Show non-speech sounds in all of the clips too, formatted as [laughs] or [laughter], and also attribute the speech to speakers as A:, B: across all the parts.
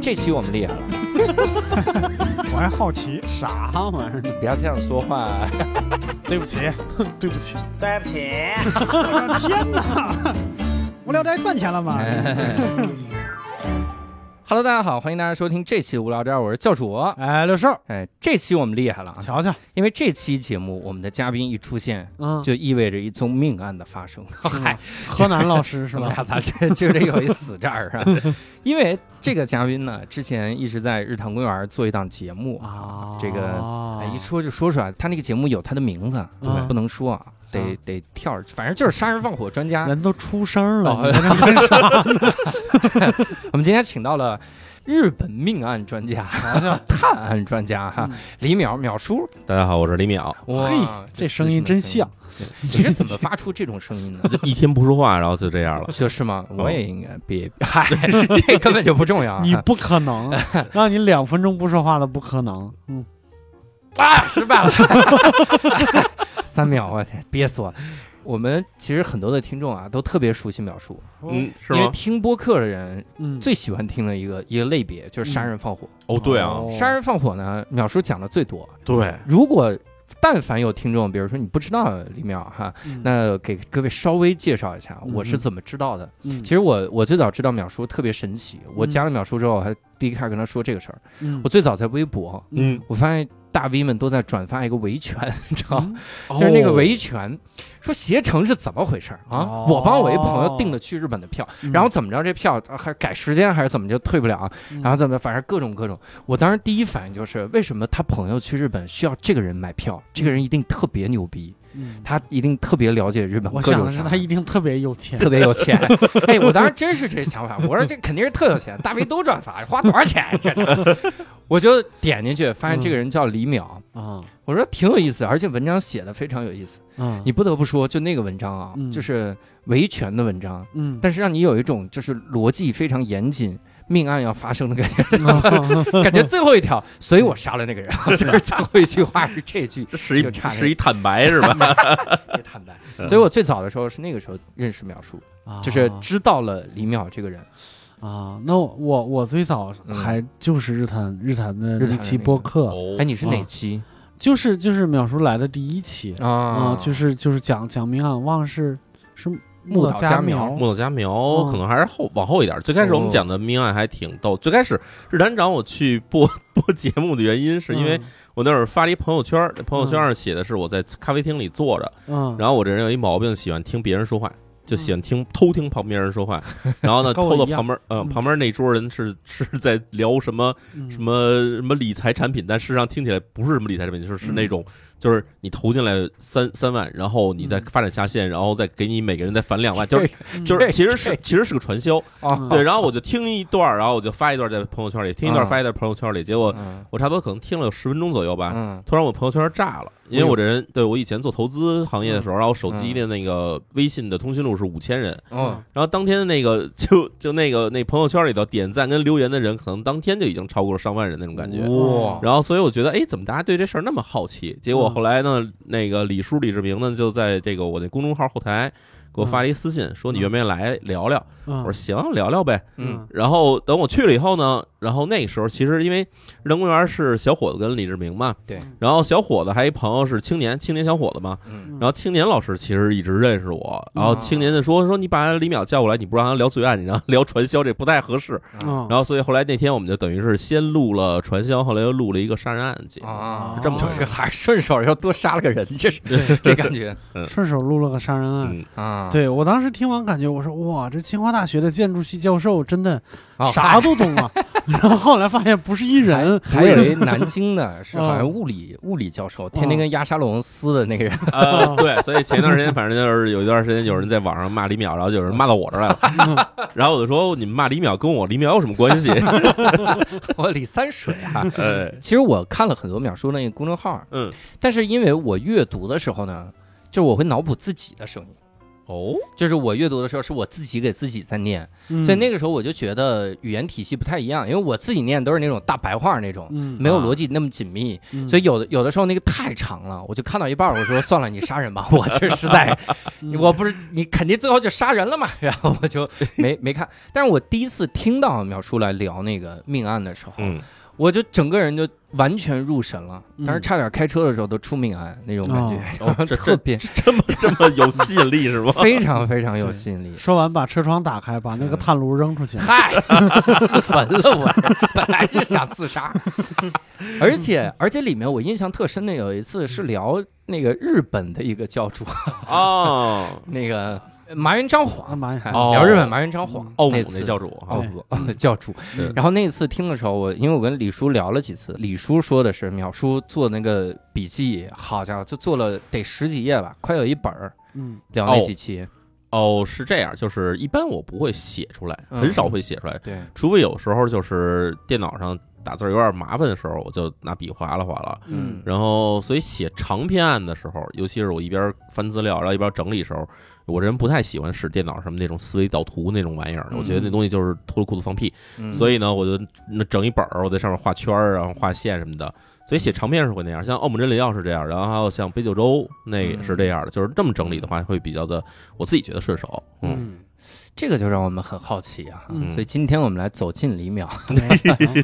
A: 这期我们厉害了， [laughs]
B: 我还好奇，
C: 啥玩意儿？
A: 不要这样说话。 [laughs]
C: 对不起，对不起，
D: 对不起，
B: 我的天哪！无聊斋赚钱了吗？
A: Hello，大家好，欢迎大家收听这期无聊斋，我是教主。
C: 哎，六少，
A: 哎，这期我们厉害了啊，
C: 瞧瞧，
A: 因为这期节目我们的嘉宾一出现，
C: 嗯，
A: 就意味着一宗命案的发生。 [laughs] 嗨，
C: 河南老师是
A: [laughs] 怎么
C: 吧？
A: 俩咱这就这有一死这儿
C: [laughs]
A: 啊？因为这个嘉宾呢，之前一直在日坛公园做一档节目，
C: 啊
A: 这个哎，一说就说出来，他那个节目有他的名字，
C: 嗯
A: 不能说啊，得
C: 啊
A: 得跳着，反正就是杀人放火专家。
C: 人都出声了，
A: 哦
C: 你在这干啥？
A: [laughs] 我们今天请到了日本命案专家、
C: 瞧瞧，
A: [laughs] 探案专家哈，
C: 嗯
A: 李淼淼叔，
E: 大家好，我是李淼。
A: 哇
C: 嘿，这声音真像
A: 资深的声音。对你是怎么发出这种声音呢？
C: [laughs]
E: 一天不说话，然后就这样了。
A: 就是吗？我也应该别， [laughs] 嗨，这根本就不重要啊。
C: 哦你不
A: [laughs]
C: 可能让你两分钟不说话的，不可能。嗯，
A: 啊，失败了， [laughs] 三秒，我天，憋死我了。我们其实很多的听众啊，都特别熟悉淼叔，
E: 嗯，是
A: 因为
E: 吗？
A: 听播客的人
C: 嗯，
A: 最喜欢听的一个一个类别就是杀人放火。
E: 哦，对啊，
C: 哦
A: 杀人放火呢，淼叔讲的最多。
E: 对，
A: 如果但凡有听众，比如说你不知道李淼哈，
C: 嗯
A: 那给各位稍微介绍一下，
C: 嗯
A: 我是怎么知道的。
C: 嗯
A: 其实我我最早知道淼叔特别神奇，我
C: 嗯
A: 加了淼叔之后，我还第一开始跟他说这个事儿。
C: 嗯
A: 我最早在微博，
E: 嗯，
A: 我发现大 V 们都在转发一个维权， [laughs] 你知道吗？
C: 嗯
A: 就是那个维权，说携程是怎么回事儿啊
C: 哦？
A: 我帮我一朋友订的去日本的票，
C: 嗯
A: 然后怎么着这票呃还改时间还是怎么就退不了啊，
C: 嗯
A: 然后怎么反正各种各种。我当时第一反应就是，为什么他朋友去日本需要这个人买票？这个人一定特别牛逼，
C: 嗯
A: 他一定特别了解日本
C: 我
A: 各
C: 想
A: 种
C: 的是
A: 啥。
C: 他一定特别有
A: [laughs]
C: 钱，
A: 特别有
C: [laughs]
A: 钱，哎，我当时真是这想法，我说这肯定是特有钱，大 V 都转发，花多少钱？这是 [laughs] 我就点进去，发现这个人叫李淼，
C: 啊
A: 我说挺有意思，而且文章写的非常有意思。
C: 啊，
A: 你不得不说，就那个文章啊，
C: 嗯
A: 就是维权的文章，
C: 嗯，
A: 但是让你有一种就是逻辑非常严谨。命案要发生的感觉，
C: [laughs] 啊
A: 感觉最后一条，所以我杀了那个 [laughs] 人。就是最后一句话是这句，
E: 这是
A: 就
E: 一
A: 差那
E: 是一坦白是吧？
A: 别坦白。所以我最早的时候是那个时候认识淼叔， [laughs] 就是
C: 啊
A: 知道了李淼这个人。
C: 啊，那我我最早
A: 嗯
C: 还就是日坛日坛的
A: 日坛的
C: 那期
A: 那
C: 播
A: 个
C: 客，
E: 哦
A: 哎，你是哪
C: 哦
A: 期
C: 就是就是淼叔来的第一期
A: 啊 [laughs]
C: 啊，就是就是讲讲明案，忘了是是
A: 木
C: 木
A: 岛
C: 岛
A: 佳
C: 佳
A: 苗
C: 苗
E: 木岛佳苗
C: 嗯
E: 可能还是后往后一点。最开始我们讲的命案还挺逗。最开始日坛长我去播 [laughs] 播节目的原因，是因为
C: 嗯
E: 我那会儿发了一朋友圈儿，朋友圈上写的是我在咖啡厅里坐着，
C: 嗯，
E: 然后我这人有一毛病，喜欢听别人说话。就喜欢听偷听旁边人说话，然后呢，
C: 跟我
E: 偷到
C: 一样
E: 旁边呃
C: 嗯
E: 旁边那桌人是 [laughs] 是在聊什么
C: 嗯
E: 什么什么理财产品，但事实上听起来不是什么理财产品，就是是
A: 嗯
E: 那种、就是你投进来三三万，然后你再
C: 嗯
E: 发展下线，然后再给你每个人再
A: [laughs]
E: 返两万，
A: 这
E: 就是
C: 嗯
E: 就是其实
A: 这
E: 是其实是个传销，
A: 啊，
E: 对。然后我就听一段儿，然后我就发一段在朋友圈里，听一段
A: 嗯
E: 发一段朋友圈里，结果
A: 嗯
E: 我差不多可能听了有十分钟左右吧，
A: 嗯哎
E: 突然我朋友圈炸了，因为我这人对我以前做投资行业的
A: 嗯
E: 时候，然后手机的那个微信的通讯录是五千人，
A: 哦，
E: 然后当天的那个 [laughs] 就就那个那朋友圈里头点赞跟留言的人，可能当天就已经超过了上万人那种感觉。
A: 哇，
E: 然后，所以我觉得，哎，怎么大家对这事儿那么好奇？结
A: 嗯
E: 果后来呢，那个李叔李志明呢，就在这个我那公众号后台给我发了一私信，说你愿不愿意来聊聊？
C: 嗯
E: 我说行，聊聊呗。
A: 嗯
E: 然后等我去了以后呢，然后那个时候其实因为人公园是小伙子跟李志明嘛，
A: 对，
E: 然后小伙子还有一朋友是青年，青年小伙子嘛。
A: 嗯
C: 嗯
E: 然后青年老师其实一直认识我，然后青年就说说你把李淼叫过来，你不让他聊罪案，你让他聊传销，这不太合适。
A: 啊
C: 嗯
E: 然后所以后来那天我们就等于是先录了传销，后来又录了一个杀人案节目。
A: 啊，
C: 这么
A: 就
C: 回
A: 是
C: 事
A: 还顺手又多杀了个人， [laughs] 这是这感觉
C: 顺手录了个杀人案。
E: 嗯，
A: 啊，
C: 对我当时听完感觉，我说哇，这清华大学的建筑系教授真的
A: 哦
C: 啥都懂啊。然后后来发现不是一人，
A: 还有啊一南京的，是好像
C: 嗯
A: 物理物理教授，天天跟压沙龙撕的那个人，
E: 呃， [laughs] 对，所以前段时间反正就是有一段时间有人在网上骂李淼，然后有人骂到我这儿来了， [laughs] 然后我就说你们骂李淼跟我李淼有什么关系？
A: [laughs] 我李三水啊。
E: [laughs] 哎，
A: 其实我看了很多秒叔那个公众号，
E: 嗯，
A: 但是因为我阅读的时候呢，就是我会脑补自己的声音，
E: 哦，
A: 就是我阅读的时候是我自己给自己在念，
C: 嗯
A: 所以那个时候我就觉得语言体系不太一样，因为我自己念都是那种大白话那种，
C: 嗯
A: 没有逻辑那么紧密，
C: 嗯
A: 所以有的有的时候那个太长了，我就看到一半儿我说算了，你杀人吧，我 [laughs] 这实
C: [laughs]
A: 在
C: 嗯
A: 我不是你肯定最后就杀人了嘛， [laughs] 然后我就没没看。但是我第一次听到淼叔来聊那个命案的时候，
E: 嗯，
A: 我就整个人就完全入神了，
C: 嗯
A: 当时差点开车的时候都出命案那种感觉， [laughs]
E: 哦这
A: 特
E: 这
A: 别
E: 这么 [laughs] 这么有吸引力是吗？
A: 非常非常有吸引力。
C: 说完把车窗打开，把那个炭炉扔出去。
A: [laughs] 嗨，自焚了我， [laughs] 本来就想自杀， [laughs] 而且而且里面我印象特深的有一次是聊那个日本的一个教主，
E: [laughs] 哦，
A: 那个麻原彰
C: 啊
A: 晃，
C: 妈呀！
E: 哦
A: 聊日本麻原彰晃
C: 嗯，
E: 奥姆
A: 那
E: 哦那
A: 次 [laughs]
E: 教主
A: 奥
E: 哈，
A: 姆教主
E: 嗯对。
A: 然后那次听的时候，我因为我跟李叔聊了几次，李叔说的是淼叔做那个笔记，好家伙，就做了得十几页吧，快有一本儿
C: 嗯
A: 聊那几期。
E: 哦，是这样，就是一般我不会写出来，
A: 嗯
E: 很少会写出来，
A: 对，
E: 除非有时候就是电脑上打字有点麻烦的时候，我就拿笔划拉划拉。
A: 嗯
E: 然后，所以写长篇案的时候，尤其是我一边翻资料，然后一边整理的时候，我这人不太喜欢使电脑什么那种思维导图那种玩意儿，
A: 嗯
E: 我觉得那东西就是脱了裤子放屁。
A: 嗯
E: 所以呢，我就那整一本儿，我在上面画圈儿，然后画线什么的。所以
A: 嗯
E: 写长篇是会那样，像《澳门真理要》是这样，然后还有像《杯酒周》那也是
A: 嗯
E: 这样的，就是这么整理的话，会比较的，我自己觉得顺手。嗯，
C: 嗯，
A: 这个就让我们很好奇啊。
C: 嗯
A: 所以今天我们来走进李淼，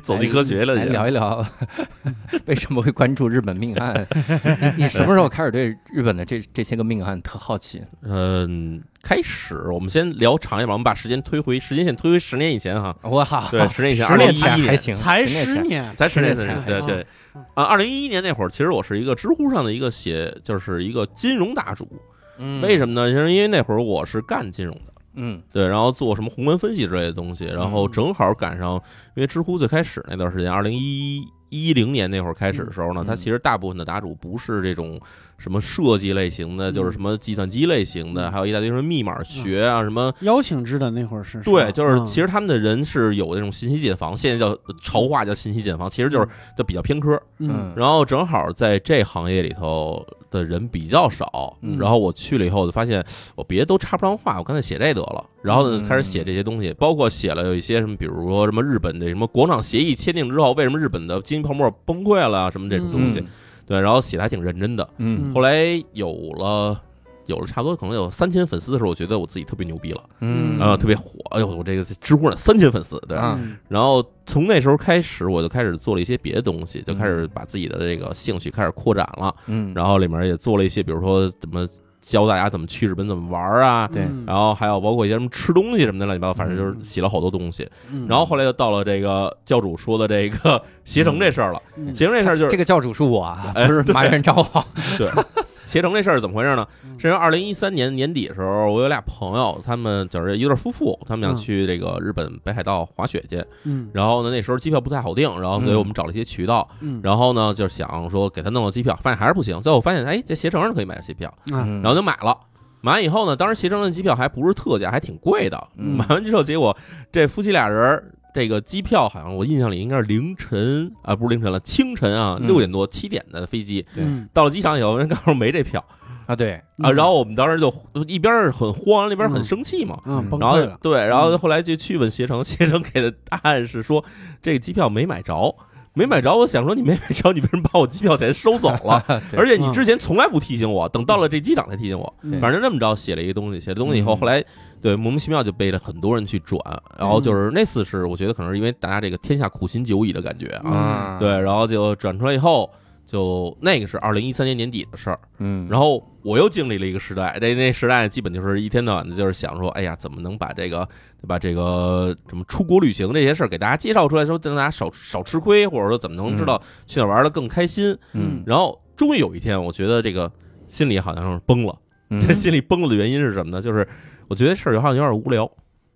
E: 走进科学了
A: 来
E: 也，
A: 聊一
E: [laughs]
A: 聊为什么会关注日本命案。你你什么时候开始对日本的这这些个命案特好奇？
E: 嗯，开始我们先聊长一点吧，我们把时间推回时间线推回十年以
A: [laughs]
E: 前哈，
A: 我靠，
E: 对，十年以前，
A: 十
E: 二零
A: 年
E: 一
A: 前
E: 一
A: 还
E: 年，
A: 行，
C: 才
A: 年
C: 十
A: 前
C: 年，
E: 才十年
A: 十
E: 前
A: 年前，
E: 对
C: 还
E: 对
C: 行。
E: 啊，二零一一年那会儿，其实我是一个知乎上的一个写，就是一个金融大主。
A: 嗯
E: 为什么呢？就是因为那会儿我是干金融的。
A: 嗯
E: 对，然后做什么宏观分析之类的东西，然
C: 嗯
E: 后正好赶上，因为知乎最开始那段时间，二零一一零年那会儿开始的时候呢
A: 嗯，
E: 它其实大部分的答主不是这种什么设计类型的，
C: 嗯
E: 就是什么计算机类型的，
C: 嗯
E: 还有一大堆什么密码学啊什么。
C: 邀请制的那会儿是，啊嗯
E: 对，就是其
C: 实
E: 实他们的人是有那种信息茧房，现在叫潮话叫信息茧房，其实就是就比较偏科。
C: 嗯
E: 然后正好在这行业里头的人比较少，
A: 嗯
E: 然后我去了以后，我就发现我别的都插不上话，我干脆写这得了。然后呢
A: 嗯，
E: 开始写这些东西，包括写了有一些什么，比如说什么日本的什么广场协议签订之后，为什么日本的经济泡沫崩溃了啊什么这种东西，
A: 嗯
E: 对，然后写的还挺认真的。
A: 嗯
C: 嗯
E: 后来有了。有了差不多可能有三千粉丝的时候，我觉得我自己特别牛逼了，
A: 嗯
E: 然后特别火。哎呦，我这个知乎上三千粉丝，对，
A: 啊
E: 然后从那时候开始，我就开始做了一些别的东西，就开始把自己的这个兴趣开始扩展了。
A: 嗯，
E: 然后里面也做了一些，比如说怎么教大家怎么去日本怎么玩儿啊，
A: 对
E: 然后还有包括一些什么吃东西什么的乱七八糟，反正就是
C: 嗯
E: 写了好多东西。
C: 嗯
E: 然后后来就到了这个教主说的这个携程这事儿了。
C: 嗯
E: 携程这事儿就
A: 这
E: 是
A: 个教主是我啊，
E: 哎
A: 不是麻原昭晃。
E: [laughs] 携程这事儿是怎么回事呢？
C: 嗯
E: 这是二零一三年年底的时候，我有俩朋友，他们就是一对夫妇，他们想
C: 嗯
E: 去这个日本北海道滑雪去。
C: 嗯
E: 然后呢，那时候机票不太好订，然后所以我们找了一些渠道。
C: 嗯，
E: 然后呢，就想说给他弄个机票，发现还是不行。最后我发现，哎，在携程上可以买机票，
C: 啊
A: 嗯
E: 然后就买了。买完以后呢，当时携程的机票还不是特价，还挺贵的。
A: 嗯
E: 买完之后，结果这夫妻俩人儿这个机票好像我印象里应该是凌晨啊，不是凌晨了，清晨啊，
A: 嗯
E: 六点多七点的飞机。
A: 对
C: 嗯
E: 到了机场以后，人告诉我没这票
A: 啊，对，
E: 啊，然后我们当时就一边儿很慌，一边儿很
C: 嗯
E: 生气嘛。
C: 嗯崩
E: 然
C: 溃
E: 后
C: 了，嗯
E: 对，然后后来就去问携程， [laughs] 携程给的答案是说这个机票没买着，没买着。我想说你没买着，你为什么把我机票钱收走
C: [laughs]
E: 了？而且你之前从来不提醒我，等到了这机场才提醒我。
C: 嗯
E: 反正这么着写了一个东西，写了东西以后，
A: 嗯
E: 后来对莫名其妙就被了很多人去转，然后
C: 嗯
E: 就是那次是我觉得可能是因为大家这个天下苦心久矣的感觉
C: 嗯
E: 啊，
A: 啊，
E: 对，，然后就转出来以后。就那个是二零一三年年底的事儿，
A: 嗯，
E: 然后我又经历了一个时代，这那时代基本就是一天到晚的，就是想说，哎呀，怎么能把这个把这个什么出国旅行这些事儿给大家介绍出来，说让大家少少吃亏，或者说怎么能知道去哪儿玩的更开心。
A: 嗯，
E: 然后终于有一天，我觉得这个心里好像是崩了，
A: 嗯
E: [laughs] 这心里崩了的原因是什么呢？就是我觉得事儿好像有点无聊。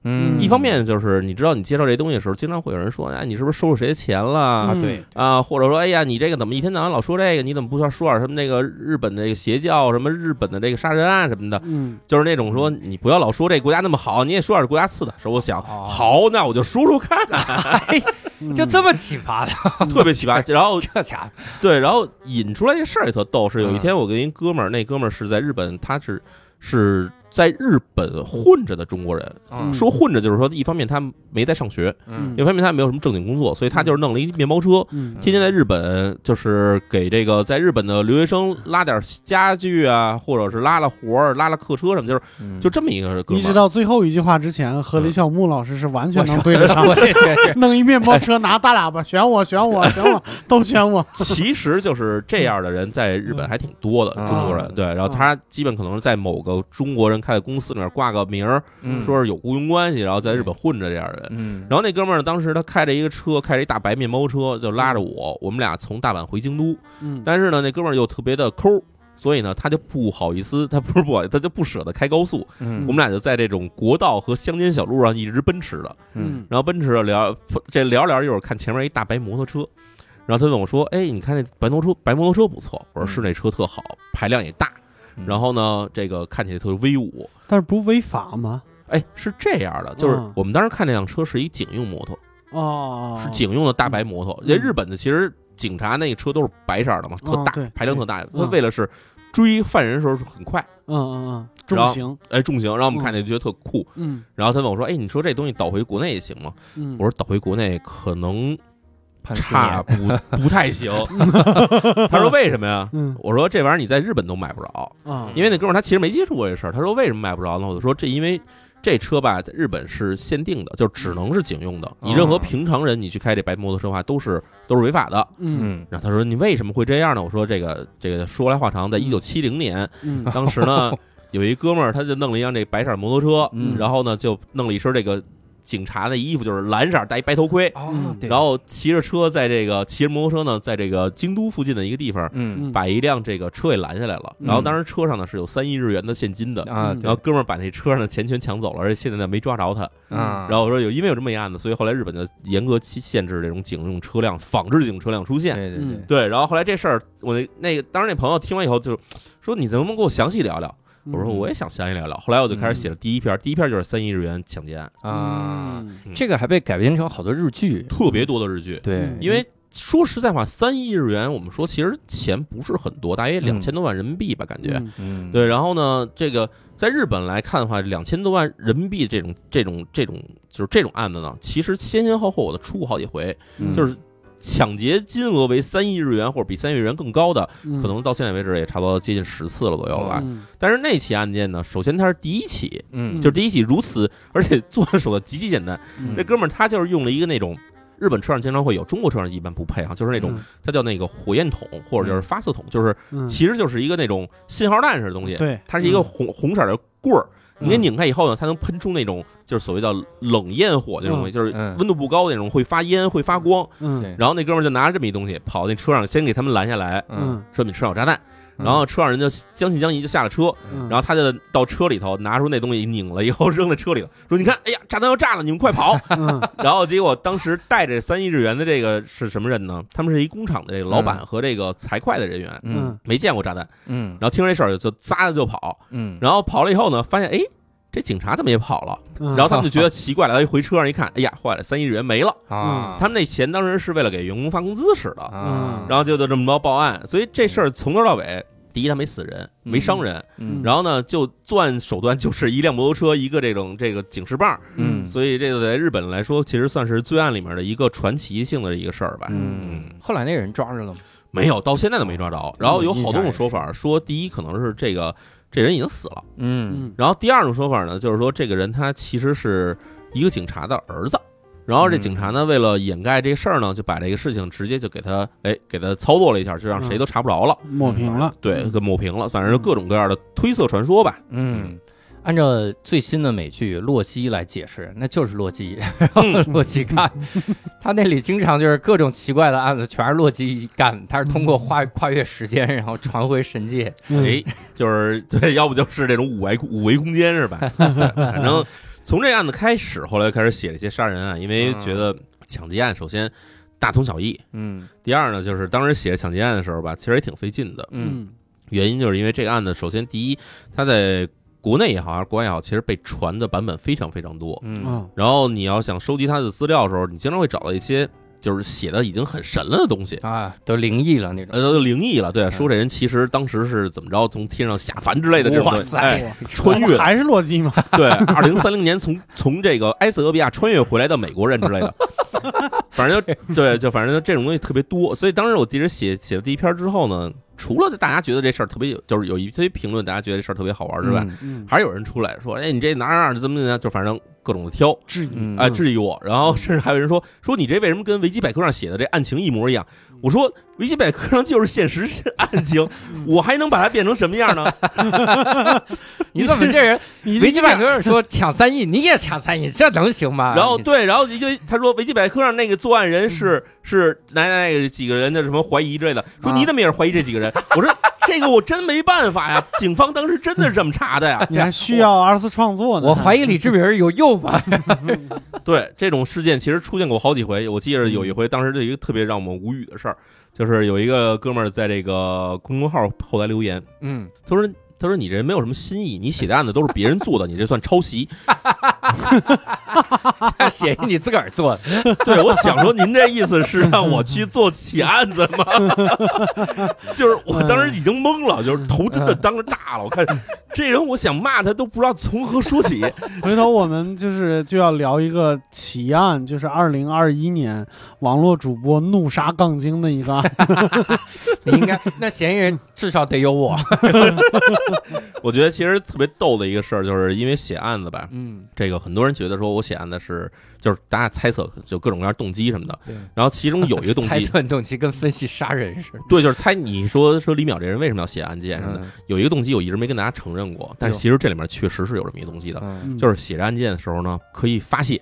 A: 嗯，
E: 一方面就是你知道，你介绍这东西的时候，经常会有人说，哎，你是不是收了谁的钱了？
A: 啊，
C: 嗯
A: 对，
E: 啊，或者说，哎呀，你这个怎么一天到晚老说这个？你怎么不说说点什么那个日本的这个邪教，什么日本的这个杀人案什么的？
C: 嗯
E: 就是那种说你不要老说这国家那么好，你也说点国家次的。说我想，
A: 哦
E: 好，那我就说说看，
A: 就这
C: 么
A: 么启发的，
E: 特别奇葩。然后
A: 这家伙，
E: 对，然后引出来这事儿也特逗，是有一
A: 嗯
E: 天我跟一哥们儿，那哥们儿是在日本，他是是在日本混着的中国人。
A: 嗯
E: 说混着就是说，一方面他没在上学，
A: 嗯
E: 一方面他没有什么正经工作，所以他就是弄了一面包车，
C: 嗯
E: 天天在日本就是给这个在日本的留学生拉点家具啊，或者是拉拉活儿、拉拉客车什么，就是
A: 嗯
E: 就这么一个哥
C: 一
E: 们
C: 直
E: 儿。嗯
C: 到最后一句话之前，和李小牧老师是完全
A: 我
C: 能对得上
A: 我。也觉得
C: 弄一面包车，拿大喇叭，选我，选我，选我，都选
E: [laughs]
C: 我。
E: 其实就是这样的人在日本还挺多的，
A: 嗯
E: 中国
A: 啊
E: 人对。然后他基本可能是在某个中国人开的公司里面挂个名儿，
A: 嗯
E: [laughs] 说是有雇佣关系，然后在日本混着这样的人。
A: 嗯，
E: 然后那哥们儿呢当时他开着一个车，开着一大白面包车，就拉着
A: 嗯
E: 我，我们俩从大阪回京都。
C: 嗯
E: 但是呢，那哥们儿又特别的抠，所以呢，他就不好意思，他不是不好意思，他就不舍得开高速。
A: 嗯
E: 我们俩就在这种国道和乡间小路上一直奔驰着，
A: 嗯
E: 然后奔驰着聊，这聊着聊着一会儿看前面一大白摩托车，然后他问我说：“哎，你看那白摩托车，白摩托车不错。”我说：“是那车特好，排量也大，
A: 嗯
E: 然后呢，这个看起来特别威武。
C: 但是不违法吗？”
E: 哎，是这样的，就是
C: 嗯
E: 我们当时看那辆车是一警用摩托，
C: 哦，
E: 是警用的大白摩托。人家日本的其实警察那个车都是白色的嘛，特
C: 哦
E: 大
C: 对，
E: 排量特大。他
C: 嗯
E: 为了是追犯人的时候是很快，
C: 嗯嗯嗯，
E: 然
C: 重
E: 后
C: 刑。
E: 哎，重型。然后我们
C: 嗯
E: 看见就觉得特酷。
C: 嗯
E: 然后他问我说：“哎，你说这东西倒回国内也行吗？”
C: 嗯，
E: 我说：“倒回国内可能
A: 判十
E: 差
A: 年
E: 不
A: [laughs]
E: 不太行。”他说：“为什么呀？”
C: 嗯
E: 我说：“这玩意儿你在日本都买不着，
C: 啊，
A: 嗯
E: 因为那哥们儿他其实没接触过这事儿。”他说：“为什么买不着呢？”我就说：“这因为。”这车吧，在日本是限定的，就只能是警用的。你任何
A: 哦
E: 平常人，你去开这白摩托车的话，都是都是违法的。
C: 嗯
A: 嗯
E: 然后他说：“你为什么会这样呢？”我说：“这个这个说来话长，在一九七零年，
C: 嗯
E: 当时
A: [laughs]
E: 呢有一哥们儿，他就弄了一辆这白色摩托车，
A: 嗯
E: 然后呢就弄了一身这个警察的衣服，就是蓝色，戴一白头盔，
A: 哦，对
E: 然后骑着车在这个骑着摩托车呢，在这个京都附近的一个地方，
A: 嗯
C: 嗯
E: 把一辆这个车给拦下来了。
C: 嗯
E: 然后当时车上呢是有三亿日元的现金的。”
A: 啊
C: 嗯
E: 然后哥们儿把那车上的钱全抢走了，而且现在呢没抓着他。
A: 啊，
E: 然后我说有因为有这么一案子，所以后来日本就严格限制这种警用车辆、仿制警车辆出现。
A: 对对对
C: 嗯，
E: 对，然后后来这事儿，我那那个当时那朋友听完以后就说：“你能不能给我详细聊聊？”
C: 嗯
E: 我说：“我也想详细聊聊。”后来我就开始写了第一篇，第一篇就是三亿日元抢劫案，
A: 啊，
C: 嗯
E: 嗯
A: 这个还被改编成好多日剧，
E: 特别多的日剧。
A: 对，
C: 嗯
E: 因为说实在话，三亿日元，我们说其实钱不是很多，大约两千多万人民币吧，感觉。
C: 嗯
A: 嗯，
E: 对，然后呢，这个在日本来看的话，两千多万人民币这种这种这种就是这种案子呢，其实先先后后我都出过好几回，
A: 嗯，
E: 就是抢劫金额为三亿日元或者比三亿日元更高的，
C: 嗯
E: 可能到现在为止也差不多接近十次了左右了吧。
C: 嗯
E: 但是那起案件呢，首先它是第一起，
A: 嗯，
E: 就是第一起如此，而且做的手段极其简单。
C: 嗯
E: 那哥们儿他就是用了一个那种日本车上经常会有，中国车上一般不配啊，就是那种
C: 嗯
E: 它叫那个火焰筒或者就是发射筒，就是
C: 嗯
E: 其实就是一个那种信号弹似的东西，
C: 对，
E: 它是一个
C: 嗯
E: 红红色的棍儿。你给
C: 嗯
E: 拧开以后呢，它能喷出那种就是所谓的冷焰火那种东西，就是
A: 嗯
E: 温度不高的那种，会发烟、会发光。
A: 对
C: 嗯
E: 然后那哥们儿就拿着这么一东西跑那车上，先给他们拦下来，
A: 嗯，
E: 说你们车上有炸弹。然后车上人就将信将疑就下了车，
C: 嗯，
E: 然后他就到车里头拿出那东西拧了以后 [laughs] 扔在车里头，说你看，哎呀，炸弹要炸了，你们快跑！
C: 嗯
E: 然后结果当时带着三亿日元的这个是什么人呢？他们是一工厂的这个老板和这个财会的人员，
A: 嗯
C: 嗯
E: 没见过炸弹，
A: 嗯
E: 然后听说这事儿就撒着就跑，
A: 嗯，
E: 然后跑了以后呢，发现哎。这警察怎么也跑了？
C: 嗯，
E: 然后他们就
A: [laughs]
E: 觉得奇怪了，然后一回车上一看，哎呀，坏了，三亿日元没了。
A: 后啊，
E: 他们那钱当时是为了给员工发工资使的，
A: 啊，
E: 然后就就这么着报案。所以这事儿从头到尾，第一他没死人，没伤人，
A: 嗯
E: 然后呢，就作案手段就是一辆摩托车，一个这种这个警示棒，
A: 嗯，
E: 所以这个在日本来说，其实算是罪案里面的一个传奇性的一个事儿吧。
A: 嗯，后来那人抓着了吗？
E: 没有，到现在都没抓着。然后有好多
A: 嗯
E: 种说法，说第一可能是这个这人已经死了，
A: 嗯
C: 嗯
E: 然后第二种说法呢，就是说这个人他其实是一个警察的儿子。然后这警察
A: 嗯
E: 呢，为了掩盖这事儿呢，就把这个事情直接就给他，哎，给他操作了一下，就让
A: 嗯
E: 谁都查不着了，
C: 抹平了，
E: 对，给抹平了，反正是各种各样的推测传说吧。
A: 嗯。按照最新的美剧《洛基》来解释，那就是洛 [laughs] 基。然后洛基干，他那里经常就是各种奇怪的案子，全是洛基干。他是通过跨跨越时间，然后传回神界。
C: 嗯
E: 哎，就是对，要不就是这种五维五维空间是
A: [laughs]
E: 吧？对反正从这案子开始，后来开始写了一些杀人案，因为觉得抢劫案首先大同小异，
A: 嗯
E: 第二呢就是当时写抢劫案的时候吧，其实也挺费劲的，
A: 嗯
E: 原因就是因为这个案子，首先第一，它在国内也好还是国外也好，其实被传的版本非常非常多，
A: 嗯
C: 嗯
E: 然后你要想收集它的资料的时候，你经常会找到一些。就是写的已经很神了的东西，
A: 啊，都灵异了那种。
E: 呃，都灵异了。
A: 嗯
E: 对，说这人其实当时是怎么着，从天上下凡之类的这种
A: 哇
E: 东西，
A: 塞
E: 哎，穿越
C: [laughs] 还是洛基嘛？
E: 对，二零三零年从从这个埃塞俄比亚穿越回来到美国人之类的， [laughs] 反正就对，就反正就这种东西特别多。所以当时我记得写写了第一篇之后呢，除了大家觉得这事儿特别有，就是有一堆评论，大家觉得这事儿特别好玩之外，
A: 嗯
C: 嗯，
E: 还有人出来说：“哎，你这哪哪哪怎么怎么样？”就反正各种的挑，
C: 质疑
A: 嗯
E: 哎，质疑我。然后甚至还有人说：“说你这为什么跟维基百科上写的这案情一模一样？”我说：“ [laughs] 维基百科上就是现实是案情，我还能把它变成什么样呢？
A: 你怎么这人？
C: 你
A: 维基百科上说抢三亿，你也抢三亿，这能行吗？
E: 然后对，然后就他说维基百科上那个作案人是是哪哪哪几个人的什么怀疑之类的，说
A: 啊
E: 你怎么也是怀疑这几个人？我说这个我真没办法呀，警方当时真的是这么查的
C: [laughs]
E: 呀。
C: 你还需要二次创作呢？
A: 我怀疑李志明有用吧？
E: 对，这种事件其实出现过好几回，我记得有一回当时就一个特别让我们无语的事儿，就是有一个哥们儿在这个公众号后台留言，
A: 嗯，
E: 他说。他说：“你这人没有什么新意，你写的案子都是别人做的，你这算抄袭。
A: [laughs] 他写一你自个儿做的，
E: 对，我想说，您这意思是让我去做起案子吗？ [laughs] 就是我当时已经懵了，就是头真的当时大了。我看这人，我想骂他都不知道从何说起。
C: 回头我们就是就要聊一个奇案，就是二零二一年网络主播怒杀杠精的一个案。
A: [laughs] 你应该那嫌疑人至少得有我。
E: 我觉得其实特别逗的一个事儿，就是因为写案子吧，
A: 嗯，
E: 这个很多人觉得说我写案子是就是大家猜测就各种各样动机什么的
A: 对。
E: 然后其中有一
A: [laughs]
E: 个动
A: 猜
E: 机，
A: 测动机跟分析杀人似的。
E: 对，就是猜你说说李淼这人为什么要写案件什么的。
A: 嗯哎
E: 有一个动机我一直没跟大家承认过，但是其实这里面确实是有这么一个动机的，
A: 嗯
C: 嗯
E: [laughs] 就是写着案件的时候呢，可以发泄。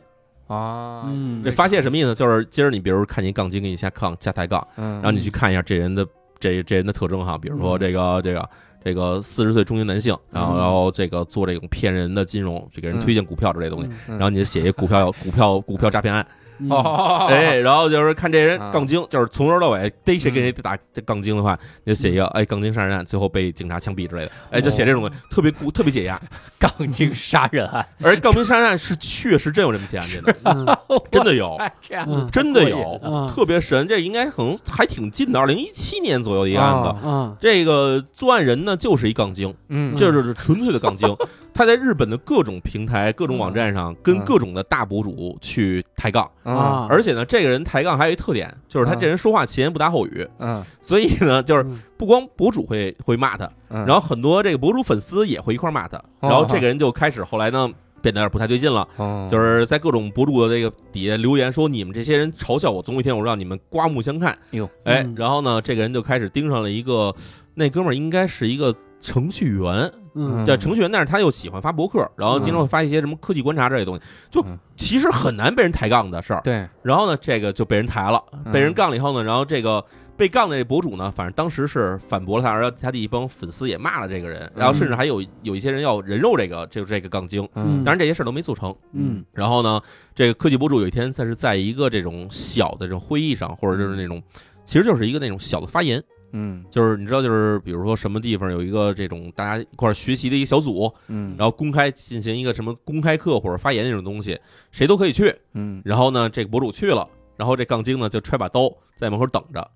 A: 啊，
C: 嗯
E: 这发泄什么意思？就是今儿你比如看一杠精给你下杠下抬杠，
A: 嗯，
E: 然后你去看一下这人的这这人的特征哈，比如说这个这个这个四十岁中年男性，然后
A: 嗯
E: 然后这个做这种骗人的金融，就给人推荐股票之类的东西，
A: 嗯
E: 然后你就写一股票股票股票诈骗案，
C: 嗯
A: 哦，
E: 哎，然后就是看这人
A: 啊
E: 杠精，就是从头到尾逮谁
A: 嗯
E: 跟谁打杠精的话，你就写一个哎杠精杀人案，最后被警察枪毙之类的，哎，就写这
A: 哦
E: 种东西，特别酷特别解压。
A: 杠精杀人啊案，
E: 而杠精杀人案是确实真有这么起案
A: [laughs]
E: 件的，
C: 嗯
E: 真的有。
A: 哎，这样
E: [laughs]
C: 嗯
E: 真的
A: 过
E: 有
A: 瘾，
C: 嗯
E: 特别神。这应该可能还挺近的，二零一七年左右的一个案子
A: 啊。
C: 嗯
E: 这个作案人呢，就是一杠精，
A: 嗯，
E: 这就是纯粹的
A: [laughs]
E: 杠精。他在日本的各种平台、各种网站上，跟
A: 嗯
E: 各种的大博主去抬杠。
A: 啊，
C: 啊，
E: 而且呢，这个人抬杠还有一特点，就是他
A: 嗯
E: 这人说话前言不搭后语，
A: 嗯，
E: 所以呢，就是
C: 嗯
E: 不光博主会会骂他，
A: 然
E: 然后很多这个博主粉丝也会一块骂他。
A: 哦
E: 然后这个人就开始后来呢，变得有点不太对劲了。
A: 哦
E: 就是是在各种博主的这个底下留言说，你们这些人嘲笑我，总有一天我让你们刮目相看。
A: 哟，
E: 哎
C: 嗯，
E: 然后呢，这个人就开始盯上了一个，那哥们儿应该是一个程序员，
C: 嗯
E: 对，程序员，但是他又喜欢发博客，然后经常会发一些什么科技观察之类的东西，就
A: 嗯
E: 其实很难被人抬杠的事儿。
A: 对，
E: 然后呢，这个就被人抬了，
A: 嗯
E: 被人杠了以后呢，然后这个。被杠的这博主呢，反正当时是反驳了他，然后他的一帮粉丝也骂了这个人，然后甚至还有有一些人要人肉这个就这个杠精，
A: 嗯
E: 当然这些事儿都没做成。
C: 嗯
E: 然后呢，这个科技博主有一天在是在一个这种小的这种会议上，或者就是那种，其实就是一个那种小的发言，
A: 嗯
E: 就是你知道，就是比如说什么地方有一个这种大家一块儿学习的一个小组，
A: 嗯，
E: 然后公开进行一个什么公开课或者发言那种东西，谁都可以去。
A: 嗯
E: 然后呢，这个博主去了，然后这杠精呢就揣把刀在门口等着，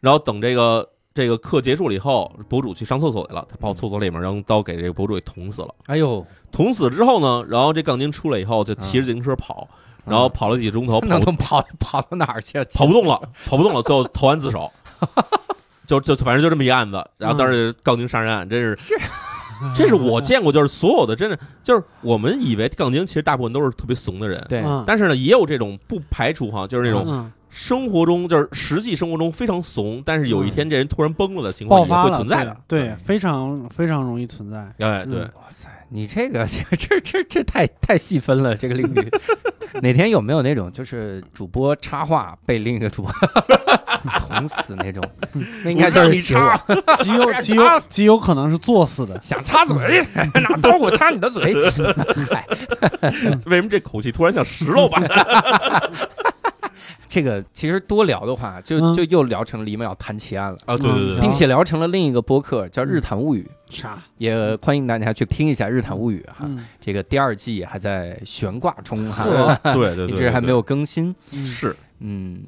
E: 然后等这个。这个课结束了以后，博主去上厕所去了，他跑厕所里面，然后用刀给这个博主给捅死了。
A: 哎呦，
E: 捅死之后呢，然后这杠精出来以后就骑着自行车跑，然后跑了几个钟头，
A: 嗯 [laughs] 那
E: 跑
A: 都跑跑到哪儿去？啊
E: 跑不动了，跑不动了，最后投案自
A: [laughs]
E: 首，就就反正就这么一案子。然后当时杠精杀人案，真是
A: 嗯是
E: 这是我见过，就是所有的真的就是我们以为杠精其实大部分都是特别怂的人，
A: 对，
C: 嗯
E: 但是呢也有这种不排除哈，就是那种
C: 嗯
E: 生活中就是实际生活中非常怂，但是有
A: 嗯
E: 一天这人突然崩了的情
C: 爆
E: 况也
C: 发
E: 会
C: 了，
E: 存在的。嗯
C: 对，啊对非常非常容易存在。
E: 哎，对
C: 嗯，
A: [laughs] 哇塞，你这个 [laughs] 这这这这太太细分了，这个领域。哪天有没有那种就是主播插话被另一个主
E: [laughs]
A: 播捅死那种？那应该就
E: 我让
A: 是
E: 你
A: 写我
E: 插，
C: [laughs] 极
A: [laughs]
C: 有极有极有可能是作死的。
A: 想插嘴，
E: 嗯
A: 拿刀我插你的
E: [laughs]
A: 嘴。嗨，嗯
E: 为什么这口气突然像石头
A: [laughs]
E: 般？
A: 这个其实多聊的话，就
C: 嗯
A: 就又聊成李淼谈奇案了，
E: 啊，对对
C: 嗯
E: 对
A: [laughs]
E: 对
A: 并且聊成了另一个播客叫《日谈物语》，
C: 啥？
E: 嗯
A: 也欢迎大家去听一下《日谈物语》哈。
C: 嗯，
A: 这个第二季还在悬挂中哈，
E: 对对对，
A: 啊 [laughs] 一直还
E: 对
A: 嗯
C: 嗯
A: 没有更新。
E: 是。
A: 嗯，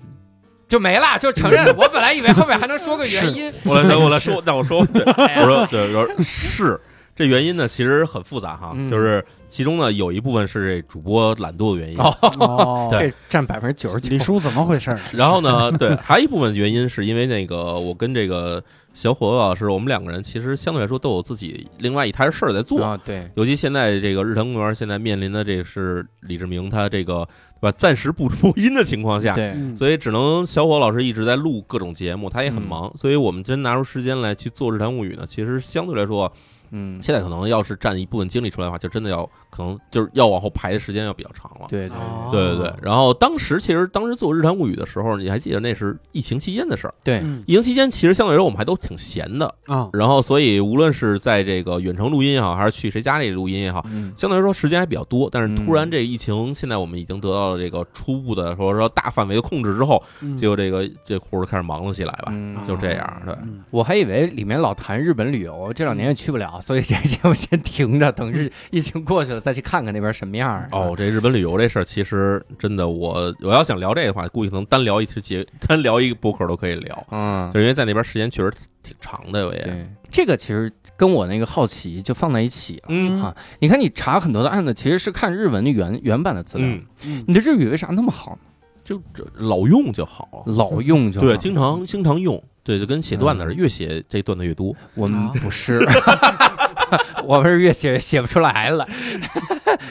A: 就没了，就承认了。我本来以为后面还能说个原因，
E: 我来我来
A: [laughs]
E: 说，那我说，对
A: 哎呀
E: 我说对，我说是这原因呢，其实很复杂哈，
A: 嗯
E: 就是其中呢有一部分是这主播懒惰的原因，
A: 哦 [laughs]
C: 哦，
A: 这占百分之九十
C: 李
A: 九。
C: 叔怎么回事儿？
E: 然后呢，对，还有一部分原因是因为那个我跟这个小伙子老师，我们两个人其实相对来说都有自己另外一摊事儿在做，
A: 啊，对，
E: 尤其现在这个日坛公园现在面临的这是李志明他这个对吧暂时不播音的情况下，
A: 对，
C: 嗯
E: 所以只能小伙老师一直在录各种节目，他也很
A: 嗯
E: 忙，所以我们真拿出时间来去做《日谈物语》呢，其实相对来说，
A: 嗯，
E: 现在可能要是占一部分精力出来的话，就真的要可能就是要往后排的时间要比较长了。
A: 对对
C: 哦
E: 对对对。然后当时其实当时做《日谈物语》的时候，你还记得那是疫情期间的事儿。
A: 对
C: 嗯
E: 疫情期间其实相对来说我们还都挺闲的，
C: 啊，
E: 然后所以无论是在这个远程录音也好，还是去谁家里录音也好，
A: 嗯，
E: 相对来说时间还比较多，但是突然
A: 嗯
E: 这疫情，现在我们已经得到了这个初步的或者说大范围的控制之后，
C: 嗯
A: 哎
E: 结果这个这活儿开始忙了起来吧，
A: 嗯
E: 就这样，对。
C: 嗯
A: 我还以为里面老谈日本旅游，这两年也去不了，所以这节目先停着，等 [laughs] 日疫情过去了再去看看那边什么样儿。
E: 哦，这日本旅游这事儿，其实真的我，我要想聊这个的话，估计能单聊一期节， [laughs] 单聊一个博客都可以聊，
A: 嗯，
E: 就是因为在那边时间确实挺长的，我也，
A: 对，这个其实跟我那个好奇就放在一起了。
E: 嗯
A: 啊你看，你查很多的案子，其实是看日文的原原版的资料。
E: 嗯，
C: 嗯
A: 你的日语为啥那么好呢？
E: 就这老用就好，
A: 老用就好嗯
E: 对，经常经常用，对，就跟写段子似的，越写这段子越多，
A: 我们不是，
E: 哦
A: [laughs] 我们是越写越写不出来了。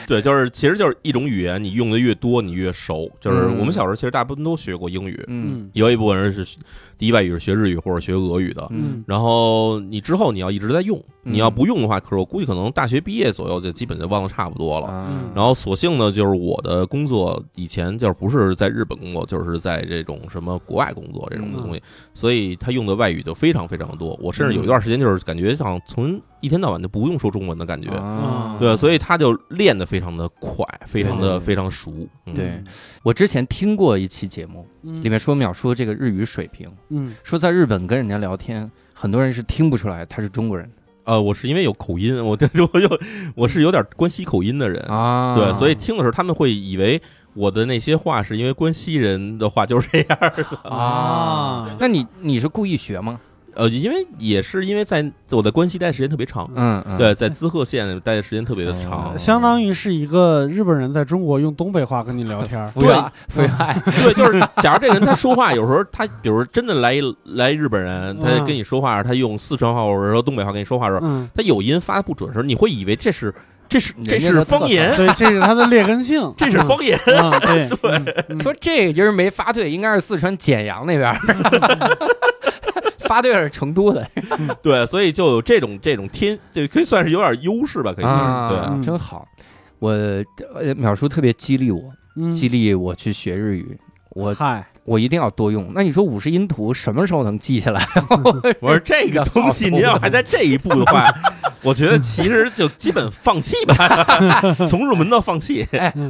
E: 对，就是其实就是一种语言，你用的越多，你越熟。就是
A: 嗯
E: 我们小时候其实大部分都学过英语，
A: 嗯
C: 嗯
E: 有一部分人是学第一外语是学日语或者学俄语的。
A: 嗯
C: 嗯，
E: 然后你之后你要一直在用，
A: 嗯
E: 你要不用的话，可是我估计可能大学毕业左右就基本就忘得差不多了。
A: 啊
E: 然后所幸呢，就是我的工作以前就是不是在日本工作，就是在这种什么国外工作这种东西，
A: 嗯
E: 所以他用的外语就非常非常多。我甚至有一段时间就是感觉像从一天到晚就不用说中文的感觉。
C: 哦
A: 啊
E: 对，所以他就练得非常的快，非常的
A: 对
E: 非常熟。嗯
A: 对我之前听过一期节目，
C: 嗯
A: 里面说淼说这个日语水平，
C: 嗯
A: 说在日本跟人家聊天，很多人是听不出来他是中国人
E: 呃，我是因为有口音，我这我就我是有点关西口音的人，
A: 啊
E: 嗯对，所以听的时候他们会以为我的那些话是因为关西人的话就是这样儿的。
C: 哦
A: 啊，那你你是故意学吗？
E: 呃，因为也是因为在我在关西待时间特别长，
A: 嗯嗯，
E: 对，在滋贺县待的时间特别的长
A: 哦，
C: 相当于是一个日本人在中国用东北话跟你聊天
A: [laughs]，
C: 儿
A: 服务服务爱，
E: [laughs] 对，就是假如这人他说话有时候他，比如真的来一来日本人，
A: 嗯
E: 他跟你说话，他用四川话或者说东北话跟你说话的时候，
C: 嗯，
E: 他有音发的不准的时候，你会以为这是这是
A: 人家
E: 这
A: 的
E: 是
A: 特色
E: 方言，
C: 对，这是他的劣根性，
A: [laughs]
E: 这是方言。
C: 嗯，嗯对对，嗯
A: 说这个音儿没发对，应该是四川简阳那边
E: [laughs]
A: 儿，发对了是成都的
E: 对，所以就有这种这种天，这可以算是有点优势吧，可以说
A: 啊
C: 嗯，
A: 真好。我呃淼叔特别激励我，
C: 嗯
A: 激励我去学日语。我
C: 嗨，
A: 我一定要多用。那你说五十音图什么时候能记下来？ [laughs]
E: 是。对， [laughs] 我说这个东西您要还在这一步的
A: [laughs]
E: 话，我觉得其实就基本放弃吧，
A: [laughs]
E: 从入门到放弃，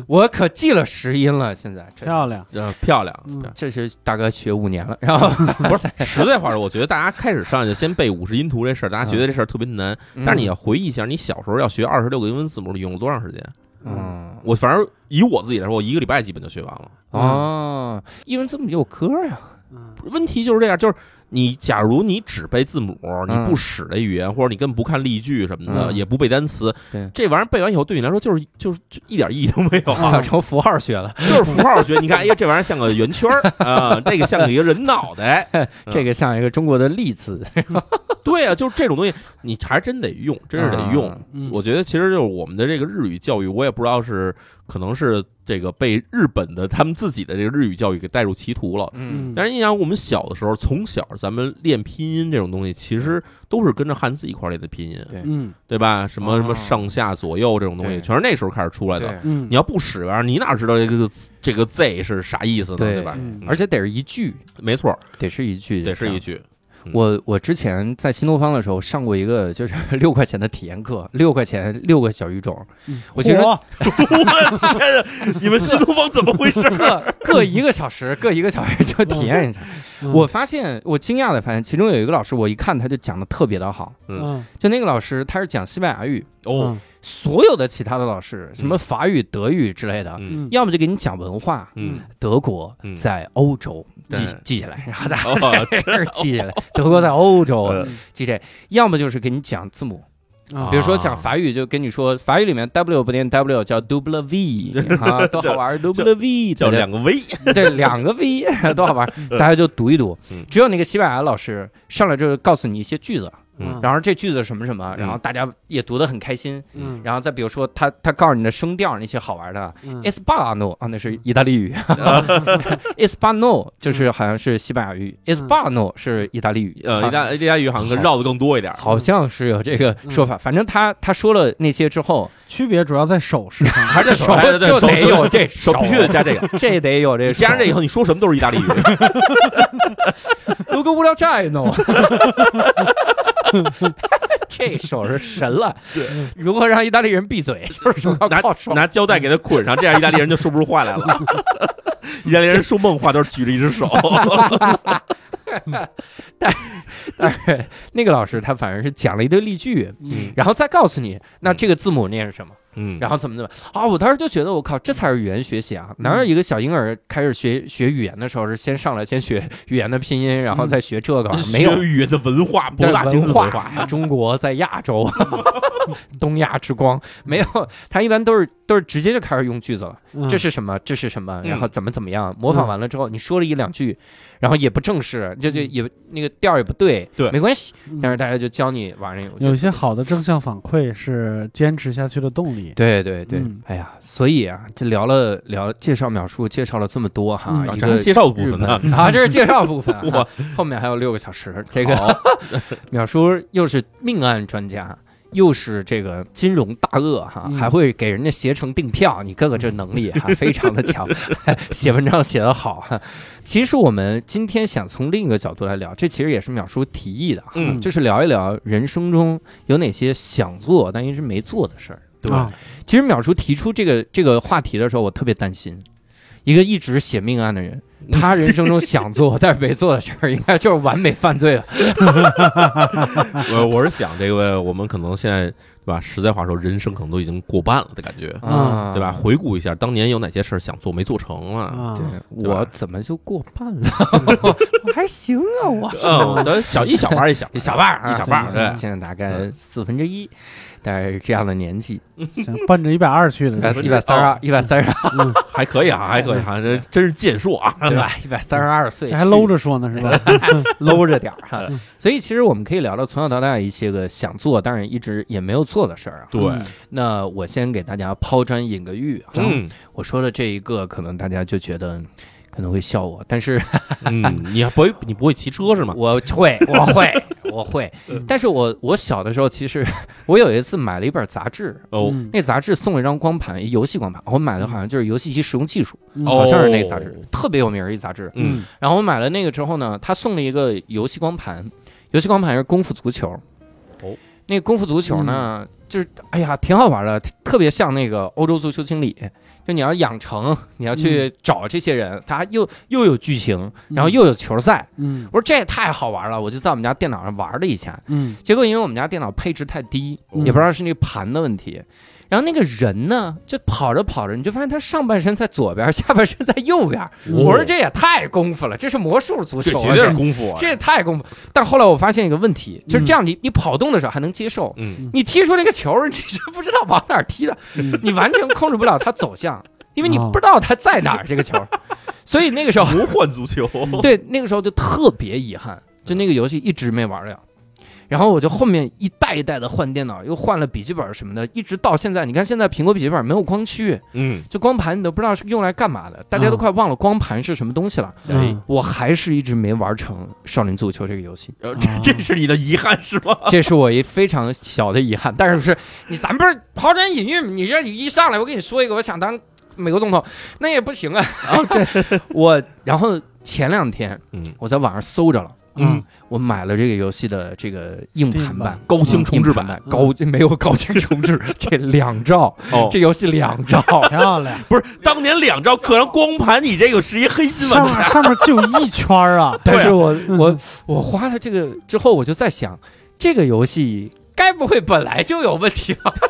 A: 我可记了十音了，现在这
C: 漂亮，
E: 呃，漂亮。
C: 嗯
A: 这 [laughs] 是大概学五年了，然后 [laughs]
E: 不是，实在话说，我觉得大家开始上来就先背五十音图这事儿，大家觉得这事儿特别难， [laughs]
A: 嗯
E: 但是你要回忆一下，你小时候要学二十六个英文字母，你用了多长时间？
A: 嗯
E: 我反正以我自己来说，我一个礼拜基本就学完了。
A: 哦，因为这么有歌呀，
C: 嗯
E: 问题就是这样，就是你假如你只背字母，你
A: 嗯
E: 不使这语言，或者你根本不看例句什么的，
A: 嗯
E: 也不背单词
A: 对，
E: 这玩意儿背完以后，对你来说就是就是就一点意义都没
A: [laughs]
E: 有啊，
A: 啊，成符号学了，
E: [laughs] 就是符号学。你看，哎呀，这玩意儿像个圆
A: [laughs]
E: 圈儿啊，这个像个一个人脑袋，
A: 这个像一个中国的例字，
E: 对啊，就是这种东西，你还真得用，真是得用。
A: 啊
C: 嗯，
E: 我觉得其实就是我们的这个日语教育，我也不知道是可能是这个被日本的他们自己的这个日语教育给带入歧途了。
A: 嗯
E: 但是你想，我们小的时候，从小咱们练拼音这种东西，其实都是跟着汉字一块儿练的拼音，
A: 对
C: 嗯
E: 对吧？什么
A: 哦
E: 什么上下左右这种东西，
A: 对
E: 全是那时候开始出来的。
A: 对，
C: 嗯，
E: 你要不使玩意儿，你哪知道这个这个 Z 是啥意思呢？
A: 对
E: 对吧？
C: 嗯
A: 而且得是一句，
E: 没错，
A: 得是一句，
E: 得是一。句。
A: 我我之前在新东方的时候上过一个就是 [laughs] 六块钱的体验课，六块钱六个小语种，
C: 嗯
A: 我觉得
C: 火
E: [laughs] 我天啊！你们新东方怎么回事？
A: 各各一个小时，各一个小时就体验一下。
C: 嗯
A: 我发现，我惊讶的发现，其中有一个老师，我一看他就讲的特别的好。
C: 嗯
A: 就那个老师，他是讲西班牙语，
E: 哦，
A: 所有的其他的老师，什么法语、德语之类的，
E: 嗯
C: 嗯
A: 要么就给你讲文化，
E: 嗯
A: 德国
E: 嗯
A: 在欧洲，记
E: 对
A: 记下来，然后大 [laughs] 家
E: 哦，
A: 在这儿记下来。德国在欧洲
E: 嗯
A: 记这，要么就是给你讲字母，
C: 啊
A: 比如说讲法语，就跟你说法语里面 W 不念 W，叫 double
E: [laughs]
A: V 啊，多好玩 double V
E: 叫
A: 大家
E: 两个 V， [laughs]
A: 对，两个 V 多好玩，大家就读一读
E: 嗯。
A: 只有那个西班牙老师上来就告诉你一些句子，
C: 啊
E: 嗯
A: 然后这句子什么什么，
E: 嗯
A: 然后大家也读得很开心。
C: 嗯
A: 然后再比如说他他告诉你的声调那些好玩的
C: 嗯
A: ，Espano 啊，那是意大利
E: [laughs]
A: 语，Espano 就是好像是西班牙语，Espano 是意大利语，
E: 嗯呃，
A: 好
E: 意大意大利语嗯好像更绕的更多一点儿。
A: 好像是有这个说
E: 嗯
A: 法。反正他他说了那些之后，
C: [laughs] 区别主要在手势上，
E: 还是
A: 手就得有这啊
E: 手必须得加这个，
A: 这得有这啊
E: 你加上这以
A: 个
E: 后，你说什么都是意大利语。
A: [laughs] 卢沟无聊斋呢。这手是神
E: [laughs]
A: 了，如何让意大利人闭嘴？就是说要
E: 嗯拿
A: 靠手，
E: 拿胶带给他捆上，这样意大利人就说不出话来了。 [laughs] 意大利人说梦话都是举着一
A: [laughs]
E: 只手，
A: 但是哎那个老师他反正是讲了一堆例句，
E: 嗯
A: 然后再告诉你，那这个字母念是什么，
E: 嗯
A: 然后怎么怎么啊！我当时就觉得，我靠，这才是语言学习啊！哪有一个小婴儿开始学学语言的时候是先上来先学语言的拼音，然后再学这个玩意儿？没有
E: 嗯学语言的文化博
A: 对
E: 大
A: 文
E: 精深的
A: 化
E: 文化，
A: 中国在亚
E: [laughs]
A: 洲，东亚之光没有，他一般都是都是直接就开始用句子了。
C: 嗯
A: 这是什么？这是什么？
E: 嗯
A: 然后怎么怎么样？模仿完了之后，你说了一两句，然后也不正式，就就也那个调儿也不对，
E: 嗯对
A: 没关系。
C: 嗯
A: 但是大家就教你玩那个，我觉得
C: 有一些好的正向反馈是坚持下去的动力。
A: 对对对
C: 嗯，
A: 哎呀，所以啊，这聊了聊介绍秒数，介绍了这么多哈，
C: 嗯
A: 一
E: 这还
A: 个
E: 是介绍部
A: 日
E: 分呢。，
A: 本啊，这是介绍部分
E: [laughs] 我
A: 啊后面还有六个小时。这 [laughs] 个秒叔又是命案专家，又是这个金融大鳄哈
C: 嗯，
A: 还会给人家携程订票，你哥哥这能力哈，非常的强， [laughs] 写文章写得好哈。其实我们今天想从另一个角度来聊，这其实也是秒叔提议的啊，
E: 嗯
A: 就是聊一聊人生中有哪些想做但一直没做的事儿。
E: 对
C: 啊，
A: 其实淼叔提出这个这个话题的时候，我特别担心，一个一直写命案的人，他人生中想
C: [laughs]
A: 做但是没做的事儿，应该就是完美犯罪了。
E: 我我是想这个，我们可能现在对吧？实在话说，人生可能都已经过半了的感觉，
C: 嗯
A: 啊，
E: 对吧？？回顾一下当年有哪些事儿想做没做成啊？
C: 啊
A: 对，
E: 对吧
A: 我怎么就过半了？我还行啊，我
E: 嗯，等小一小 [laughs] 半一小
A: 一小半儿啊，
E: [laughs] 一小半儿，对，嗯
A: 现在大概四分之一，但是这样的年纪，呃
C: 行，奔着一百二去
E: [laughs]
C: 的，
E: 四分
A: 一
E: 之哦
A: 百三十二，一百三十二，
C: 嗯
E: 还可以啊，还可以啊，这真是健硕啊！
A: 对吧？一百三十二岁
C: 这，还搂着说呢是吧？
A: [laughs] 搂着点儿哈。
E: 嗯
A: 所以其实我们可以聊聊从小到大一些个想做，但是一直也没有做的事儿啊。
E: 对，
A: 那我先给大家抛砖引个玉啊。
E: 嗯
A: 我说的这一个，可能大家就觉得可能会笑我，但是
E: 嗯，你还不会你不会骑车是吗？
A: 我会，我会，我会。但是我我小的时候，其实我有一次买了一本杂志，
E: 哦
C: 嗯
A: 那杂志送了一张光盘，一游戏光盘，我买的好像就是《游戏机使用技术》，
C: 嗯
E: 哦
A: 好像是那个杂志，特别有名儿一杂志。
E: 嗯
A: 然后我买了那个之后呢，他送了一个游戏光盘，游戏光盘是功夫足球。
E: 哦，
A: 那个功夫足球呢，就是哎呀，挺好玩的，特别像那个欧洲足球经理。就你要养成， [laughs] 你要去找这些人，他又又有剧情，然后又有球赛。
C: 嗯
A: 我说这也太好玩了，我就在我们家电脑上玩了一下。
C: 嗯
A: 结果因为我们家电脑配置太低，
C: 嗯
A: 也不知道是那盘的问题。然后那个人呢，就跑着跑着，你就发现他上半身在左边，下半身在右边。
E: 嗯
A: 我说这也太功夫了，这是魔术足
E: 哦这
A: 球啊，
E: 绝对是功夫啊！
A: 这也太功夫。但后来我发现一个问题，就是这样你，你跑动的时候还能接受，
E: 嗯
A: 你踢出这个球，你是不知道往哪儿踢的，
C: 嗯
A: 你完全控制不了它走向，因为你
C: 哦
A: 不知道它在哪儿这个球。所以那个时候，
E: [laughs] 魔幻足球，
A: 对那个时候就特别遗憾，就那个游戏一直没玩了。然后我就后面一代一代的换电脑，又换了笔记本什么的，一直到现在。你看现在苹果笔记本没有光驱，
E: 嗯，
A: 就光盘你都不知道是用来干嘛的，大
E: 哦
A: 家都快忘了光盘是什么东西了。
E: 哎
C: 嗯，
A: 我还是一直没玩成《少林足球》这个游
E: [laughs]
A: 戏，
E: 呃 [laughs]
C: 嗯
E: 这这是你的遗憾是吗？
A: 这是我一非常小的遗憾。但是是你咱不是抛砖引玉吗，你这一上来我跟你说一个，我想当美国总统，那也不行啊。 [laughs] [laughs] 我然后前两天
E: 嗯
A: 我在网上搜着了，
C: 嗯，
A: 我买了这个游戏的这个硬盘
C: Steam
A: 版嗯
C: 版。
E: 高清重置
A: 硬
E: 版
A: 盘版高没有高清重
E: [laughs]
A: 置，这两兆，
E: 哦
A: 这，游戏两兆，，
E: 嗯
C: 漂亮，
E: 不是当年两兆刻上光盘，你这个是一黑新闻
C: 上。面上面就一圈儿啊
A: 但是我
C: 嗯
A: 我我花了这个之后，我就在想，这个游戏该不会本来就有问题吧？ [laughs]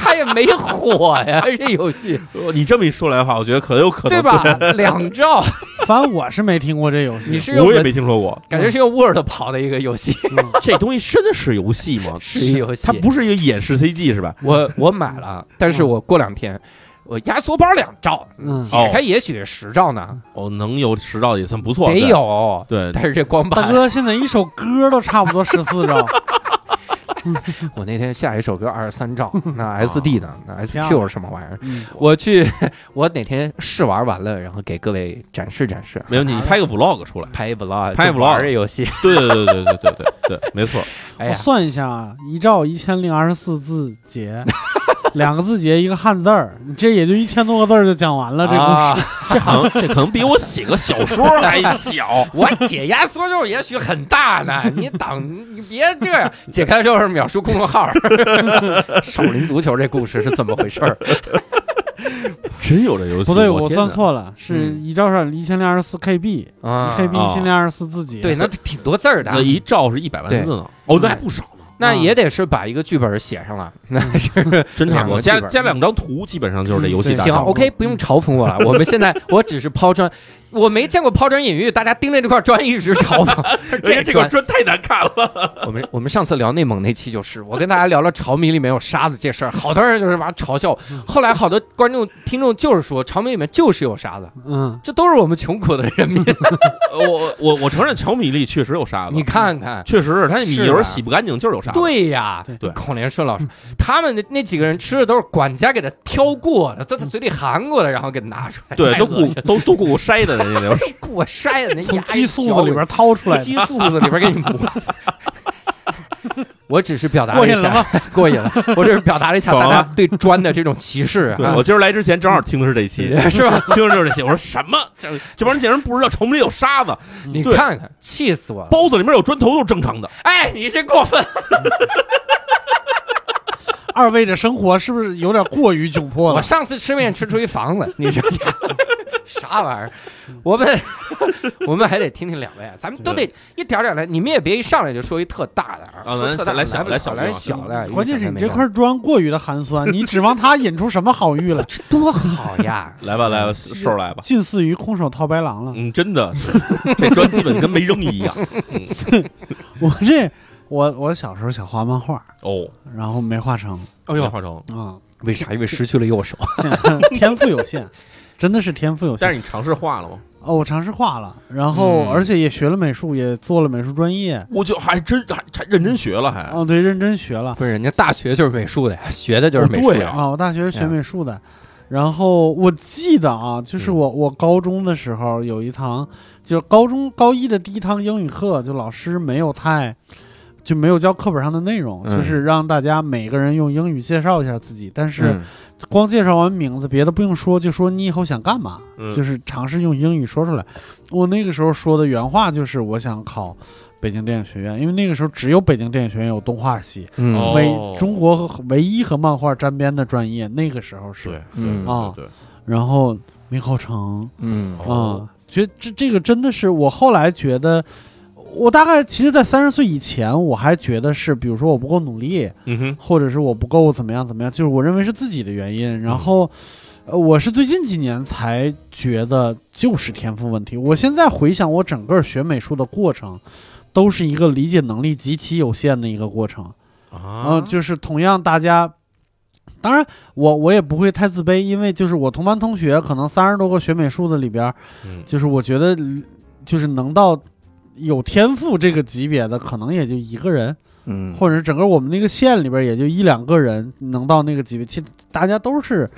A: 它也没火呀，这游戏
E: 呃你这么一说来的话，我觉得可有可
A: 对
E: 能
A: 吧？两兆
C: 反正我是没听过这游戏。
A: 你是
E: 我
A: 用
E: 也
A: 文
E: 没听说过。
A: 感觉是用 Word 跑的一个游戏，
C: 嗯
E: 这东西真的是游戏吗？
A: [laughs] 是一游戏。
E: 它不是嗯一个演示 CG 是吧？
A: 我我买了，但是我过两天我压缩包两兆，
C: 嗯
A: 解开也许十兆呢，
E: 哦，能有十兆也算不错。
A: 得
E: 对
A: 有。
E: 对，
A: 但是这光
C: 大
A: 盘，
C: 哥，现在一首歌都差不多十四
E: [laughs]
C: 兆，
A: 我那天下一首歌二十三
E: [laughs]
A: 兆，那 SD 呢？那
E: 啊
C: 漂
A: SQ
C: 亮
A: 是什么玩意儿？
C: 嗯
A: 我去， [laughs] 我哪天试玩完了，然后给各位展示展示，
E: 没问题，你拍个 vlog 出来。
A: 拍一 vlog，
E: 拍
A: 就
E: vlog
A: 玩这游戏。
E: 对对对对对对对 [laughs] 对，没错。
A: 哎
C: 我
A: 呀，
C: 算一下啊，一兆一千零二十四字
A: [laughs]
C: 节，两个字节一个汉字儿，你这也就一千多个字儿就讲完了。这故
A: 啊
C: 事，
E: 这可能这可能比我写个小说还 [laughs] 小。
A: [laughs] 我解压缩肉也许很大呢，你挡你别这样，解开之后是秒叔公众号。 [laughs] 少林足球这故事是怎么回事儿？
E: 真有这游戏？
C: 不对，
E: 我
C: 我
E: 天哪
C: 算。错了，是
A: 嗯
C: 一兆是一千零二十四 KB，
A: 啊，
C: KB
E: 啊
C: 一千零二十四字节。
A: 对，那挺多字儿的
E: 那，一兆是一百万字呢，哦，
A: 嗯
E: 那还不少呢，
A: 那也得是把一个剧本写上了，那是
E: 真差
A: 两
E: 不多。
A: 个
E: 加
A: 剧本
E: 加两张图，基本上就是这游
C: 嗯
E: 戏
C: 对
E: 大
A: 行
E: 小。
A: ，OK，不用嘲讽我了。我们现在我只是抛砖，我没见过抛砖引玉，大家盯着这块砖一直嘲
E: [laughs]
A: 讽。
E: 哎呀这个
A: 砖，
E: 砖太难看
A: [laughs]
E: 了。
A: 我们我们上次聊内蒙那期就是，我跟大家聊了潮迷里面有沙子这事儿，好多人就是把它嘲笑。
C: 嗯
A: 后来好多观众听众就是说，潮迷里面就是有沙子，
C: 嗯，
A: 这都是我们穷苦的人民。
E: 呃我我我承认，小米粒确实有沙子，
A: [laughs] 你看看，
E: 确实是它那米
A: 是
E: 油
A: 吧
E: 洗不干净，就是有沙子。
A: [laughs] 对呀，
C: 嗯对嗯
E: 对
A: 孔连顺老师，他们那那几个人吃的都是管家给他挑过的，都
C: 嗯
A: 在嘴里含过的，然后给拿出来，
E: 对，
A: 太
E: 都
A: 恶
E: 雇
A: 心了
E: 都都雇过筛的
A: [laughs]
E: 人家就是。
A: 给
C: [laughs]
A: 我筛的那
C: 从
A: 牙
C: 鸡
A: 一
C: 素
A: 嚼
C: 子里边掏出来的。
A: 鸡素子里边给你
C: [laughs]
A: 磨。我只是表达
C: 过
A: 一
C: 瘾了
A: 下，
C: 吗？啊
A: 过瘾了。我只是表达了一下
E: 爽
A: 大
E: 了
A: 家对砖的这种歧视
E: 对
A: 啊
E: 我，今儿来之前正好听的是这期，
A: [laughs] 是吧？
E: [laughs] 听着就是这些，我说什么？这这帮人竟然不知道城里有沙子，
A: 你
E: 对
A: 看看，气死我了！
E: 包子里面有砖头都是正常的。
A: [laughs] 哎，你这过分，
C: 二位的生活是不是有点过于窘迫
A: 我
C: 了？
A: 上次吃面吃出一房子，你这家 [laughs] 伙啥玩意儿？我们我们还得听听两位啊，咱们都得一点点来，你们也别一上来就说一特大的啊，
E: 啊
A: 说特大的
E: 来小
A: 不
E: 来
A: 了
E: 小嗯
A: 来
E: 来
A: 小来，
C: 关键是你这
A: 一
C: 块砖过于的寒酸，你指望它引出什么好玉来？
A: 想多好呀！
E: 来吧来吧，瘦来吧。
C: [laughs] 近似于空手套白狼了。
E: 嗯，真的是，这砖基本跟没扔一样。嗯
C: 我这我我小时候想画漫画，
E: 哦，
C: 然后没画成
A: 哎
E: 没
A: 呦，
E: 画成，
C: 啊，
A: [laughs] 为啥？因为失去了右手。
C: [laughs] 天赋有限，真的是天赋有限。
E: 但是你尝试画了吗？
C: 哦，我尝试画了，然后
A: 嗯啊
C: 而且也学了美术，也做了美术专业。
E: 我就还真还还认真学了，还
C: 哦，对，认真学了。
A: 不是，人家大学就是美术的呀，学的就是美术
E: 哦对
A: 呀。
E: 啊
C: 啊，我大学是学
A: 嗯
C: 美术的，然后我记得啊，就是
E: 嗯
C: 我我高中的时候有一堂，就高中高一的第一堂英语课，就老师没有太。就没有教课本上的内容，就
A: 嗯
C: 是让大家每个人用英语介绍一下自己，但是
A: 嗯
C: 光介绍完名字，别的不用说，就说你以后想干嘛，
E: 嗯
C: 就是尝试用英语说出来。我那个时候说的原话就是我想考北京电影学院，因为那个时候只有北京电影学院有动画系，
A: 嗯
E: 哦
C: 唯中国和唯一和漫画沾边的专业，那个时候
E: 对
C: 是，
A: 嗯
E: 对
C: 啊
E: 对对，
C: 然后没考成
A: 嗯
E: 哦
C: 啊，觉得这这个真的是我后来觉得，我大概其实，在三十岁以前，我还觉得是，比如说我不够努力，
E: 嗯哼，
C: 或者是我不够怎么样怎么样，就是我认为是自己的原因。然后，呃，我是最近几年才觉得就是天赋问题。我现在回想我整个学美术的过程，都是一个理解能力极其有限的一个过程。然后
E: 啊，
C: 就是同样大家，当然我我也不会太自卑，因为就是我同班同学可能三十多个学美术的里边儿，
E: 嗯
C: 就是我觉得就是能到有天赋这个级别的，可能也就一个人，
A: 嗯
C: 或者是整个我们那个县里边儿也就一两个人能到那个级别，其大家都是。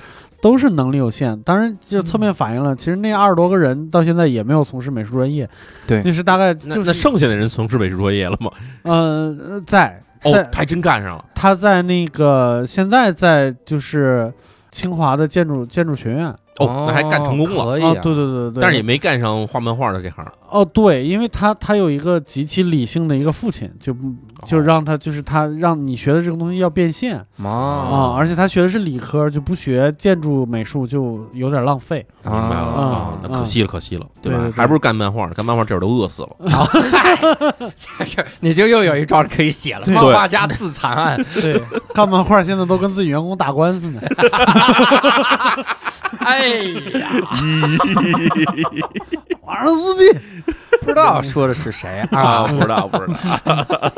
C: 都是能力有限，当然就侧面反映了，其实那二十多个人到现在也没有从事美术专业，
A: 对
C: 那是大概
E: 那
C: 就
E: 那
C: 是
E: 剩下的人从事美术专业了吗？
C: 呃呃在
E: 哦
C: 在，
E: 他还真干上了。
C: 他在那个现在在就是清华的建筑建筑学院啊，
E: 哦，那还干成功了，
A: 可以
C: 对
A: 啊
C: 哦对对对，
E: 但是也没干上画漫画的这行。
C: 哦对，因为他他有一个极其理性的一个父亲，就
E: 哦
C: 不就让他就是他让你学的这个东西要变现
A: 啊
C: 啊，而且他学的是理科，就不学建筑美术就有点浪费。
E: 哦明白了啊
C: 啊，
E: 那
C: 啊
E: 可惜了，可惜了，对
C: 对
E: 吧
C: 对？对
E: 还不如干漫画，干漫画这会儿都饿死了。
C: [laughs]
A: 这你 [laughs] 就又有一招可以写了，
C: 对。
A: 漫画家自残案
C: [laughs] 啊对，干漫画现在都跟自己员工打官司
E: [laughs]
C: 呢。
A: 哎呀，
C: 皇上自闭，
A: 不知道说的是谁 [laughs]
E: 啊，
A: 啊？
E: 不知 [laughs] 道，不知道。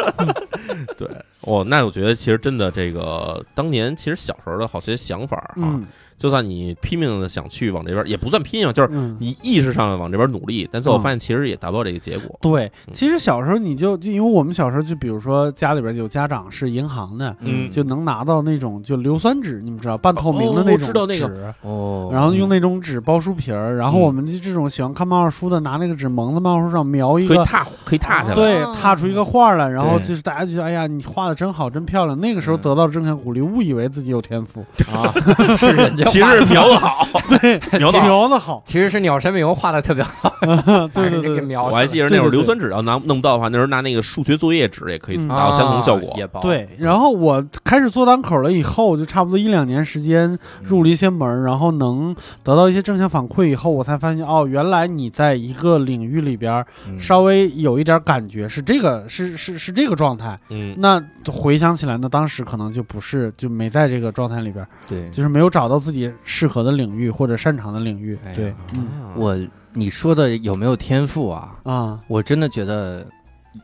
E: 对，哦，那我觉得其实真的这个当年其实小时候的好些想法哈、
C: 嗯
E: 就算你拼命的想去往这边，也不算拼命，就是
C: 嗯，
E: 你意识上往这边努力，但最后
C: 嗯
E: 发现其实也达不到这个结果。
C: 对，
E: 嗯
C: 其实小时候你就就因为我们小时候就比如说家里边有家长是银行的，
E: 嗯
C: 就能拿到那种就硫酸纸，你们知道半透明的
E: 哦
C: 那
E: 我
C: 种
E: 知道那个
C: 纸
A: 哦
C: 然后用那种纸包书皮儿，然后
E: 嗯
C: 我们就这种喜欢看漫画书的，拿那个纸蒙在漫画书上描一
E: 可以
C: 个，
E: 踏，可以踏下来。
C: 对
D: 哦，
C: 踏出一个画来，然后
A: 对
C: 就是大家就觉得哎呀，你画的真好，真漂亮。那个时候
A: 嗯
C: 得到正向鼓励，误以为自己有天 [laughs] 赋，
A: 啊， [laughs] 是人家
E: 其
A: 画
E: 实
A: 的
E: 瞄的好，
C: 对，[laughs]
E: 描得好
C: 描的好，
A: 其实是鸟山明画的特别好，把
C: 对 [laughs] 对嗯
A: 人
C: 对
A: 给
C: 对
A: 描出
E: 我
A: 来，
E: 还记得那会儿硫酸纸要拿弄不到的话，那时候拿那个数学作业纸也可以
C: 嗯
E: 达到相同效果
A: 啊。也薄
C: 对。然后我开始做单口了以后，就差不多一两年时间入了一些门儿，然后能得到一些正向反馈以后，我才发现哦，原来你在一个领域里边儿
A: 嗯
C: 稍微有一点感觉，是这个，是是是这个状态。
E: 嗯，
C: 那回想起来呢，当时可能就不是，就没在这个状态里边儿，
A: 对，
C: 就是没有找到自己适合的领域或者擅长的领域。
A: 哎呀
C: 对，嗯
A: 我你说的有没有天赋啊？
C: 啊，
A: 我真的觉得，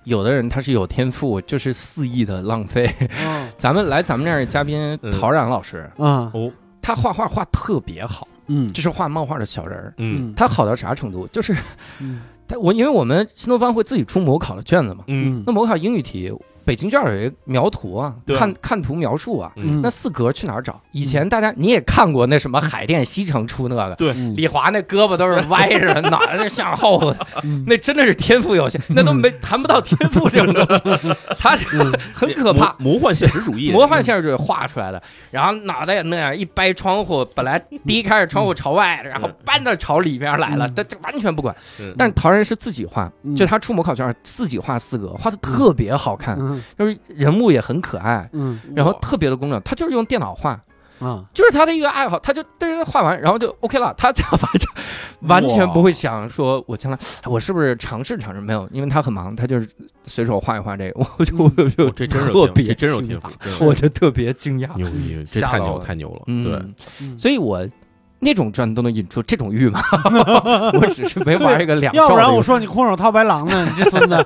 A: 有的人他是有天赋，就是肆意的浪费。 [laughs]
C: 嗯
A: 咱们来咱们那儿嘉宾
E: 嗯
A: 陶然老师，
C: 啊，
E: 哦，
A: 他画画画特别好，
C: 嗯
A: 就是画漫画的小人儿。
E: 嗯
C: 嗯
A: 他好到啥程度？就是 [laughs]
C: 嗯
A: 他我因为我们新东方会自己出模考的卷子嘛，
E: 嗯
A: 那模考英语题，北京卷儿有一个描图啊，
E: 对啊
A: 看看图描述啊，
E: 嗯，
A: 那四格去哪儿找？以前大家你也看过那什么海淀西城出那个。
E: 对
C: 嗯
A: 李华那胳膊都是歪着，哪儿那向后，
E: [laughs]
C: 嗯
A: 那真的是天赋有限，那都
E: 嗯
A: 没谈不到天赋这种东西，他是 [laughs] 很可怕。
E: 魔魔幻现实主义，
A: [laughs] 魔幻现实主义画出来的，然后脑袋也那样一掰窗户，本来第一开始窗户朝外，然后搬到朝里边来了，
C: 嗯
A: 他这完全不管。
E: 嗯
A: 但是陶然是自己画，
C: 嗯
A: 就他出模考卷自己画四格，画的特别好看，
C: 嗯
A: 就是人物也很可爱，
C: 嗯
A: 然后特别的工整，他就是用电脑画，
C: 啊，
A: 就是他的一个爱好，他就但是画完，然后就 OK 了， [laughs] 他这完全完全不会想说，我将来哎我是不是尝试尝试？没有，因为他很忙，他就是随手画一画这个，我就我
C: 嗯
A: 就
E: 哦这真是有
A: 特
E: 天赋
A: 别
E: 这真是有
A: 惊
E: 天赋
A: 讶，
E: 真是
A: 我就特别惊讶，
E: 牛逼，这
A: 吓
E: 太
A: 到
E: 牛
A: 了
E: 太嗯牛了，对
A: 嗯，
C: 嗯
A: 所以我那种转都能引出这种欲嘛， [laughs] 我只是没玩一个两兆
C: 要
A: 的游戏，
C: 不然我说你空手套白狼呢，你这孙
A: [laughs]
C: 子，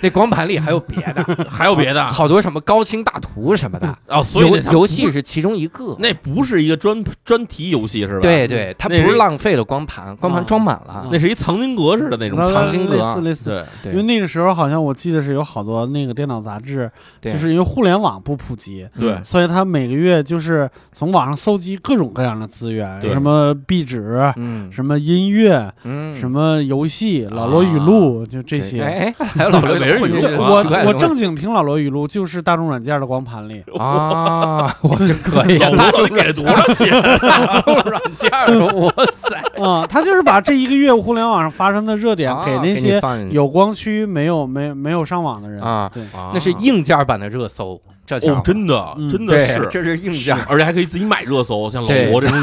A: 那光盘里还有别的，
E: [laughs] 还有别的
A: 好多什么高清大图什么的，
E: 哦，所以
A: 游
E: 那它
A: 游戏是其中一个。
E: 那不是一个专专题游戏是吧？
A: 对对，它不
E: 那嗯
A: 是
E: 是
A: 浪费了光盘，光盘装满了。
E: 那是一藏经阁似的那种
C: 那
A: 藏经阁啊
C: [laughs] 类似类似。
A: [laughs] 对
E: 对，
C: 因为那个时候好像我记得是有好多那个电脑杂志，
A: 对
C: 就是因为互联网不普及，
E: 对
C: 所以他每个月就是从网上搜集各种各样的资源，
E: 对
C: 什么壁纸、
A: 嗯
C: 什么音乐、
A: 嗯啊
C: 什么游戏、老罗语录，就这些。
A: 哎，哎还有老刘
E: 没人
A: 混
E: 语
A: 进
E: 录
A: 去
E: 哎
A: 了
E: 啊
C: 我
A: 奇怪的
C: 我
A: 东西
C: 正经听老罗语录，就是大众软件的光盘里。
A: 啊，我这可以啊，
E: [laughs] [laughs]
A: 大
E: 老罗
A: 众
E: 得给多少
A: [laughs]
E: 钱？
A: 大众软件儿，哇塞，
C: 啊，他就是把这一个月互联网上发生的热点
A: 啊
C: [laughs] 给那
A: 你
C: 些
A: 放进去
C: 有光驱没有没没有上网的人。
A: 啊，
C: 对，
E: 那
A: 那是硬件版的热搜，这家
E: 哦
A: 伙，
E: 真的
C: 嗯
E: 真的
A: 对，
E: 是。
A: 这是硬
E: 是
A: 件。
E: 而且还可以自己买热搜，像老
A: 对
E: 罗这
A: [laughs]
E: 种语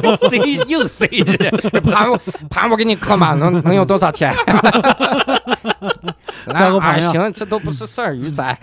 E: 录，
A: 塞硬塞进去，盘我盘我给你刻满，能能有多少钱？来
C: 交个
A: 啊，
C: 朋友
A: 行，这都不是事儿，鱼仔。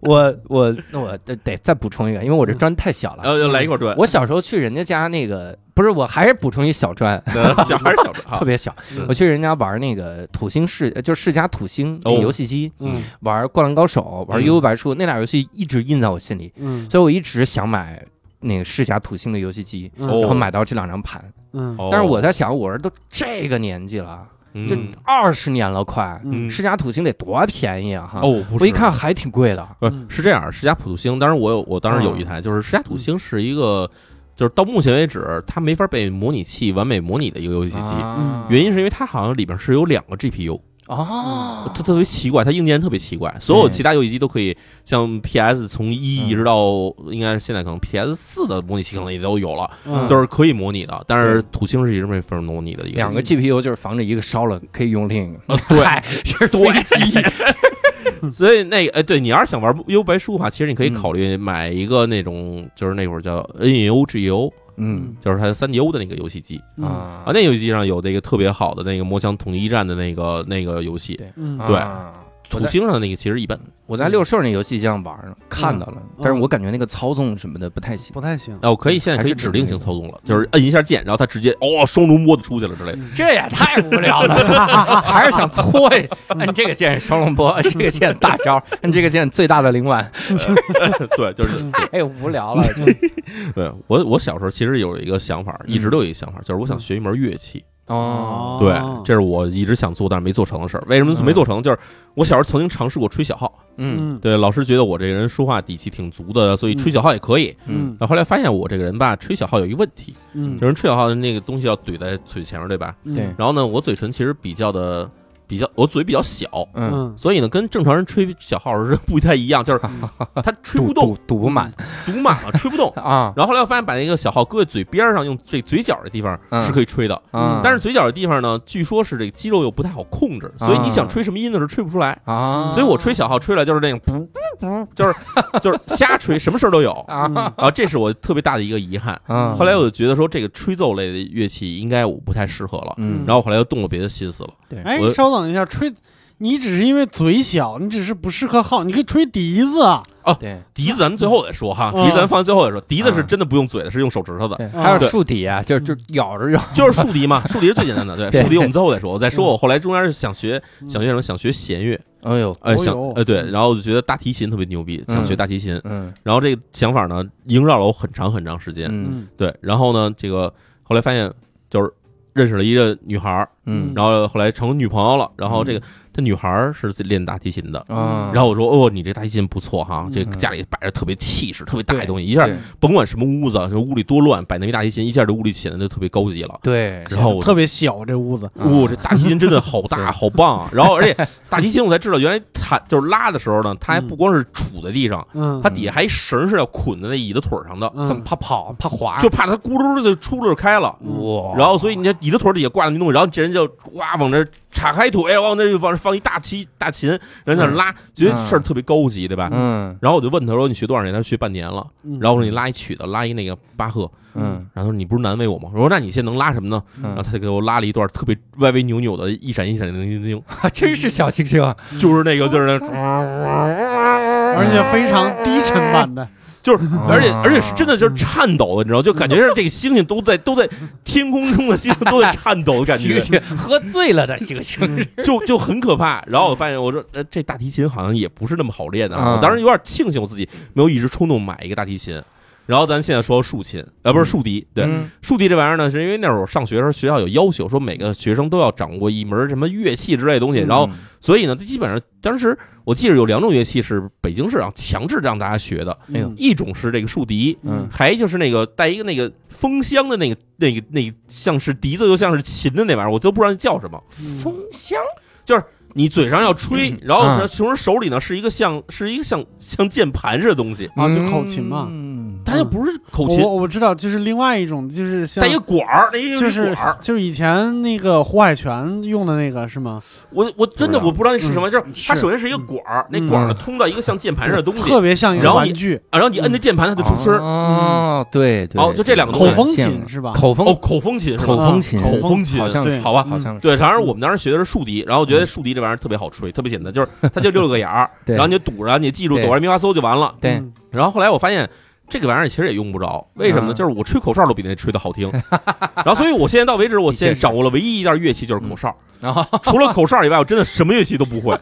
A: 我我那我得得再补充一个，因为我这砖太小了。
E: [laughs] 呃，要来一块砖，
A: 我小时候去人家家那个，不是，我还是补充一小砖，
E: 嗯小孩儿小
A: [laughs]
E: 砖，
A: 特别小
E: 嗯。
A: 我去人家玩那个土星世，呃就是世嘉土星那
E: 哦
A: 游戏机，
C: 嗯
A: 玩《灌篮高手》，玩
E: 嗯
A: 《悠悠白书》，那俩游戏一直印在我心里，
C: 嗯
A: 所以我一直想买那个世嘉土星的游戏机，
C: 嗯
E: 哦
A: 然后买到这两张盘。
C: 嗯
E: 哦
A: 但是我在想，我这都这个年纪了，这
E: 嗯
A: 二十年了，快
C: 嗯
A: 世嘉土星得多便宜啊！哈，
E: 哦，不是
A: 我一看还挺贵的。
E: 不是
C: 嗯
E: 是这样，世嘉普土星，当然我有，我当时
A: 嗯
E: 有一台，就是世嘉土星是一个，就是到目前为止它没法被模拟器完美模拟的一个游戏机。
A: 啊
E: 原因是因为它好像里边是有两个 GPU，
A: 哦，
E: 它特别奇怪，它硬件特别奇怪。所有其他游戏机都可以，像 PS 从一
A: 嗯
E: 一直到应该是现在可能 PS 四的模拟器可能也都有了，
C: 嗯
E: 都是可以模拟的。但是土星是一直没法模拟的一个游
A: 嗯两
E: 戏
A: 个 GPU 就是防止一个烧了可以用另一个。
E: [laughs]
A: [laughs]
E: 对
A: 嗨，这是飞机。
E: 所以那个，哎，对你要是想玩《幽白书》的话，其实你可以
A: 嗯
E: 考虑买一个那种，就是那会儿叫 E NUGO，
A: 嗯
E: 就是它三 D O 的那个游戏机
C: 啊
A: 啊
E: 啊，那游戏机上有那个特别好的那个魔枪统一战的那个那个游戏，
A: 对
C: 嗯
E: 对
A: 啊
E: 土星上的那个其实一般
A: 我在六兽那游戏机上玩呢，看到
E: 嗯
A: 了，但是我感觉那个操纵什么的不太行。
C: 不太行。
E: 哦，可以现在可以指定性操纵了，就是摁一下键，然后它直接哦双龙波就出去了之类的。
C: 嗯
A: 这也太无聊了， [laughs] 还是想搓
E: [laughs]
A: 一按这个键双龙波，按这个键大招，按这个键最大的灵腕，
E: 对，
C: [laughs]
E: 就是
A: [laughs]
C: 嗯
A: 太哎无聊了。这
E: 嗯对我我小时候其实有一个想法，一直都有一个想法，就是我想学一门乐器。
A: [laughs] 哦，
E: 对，这是我一直想做但是没做成的事儿。为什么没做成？就是我小时候曾经尝试过吹小号，
A: 嗯
E: 对老师觉得我这个人说话底气挺足的，所以吹小号也可以。
A: 嗯
C: 嗯
E: 但后来发现我这个人吧，吹小号有一问题，
C: 嗯
E: 有人吹小号的那个东西要怼在嘴前面对吧？
C: 嗯
A: 对
E: 然后呢，我嘴唇其实比较的比较，我嘴比较小，
A: 嗯，
C: 嗯
E: 所以呢，跟正常人吹小号是不太
A: [laughs]
E: 一样，就是他吹
A: 堵
E: 不动嗯
A: 堵，堵不满。
E: 堵满了，吹不动
A: [laughs] 啊
E: 然后后来我发现，把那个小号搁在嘴边上，用这嘴角的地方
A: 嗯嗯
E: 是可以吹的，
A: 啊！
E: 但是嘴角的地方呢，据说是这个肌肉又不太好控制，所以你想吹什么音的时候吹不出来。
A: 啊，
E: 所以我吹小号吹来就是那种 [laughs] 噗噗噗，就是就是瞎吹，什么事
A: [laughs]
E: 儿都有
A: 啊
C: 嗯
E: 啊，这是我特别大的一个遗憾。
A: 啊，
E: 后来我就觉得说，这个吹奏类的乐器应该我不太适合了，
A: 嗯，
E: 然后我后来又动了别的心思了。
C: 哎，
E: 我
C: 你稍等一下，吹，你只是因为嘴小，你只是不适合号，你可以吹笛子啊。
A: 对
E: 笛子咱们最后再说哈，笛
C: 嗯
E: 子咱们放在最后再说。笛子是
A: 嗯
E: 真的不用嘴的，是用手指头的。
A: 对，
C: 啊
A: 还有
E: 嗯对嗯
A: 树底啊，就就咬着
E: [laughs]
A: 咬，
E: 就是竖笛嘛，竖笛是最简单的。对，
A: [laughs] 对
E: 竖笛我们最后再说。我再说，
C: 嗯
E: 我后来中间是想学，
C: 嗯
E: 想学什么？想学弦乐，
A: 哎呦，
E: 呃，
C: 哦
E: 想
C: 哟
E: 呃对，然后我就觉得大提琴特别牛逼，
A: 嗯
E: 想学大提琴。
A: 嗯
E: 然后这个想法呢，萦绕了我很长很长时间。
A: 嗯
E: 对，然后呢，这个后来发现就是认识了一个女孩儿，
A: 嗯，
E: 然后后来成女朋友了。然后这个这女孩儿是练大提琴的。
A: 啊，
E: 然后我说：“哦，你这大提琴不错哈，
C: 嗯
E: 这个家里摆着特别气势、特别大的
A: 对
E: 东西，一下
A: 对
E: 甭管什么屋子，这屋里多乱，摆那一大提琴，一下这屋里显得就特别高级了。
A: 对，
E: 然后
C: 嗯
E: 我嗯
C: 特别小这屋子，
E: 哇、这大提琴真的好
A: 对
E: 大，好棒、啊！然后，而且大提琴我才知道，原来弹就是拉的时候呢，它还
C: 嗯
E: 不光是杵在地上，
C: 嗯，
E: 它底下还绳是要捆在那椅子腿上的，
C: 嗯
A: 怎么怕跑怕滑？
E: 就怕它咕噜噜就出溜开了。
A: 啊哇，
E: 然后，所以你这椅子腿底下挂了一东西，然后这人就哇往这岔开腿，往那就往放一大提大琴，人在那拉，觉得事儿特别高级，对吧？
A: 嗯
E: 然后我就问他说：“你学多少年？”他说：“学半年了。”
C: 嗯
E: 然后我说：“你拉一曲子，拉一那个巴赫。”
A: 嗯 [laughs]
E: 然后他说：“你不是难为我吗？”我说：“那你现在能拉什么呢？”然后
A: 嗯，
E: 他就给我拉了一段特别歪歪扭扭的，一闪一闪的灵晶，
A: 真是小星星啊，
E: 就是那个就是那种，
C: 而且非常低沉版的，
E: 就是
A: 啊
E: 而且而且是真的就是颤抖的，你知道，就感觉是这个星星都在都在天空中的星星都在颤抖的感
A: 星 [laughs]
E: 觉，
A: 星喝醉了的星星，
E: 就就很可怕。然后我发现我说，呃，这大提琴好像也不是那么好练的啊，
A: 啊
E: 我当时有点庆幸我自己没有一时冲动买一个大提琴。然后咱现在说竖琴，呃，不是竖笛，对，
A: 嗯
E: 竖笛这玩意儿呢，是因为那会儿我上学的时候，学校有要求说每个学生都要掌握一门什么乐器之类的东
A: 嗯
E: 西，然后所以呢，基本上当时我记得有两种乐器是北京市啊强制让大家学的，
A: 哎呦
C: 嗯
E: 一种是这个竖笛，
A: 嗯
E: 还就是那个带一个那个风箱的那个那个那个像是笛子又像是琴的那玩意儿，我都不知道那叫什么。
C: 嗯
A: 风箱
E: 你嘴上要吹
A: 嗯，
E: 然后
A: 啊
E: 是同时手里呢是一个像是一个像像键盘似的东西，
C: 啊，就口琴嘛。
A: 嗯
E: 它就不是口琴，
C: 我我知道，就是另外一种，就是像
E: 带一个管儿，那一个
C: 就是
E: 管儿。
C: 就是以前那个胡海泉用的那个是吗？
E: 我我真的
A: 不知道
E: 我不知道那是什么，就是
C: 嗯
E: 它
C: 是
E: 首先是一个管儿，那
C: 嗯
E: 管儿呢通到一个像键盘似的东西
C: 特，嗯别像一
E: 然
C: 个
E: 后你
C: 玩具，
E: 啊然后你摁那键盘它就出声儿。
A: 哦，对对，
E: 哦就这两
A: 对
E: 个
C: 口
E: 东西
C: 风
A: 见
C: 琴
A: 了
C: 是吧？嗯
A: 口风
E: 哦，口风琴是吧，
A: 口风琴，
E: 口风琴
A: 好像是
C: 啊对嗯
E: 好吧
A: 好像是
E: 对，当时我们当时学的是竖笛，然后觉得竖笛这玩意儿特别好吹，特别简单，就是它就六个眼儿，
A: 嗯 [laughs] 对
E: 然后你就堵着，你记住
A: 对
E: 哆来咪发嗦就完了。
A: 对，
C: 嗯
E: 然后后来我发现这个玩意儿其实也用不着，为什么呢？
A: 嗯
E: 就是我吹口哨都比那吹的好听。然后所以我现在到为止，我现在
A: [laughs] 的确是嗯哦
E: 掌握了唯一一件乐器就是口哨，
A: 然后
E: [laughs] 除了口哨以外，我真的什么乐器
A: [laughs]
E: 都不会。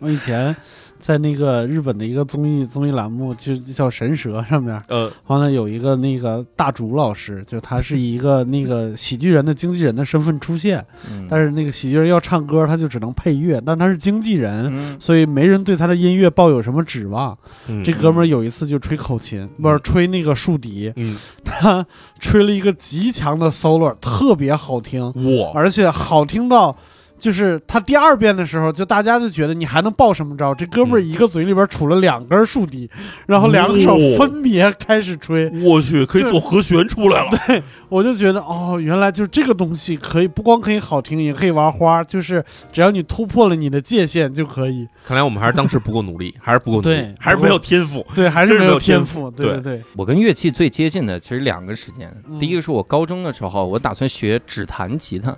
C: 我以前在那个日本的一个综艺综艺栏目，就就叫《神蛇》上面，
E: 呃，
C: 完了有一个那个大竹老师，就他是以一个那个喜剧人的经纪人的身份出现，
A: 嗯
E: 嗯
C: 但是那个喜剧人要唱歌，他就只能配乐，但他是经纪人。
A: 嗯
C: 所以没人对他的音乐抱有什么指望。
E: 嗯
C: 这哥们儿有一次就吹口琴，不是吹那个竖笛，
E: 嗯，
C: 他吹了一个极强的 solo，特别好
E: 哦
C: 听，
E: 我
C: 而且好听到，就是他第二遍的时候，就大家就觉得你还能爆什么招？这哥
E: 嗯
C: 们儿一个嘴里边杵了两根竖笛，然后两手
E: 哦
C: 分别开始吹，
E: 我去，可以
C: 这
E: 做和弦出来了。
C: 我就觉得哦，原来就是这个东西可以不光可以好听，也可以玩花，就是只要你突破了你的界限就可以。
E: 看来我们还是当时不够努力，还是不够努力
C: 对，
E: 还是没有天赋。
C: 对，还
E: 真
C: 是
E: 是
C: 没
E: 没
C: 有
E: 有天
C: 天赋，对
E: 对
C: 对，
A: 我跟乐器最接近的其实两个时间，
C: 嗯
A: 第一个是我高中的时候，我打算学指弹吉他，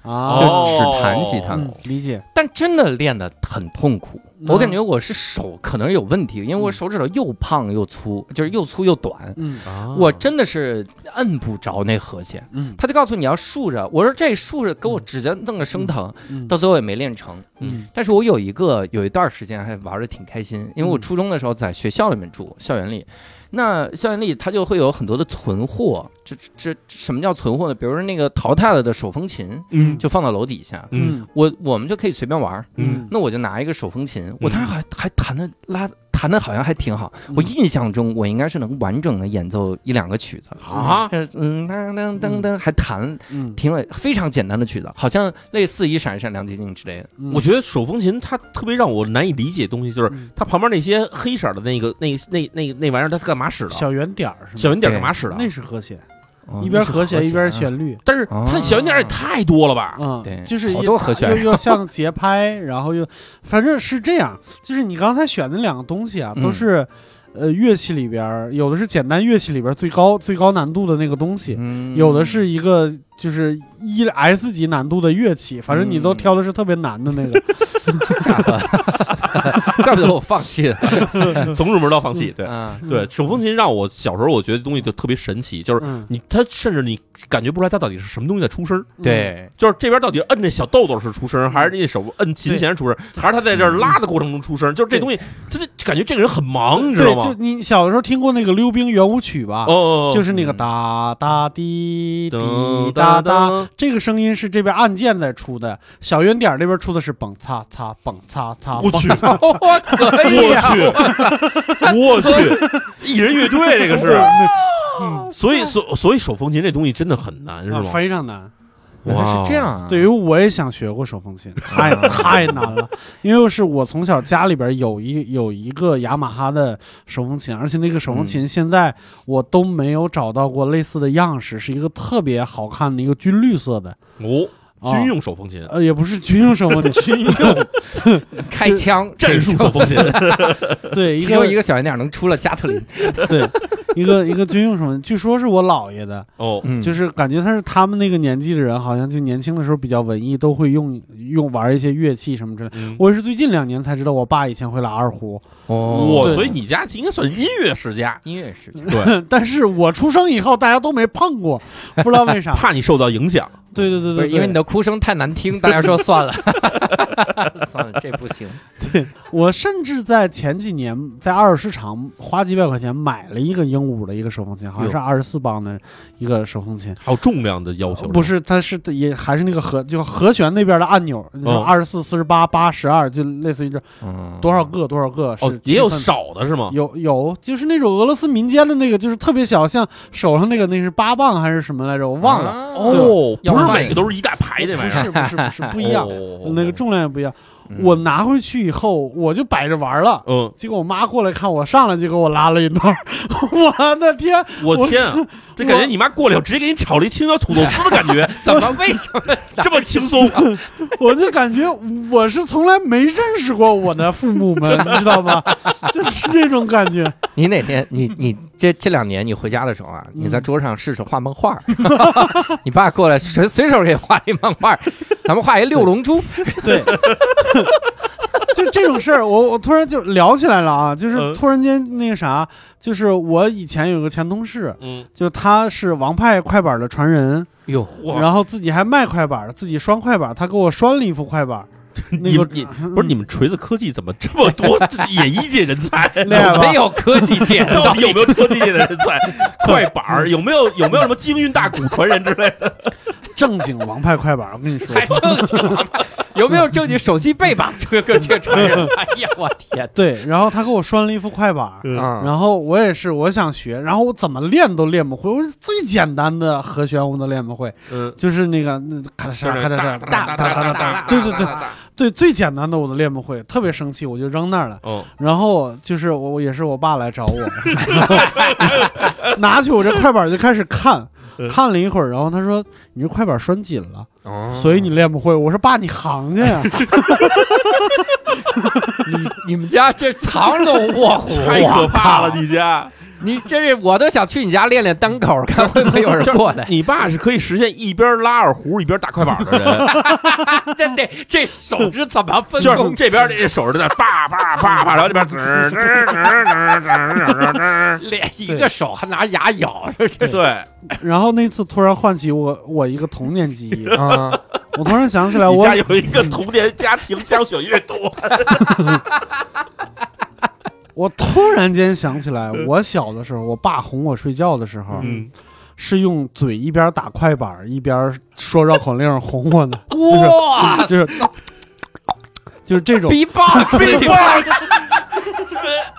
C: 啊，
E: 哦
D: 就只弹吉他。
C: 嗯理解，
A: 但真的练得很痛苦。
C: 嗯
A: 我感觉我是手可能有问题，因为我
C: 嗯
A: 手指头又胖又粗，就是又粗又短，
C: 嗯
A: 我真的是摁不着那和弦。
C: 嗯
A: 他就告诉你要竖着，我说这竖着给我指甲弄得生疼，
C: 嗯
A: 到最后也没练成。
C: 嗯
A: 但是我有一个有一段时间还玩的挺开心，因为我
C: 嗯
A: 初中的时候在学校里面住校园里，那校园里它就会有很多的存货，这这这什么叫存货呢？比如说那个淘汰了的手风琴，
E: 嗯
A: 就放到楼底下，
E: 嗯
A: 我我们就可以随便玩儿。
E: 嗯
A: 那我就拿一个手风琴，我当时还还弹的拉弹的好像还挺好，
C: 嗯
A: 我印象中我应该是能完整的演奏一两个曲子。
E: 啊，
A: 就是嗯当当当当，还弹
C: 嗯，
A: 挺有非常简单的曲子，好像类似一闪一闪亮晶晶之类的。
C: 嗯
E: 我觉得手风琴它特别让我难以理解的东西，就是
C: 嗯
E: 它旁边那些黑色的那个那那那那玩意儿，它干嘛使的？
C: 小圆点儿是
E: 小
C: 吗？
E: 圆点儿干嘛使的？
C: 那是和谐，
A: 哦
C: 一边
A: 那是和
C: 和谐一边
A: 弦啊。
C: 旋律，
E: 但是它小圆点儿也太多了吧？
C: 嗯，
A: 对
C: 就是
A: 好
C: 一
A: 多和弦
C: 又又像节拍，然后又，反正是这样，就是你刚才选的两个东西啊，
A: 嗯
C: 都是，呃，乐器里边儿有的是简单乐器里边儿最高最高难度的那个东西，
A: 嗯
C: 有
A: [laughs]
C: 的是一个就是一 S 级难度的乐器，反正你都
A: 嗯
C: 挑的是特别难
A: [laughs]
C: 的那个，
A: 假的， [laughs] 怪不得我放弃了。
E: 从入门到放弃，
C: 嗯
E: 对
A: 啊，
E: 对，手风琴让我小时候我觉得东西就特别神奇，就是
C: 嗯，
E: 你它甚至你感觉不出来它到底是什么东西在出声儿，
A: 对，
E: 就是这边到底摁这小豆豆是出声，还是那手摁琴弦出声，还是他在这儿拉的过程中出声？就是这东西，他就感觉这个人很忙，你知道
C: 对，就
E: 吗？
C: 你小的时候听过那个溜冰圆舞曲吧？
E: 哦，
C: 就是那个
A: 嗯
C: 哒哒滴滴哒哒，这个声音是这边按键在出的，小圆点儿这边出的是蹦擦擦蹦擦擦。
E: 我
C: 蹦啊
E: 去，
C: [laughs]
A: 我可以
E: 我
A: 啊，
E: 去，我去，一人乐队这个是，所以所所以手风琴这东西真的很难，是
C: 啊
E: 吗？
C: 非常难，
A: 原来是这样啊。
C: 哦对于我也想学过手风琴，太
E: [laughs]
C: 太难了。因为是我从小家里边有一有一个雅马哈的手风琴，而且那个手风琴现在我都没有找到过类似的样式，是一个特别好看的一个军绿色的，
E: 哦，
C: 啊
E: 军用手风琴，
C: 呃，也不是军用手风琴，军用
A: [laughs] 开枪
E: 战术手风琴， [laughs]
C: 对一
A: 其中一
C: 个
A: 个小圆点能出了加特
C: [laughs]
A: 林，
C: 对一个一个军用手风琴，据说是我姥爷的，
E: 哦，
A: 嗯
C: 就是感觉他是他们那个年纪的人，好像就年轻的时候比较文艺，都会用用玩一些乐器什么之类的。
E: 嗯
C: 我也是最近两年才知道，我爸以前会拉二胡， [laughs]
A: 哦，
E: 我
C: 对
E: 所以你家应该算音乐世家，
A: 音乐世界，
E: 对，
C: 但是我出生以后大家都没碰过，不知道为
E: [laughs]
C: 啥。
E: [laughs] 怕你受到影响，
C: 对对对
A: 不是
C: 对，
A: 因为你的哭声太难听，大家
C: [laughs]
A: 说算了， [laughs] 算了，这不行。
C: 我甚至在前几年在二手市场花几百块钱买了一个鹦鹉的一个手风琴，好像是二十四磅的一个手风琴。
E: 还有重量的要求，
C: 不是，它是也还是那个和就和弦那边的按钮，
E: 哦
C: 二十四、四十八、八十二，就类似于这
A: 嗯，
C: 多少个多少个是
E: 哦，也有
C: 区分
E: 少的是吗？
C: 有有，就是那种俄罗斯民间的那个，就是特别小，像手上那个那是八磅还是什么来着，我忘了。
A: 啊
E: 哦，
A: 要
E: 不是
A: 换
E: 每个都是一大排那玩意
C: 不
E: 儿，
C: 是不是不是不一样，
E: 哦
C: 那个重量也不一样。
A: 嗯
C: 我拿回去以后，我就摆着玩了。
E: 嗯，
C: 结果我妈过来看我，上来就给我拉了一段儿， [laughs] 我的天！
E: 我
C: 我
E: 天啊，这感觉
C: 我
E: 你妈过来直接给你炒了一青椒土豆丝的感觉，
A: 怎么为什么
E: 这么轻松，
C: 我就感觉我是从来没认识过我的父母们，你知道吗？ [laughs] 就是这种感觉。
A: 你哪天你你这这两年你回家的时候啊，
C: 嗯
A: 你在桌上试试画漫画儿， [laughs] 你爸过来随随手给你画一漫画儿，咱们画一六龙
C: [laughs]
A: 珠，
C: 对，就这种事儿，我我突然就聊起来了啊，就是
E: 嗯
C: 突然间那个啥，就是我以前有个前同事，
E: 嗯，
C: 就他是王牌快板的传人，
A: 哟，
E: 哇，
C: 然后自己还卖快板，自己拴快板，他给我拴了一副快
E: [laughs]
C: 板。那
E: 你
C: 个啊
E: 你不是你们锤子科技怎么这么 [laughs] 多这演艺界人才？
C: 厉害嗯吧
A: 没？有科技界
C: [laughs]
A: 的
E: 到底有没有科技界的人才？ [laughs] 快板儿有没有有没有什么京韵大鼓传人之类的？
C: 正经王牌快板，我跟你说
A: 还，正经吗？有没有证据手机背吧？这个这个
C: [laughs]
A: 传人，哎呀，我天！
C: 对，然后他给我拴了一副快板。
E: 嗯
A: 啊，
C: 嗯然后我也是，我想学，然后我怎么练都练不会，我最简单的和弦我都练不会，
E: 嗯，
C: 就是那个那咔嚓咔嚓咔嚓
E: 大大大，
C: 对对对，对，最简单的我都练不会，特别生气，我就扔那儿了。
E: 哦，
C: 然后就是我，我也是我爸来找
E: [laughs]
C: 我，拿起我这快板就开始看，
E: 嗯
C: 看了一会儿，然后他说：“你这快板拴紧了，
E: 哦
C: 所以你练不会。”我说：“爸，你行啊
E: [laughs]
C: 家呀。
A: 你你们家这藏龙卧虎，
C: [laughs]
E: 太可怕了，你家。
A: 你这是我都想去你家练练单口，看会不会有人过
C: [laughs]
A: 来。
E: 你爸是可以实现一边拉二胡一边打快板的 [laughs] 人，
A: 这得这手指怎么分
E: 就
A: 工
E: 是？这边这手指在叭叭叭叭，然后这边吱吱吱吱吱吱吱。
A: 连一个手还拿牙咬，这这是
E: [laughs] 对，
C: 然后那次突然唤起我我一个童年记
E: [laughs]
C: 忆，
A: 啊，
C: 我突然想起来
E: 你
C: 我
E: 家有一个童年家庭江雪月多，
C: 我突然间想起来，我小的时候，我爸哄我睡觉的时候，
E: 嗯，
C: 是用嘴一边打快板一边说绕口令哄我
E: [laughs]
C: 的，
A: 哇，
C: 就是就是这种。
A: 逼爆！
E: [laughs] 逼爸，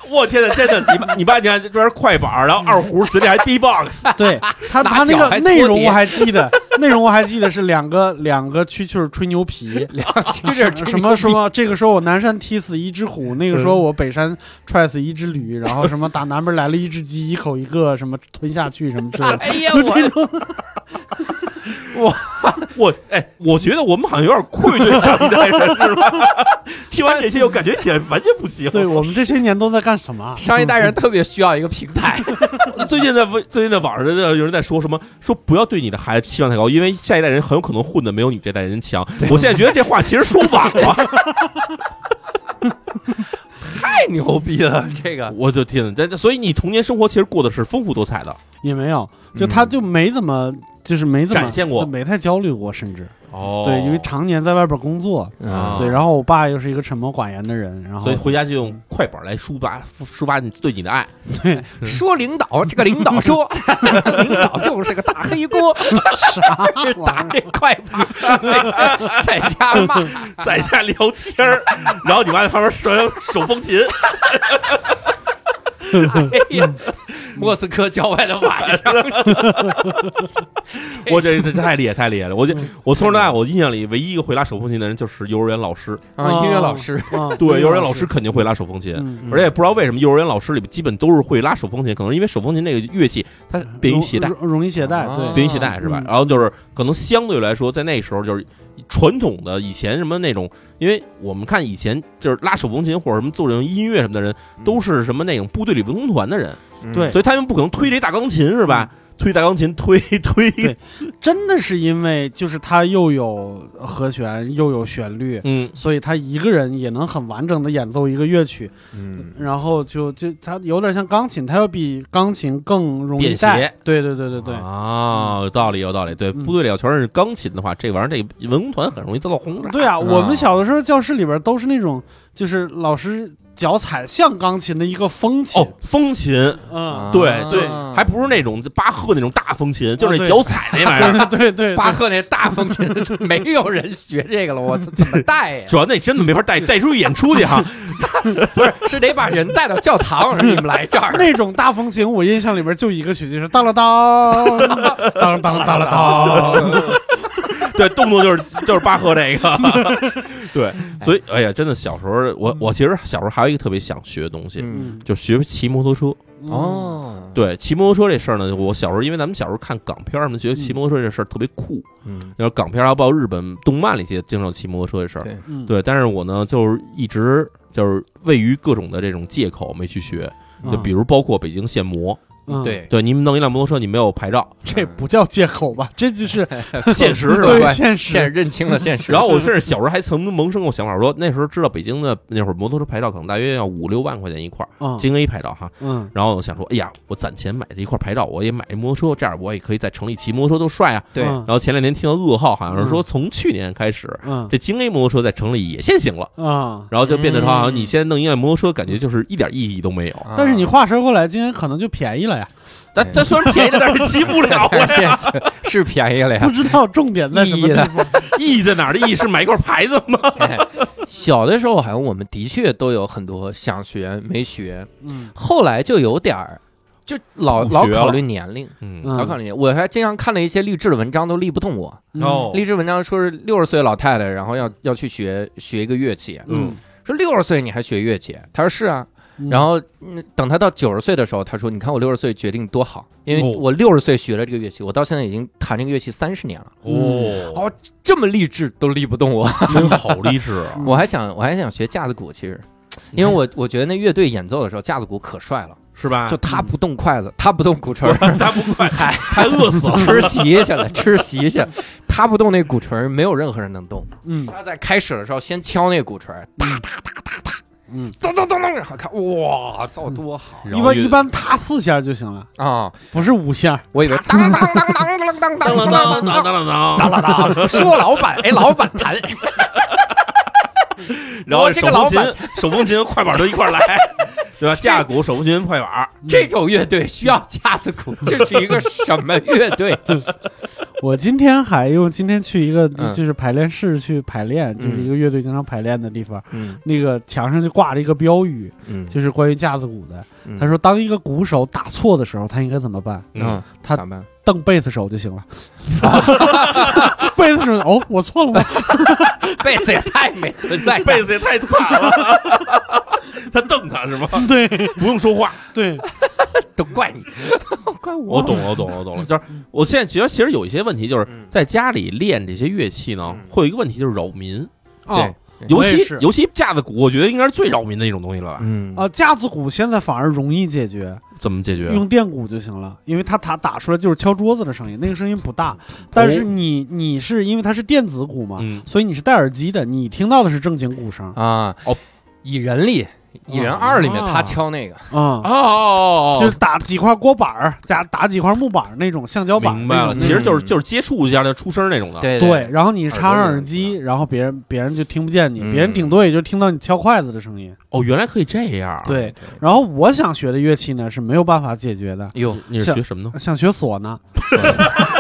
E: 我天哪，真的，你爸你爸家这边快板，然后二胡嘴里还 B-box， [laughs]
C: 对他
A: 拿
C: 他那
A: 脚
C: 个
A: 还
C: 内
A: 搓
C: 容
A: 碟。
C: 我还记得，内容我还记得是两个两个蛐蛐儿吹牛皮
A: 两就是吹
C: 什
A: 牛
C: 么什么？这个时候我南山踢死一只虎，那个
E: 嗯
C: 时候我北山踹死一只驴，然后什么打南边来了一只鸡，一口一个什么吞下去什么之类的， [laughs]
A: 哎呀，
C: 就这
A: 我
C: 种。
E: 我哎，我觉得我们好像有点愧对上一代人，是吧？ [laughs] 听完这些，我感觉起来 [laughs] 完全不行。
C: 对我们这些年都在干什么啊？
A: 上一代人特别需要一个平 [laughs] 台，
E: 最近在微最近在网上有人在说什么，说不要对你的孩子期望太高，因为下一代人很有可能混的没有你这代人强。我现在觉得这话其实说晚 [laughs] 了，
A: 太牛逼了，这个
E: 我的天哪！这这所以你童年生活其实过得是丰富多彩的
C: 也没有，就他就没怎么，就是没怎么
E: 嗯展现过
C: 就没太焦虑过，甚至
E: 哦
C: 对，因为常年在外边工作，
E: 啊
C: 对，然后我爸又是一个沉默寡言的人，然后
E: 所以回家就用快板来抒发抒发你对你的爱。
C: 对
A: 说领导，这个领导 [laughs] 说，领导就是个大黑锅， [laughs]
C: 啥
A: 打
C: 玩意
A: 这快板， [laughs] 在家骂，
E: [laughs] 在家聊天 [laughs] 儿，然后你妈在旁边手 [laughs] 手风琴，
A: 哎呀，莫斯科郊外的晚上，
E: 我这这太厉害太厉害了！我就我从小到大我印象里唯一一个会拉手风琴的人就是幼儿园老师，
A: 啊，音乐老师，
C: 儿啊？
E: 对，幼儿园老师
C: 师，
E: 肯定会拉手风琴。
C: 嗯，
E: 而且不知道为什么幼儿园老师里基本都是会拉手风琴，可能是因为手风琴这个乐器它便于携带，哦
C: 容容易携带，
A: 啊
C: 对
E: 便于携带是吧
C: 嗯？
E: 然后就是可能相对来说，在那时候就是传统的以前什么那种，因为我们看以前就是拉手风琴或者什么做这种音乐什么的人，都是什么那种部队里文工团的人，
A: 哦嗯
C: 对
E: 所以他们不可能推这大钢琴是吧？推大钢琴推 [laughs] 推，
C: 对真的是因为就是他又有和弦又有旋律。
E: 嗯，
C: 所以他一个人也能很完整的演奏一个乐曲，
D: 嗯，
C: 然后就就他有点像钢琴，他要比钢琴更容易
E: 便携
C: 带。对对对对对，
E: 啊，有道理有道理，对，
C: 嗯
E: 部队里要全是钢琴的话，这玩意儿这文工团很容易遭到轰炸，
C: 对啊，我们小的时候教室里边都是那种，就是老师脚踩像钢琴的一个风琴，
E: 哦，风琴。
C: 嗯，
E: 对
A: 啊
E: 对，还不是那种巴赫那种大风琴，就是那
C: 对
E: 脚踩那玩 [laughs] 意儿。
C: 对对 [laughs] 对，
A: 巴赫那大风琴， [laughs] 没有人学这个了，我操，怎么带呀？
E: 主要那真的没法带带出去演出去 [laughs] 哈，
A: 是得把人带到教堂，让你们来这儿。
C: [laughs] 那种大风琴，我印象里边就一个曲，就是当了
E: [laughs]
C: 当当当当了当，
E: 对，动不动就是就是巴赫这 [laughs] 个，对，所以哎呀，真的小时候我我其实小时候还有一个特别想学的东西，
A: 嗯，
E: 就学骑摩托车。
C: 嗯
A: 哦，
E: 对，骑摩托车这事儿呢，我小时候因为咱们小时候看港片儿什么，觉得骑
C: 嗯
E: 摩托车这事儿特别酷，
A: 嗯，
E: 然后港片儿还有包括日本动漫里些经常有骑摩托车的事儿
A: 对。
C: 嗯，
E: 对，但是我呢，就是一直就是位于各种的这种借口没去学，
C: 嗯，
E: 就比如包括北京限摩，
C: 嗯，
A: 对，
E: 对，你们弄一辆摩托车，你没有牌照，
C: 这不叫借口吧？这就是
E: 现实是吧？
A: 对
C: 对现
A: 现在
C: 实，
A: 认清了现实。
E: 然后我甚至小时候还曾经萌生过想法，说那时候知道北京的那会儿摩托车牌照可能大约要五六万块钱一块儿，
C: 嗯
E: 京 A 牌照哈。
C: 嗯
E: 然后我想说，哎呀，我攒钱买这一块牌照，我也买一摩托车，这样我也可以在城里骑摩托车多帅啊。
A: 对，
C: 嗯
E: 然后前两天听到噩耗，好像是
A: 嗯
E: 说从去年开始，
C: 嗯
E: 这京 A 摩托车在城里也限行了，
C: 啊。
E: 然后就变得说，好像
A: 嗯啊
E: 你现在弄一辆摩托车，感觉就是一点意义都没有。
C: 但是你话说回来，今天可能就便宜了呀，
E: 但但虽然便宜，但是骑不了
A: [laughs] 但
E: 啊。
A: 是现实是便宜了呀
C: [laughs] 不。知道重点在什么
A: 意义
C: 地
A: 呢
C: 方。
E: 意义在哪儿？意义是买一块牌子吗？
A: 哎小的时候好像我们的确都有很多想学没学， [laughs]
C: 嗯
A: 后来就有点儿，就老
E: 不
A: 老
E: 学
A: 考
E: 了
A: 虑年龄，
E: 嗯
C: 嗯
A: 老考虑年龄。我还经常看了一些励志的文章，都励不动我。
E: 哦
A: 励志文章说是六十岁老太太，然后要要去学学一个乐器，
E: 嗯
A: 说六十岁你还学乐器？他说是啊。然后、嗯、等他到九十岁的时候，他说：“你看我六十岁决定多好，因为
E: 哦
A: 我六十岁学了这个乐器，我到现在已经弹这个乐器三十年了，
E: 哦，
A: 这么励志都励不动我。
E: 真好励志啊！
A: [laughs] 我还想我还想学架子鼓，其实，因为我我觉得那乐队演奏的时候架子鼓可帅了，
E: 是吧
A: 就？他不动筷子，他不动鼓槌
E: [laughs]
A: 儿，
E: 他不快，他饿死了。
A: 吃席去了，吃席去了。他不动那鼓槌儿，没有任何人能动。
C: 嗯
A: 他在开始的时候先敲那鼓槌儿，
C: 嗯，
A: 咚咚咚咚，然后看，哇，造多好
E: 然
C: 一
E: 后
C: 般一般踏四下就行了，
A: 啊！
C: 不是五下。
A: 我以为当当当当当 [laughs] 当当
E: 当当
A: 当当
E: 当当当当
A: 当
E: 当，
A: 啦当， [laughs] 说老板，哎，老板弹，
E: 然后
A: 我这
E: 手
A: 个
E: 风
A: 老
E: 琴
A: 板、
E: 手风琴、快板都一块儿来，
A: [laughs]
E: 对吧？架鼓、手风琴、快板，
A: 这种乐队需要架子鼓，这是一个什么乐队？
C: 我今天还用今天去一个
A: 嗯
C: 就是排练室去排练，就是
A: 嗯
C: 一个乐队经常排练的地方，
A: 嗯
C: 那个墙上就挂着一个标语，
A: 嗯
C: 就是关于架子鼓的。
A: 嗯
C: 他说，当一个鼓手打错的时候，他应该怎么办？
A: 嗯，
C: 他
A: 咋办？
C: 蹬贝斯手就行了。 [laughs] 贝斯手，哦，我错了吗？
A: 贝斯也太没存 [laughs] 在感
E: [laughs] 贝，斯也太惨了， [laughs] 他瞪他是吗？
C: 对
E: 不用说话，
C: 对，
A: 都怪你，怪
E: 我懂了，我懂了，我懂了。就是我现在觉得，其实有一些问题，就是
A: 嗯
E: 在家里练这些乐器呢
A: 嗯，
E: 会有一个问题就是扰民，
C: 哦
A: 对
E: 尤
C: 我也
E: 其
C: 是
E: 尤其架子鼓，我觉得应该是最扰民的一种东西了吧？
A: 嗯
C: 啊，架子鼓现在反而容易解决，
E: 怎么解决？
C: 用电鼓就行了，因为它打打出来就是敲桌子的声音，那个声音不大。但是你你是因为它是电子鼓嘛，
E: 哦嗯，
C: 所以你是戴耳机的，你听到的是正经鼓声
A: 啊哦
E: 哦，
A: 蚁人里，蚁人二里面他敲那个，
C: 啊。
E: 哦哦
C: 就是打几块锅板儿，加打几块木板儿那种橡胶板儿
E: 明白
C: 那
E: 了，
C: 种
E: 其实就
A: 嗯
E: 是就是接触一下它出声那种的。
A: 对
C: 对，，然后你插上
E: 耳朵
C: 耳机，然后别人别人就听不见你，
A: 嗯
C: 别人顶多也就听到你敲筷子的声音。
E: 哦，原来可以这样。
C: 对，然后我想学的乐器呢是没有办法解决的，
A: 哟，
E: 你是
C: 像
E: 学什
C: [laughs]
E: 么呢？
C: 想学唢呐，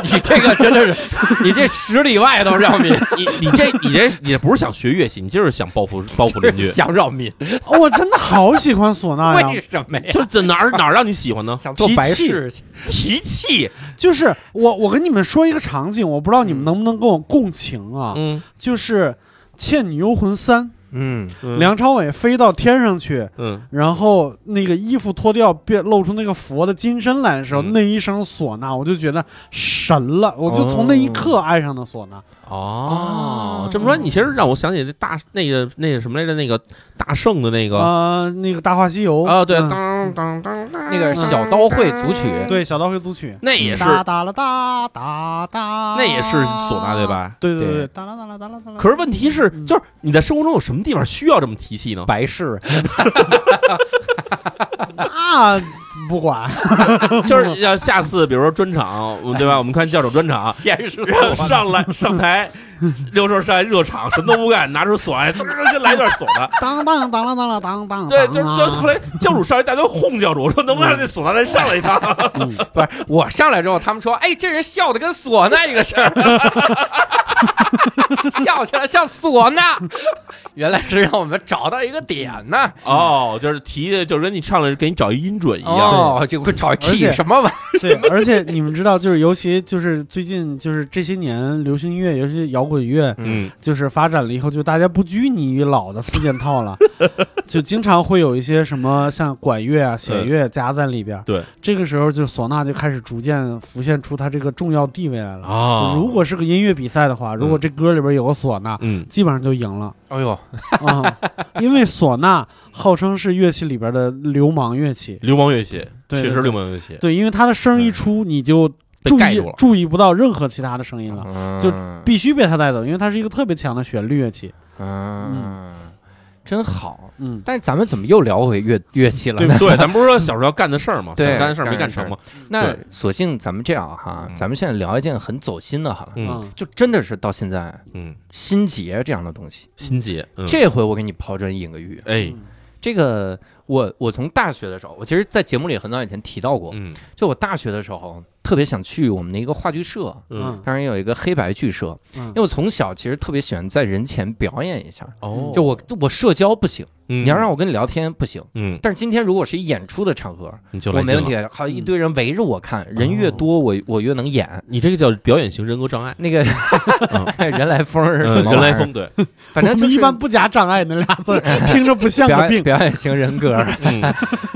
A: 你这个真的 [laughs] 是，你这十里外都扰民，
E: 你你这你这也不是想学乐器，你就是想报复报复邻居。
A: [laughs] 想扰民，
C: 哦我真的好喜欢唢呐
A: [laughs] 为
C: 哎呀！
A: 什么呀？
E: 就这哪儿哪儿让你喜欢呢？
A: 想做白事去，
E: 提气，
C: 就是我我跟你们说一个场景，我不知道你们能不能跟我共情啊，
E: 嗯，
C: 就是《倩女幽魂三》，
A: 嗯
E: 嗯
C: 梁朝伟飞到天上去。
E: 嗯，
C: 然后那个衣服脱掉，变露出那个佛的金身来的时候，
E: 嗯
C: 那一声唢呐，我就觉得神了，我就从那一刻爱上的唢呐。
E: 哦，这么说你其实让我想起那大那个那个什么来着，那个大圣的那个
C: 啊，那个《大话西游》
E: 啊，对，
C: 嗯
E: 当当当，
A: 那个小刀会组曲，
C: 对，小刀会组曲，
E: 那也是
C: 哒哒啦哒哒哒，
E: 那也是唢呐对？吧？
C: 对对
A: 对
C: 对，哒啦哒啦哒啦哒啦。
E: 可是问题是，
C: 嗯
E: 就是你在生活中有什么地方需要这么提气呢？
A: 白事，啊
C: 那不管，嗯
E: 就是要下次，比如说专场，
C: 哎
E: 对吧？我们看教主专
C: [laughs]
E: 场，
A: 先是
E: 啊然后上来上台，六兽上来热场，什么都不干，拿出唢呐，噔噔噔先来一段唢呐。
C: [laughs] 当当当啦当啦当当。
E: 对，就是
C: 当
E: 就是后
C: 啊
E: 来教主上来，大家都哄教主，我说能不能让这唢呐再上来一趟？
C: 嗯
A: 不是我上来之后，他们说，哎，这人笑的跟唢呐一个声儿， [laughs] 笑起来像唢呐，原来是让我们找到一个点呢。
E: 哦，就是提，就是跟你唱了，给你找一音准一样。
A: 哦，就会找一
C: 而
A: key
C: 且
A: 什么玩意
C: 对，而且你们知道，就是尤其就是最近就是这些年流行音乐，尤其是摇滚乐，
E: 嗯，
C: 就是发展了以后，就大家不拘泥于老的四件套
E: [laughs]
C: 了，就经常会有一些什么像管乐啊、弦乐夹在里边儿。
E: 对
C: 这个时候就唢呐就开始逐渐浮现出它这个重要地位来了。
E: 哦，
C: 如果是个音乐比赛的话，如果这歌里边有个唢呐，
E: 嗯
C: 基本上就赢了
A: 儿？哎呦，
E: [laughs]
C: 啊，因为唢呐号称是乐器里边的流氓乐器，
E: 流氓乐器，
C: 对对
E: 确实
C: 对
E: 流氓乐器，
C: 对，因为它的声一出，你就
E: 被
C: 注
E: 盖
C: 意
E: 住了
C: 注意不到任何其他的声音了，就
A: 嗯
C: 必须被它带走，因为它是一个特别强的旋律乐器。
A: 嗯，真好。
C: 嗯，
A: 但是咱们怎么又聊回乐乐器了
C: 对
A: 呢？
E: 对，咱不是说小时候要干的事儿吗？
A: 对
E: 想干的事儿没
A: 干
E: 干
A: 的事儿
E: 成吗？
A: 那
E: 对
A: 索性咱们这样哈，
E: 嗯
A: 咱们现在聊一件很走心的哈，
E: 嗯
C: 嗯
A: 就真的是到现在
E: 嗯，
A: 心结这样的东西。
E: 心结，嗯
A: 这回我给你抛砖引个玉，
E: 哎，
A: 这个我我从大学的时候，我其实，在节目里很早以前提到过，
E: 嗯
A: 就我大学的时候特别想去我们的一个话剧社，
E: 嗯，
A: 当然有一个黑白剧社，
C: 嗯
A: 因为我从小其实特别喜欢在人前表演一下，
E: 哦嗯
A: 就我我社交不行，
E: 你
A: 你要让我跟你聊天不行。
E: 嗯，
A: 但是今天如果是一演出的场合，
E: 你就
A: 我
E: 来劲
A: 没
E: 了嗯哦
A: 问。题，好一堆人围着我看，人越多我我越能演。
E: 你这个叫表演型人格障碍，
A: 那个 [laughs] 人来疯儿是什
E: 嗯
A: 么？
E: 人来，疯，对，
A: 反正就
C: 我
A: 是
C: 们一般不加障碍那俩
A: [laughs]
C: 字儿，听着不像
A: 表 [laughs]
C: 个病
A: 演。表演型人格。
E: 嗯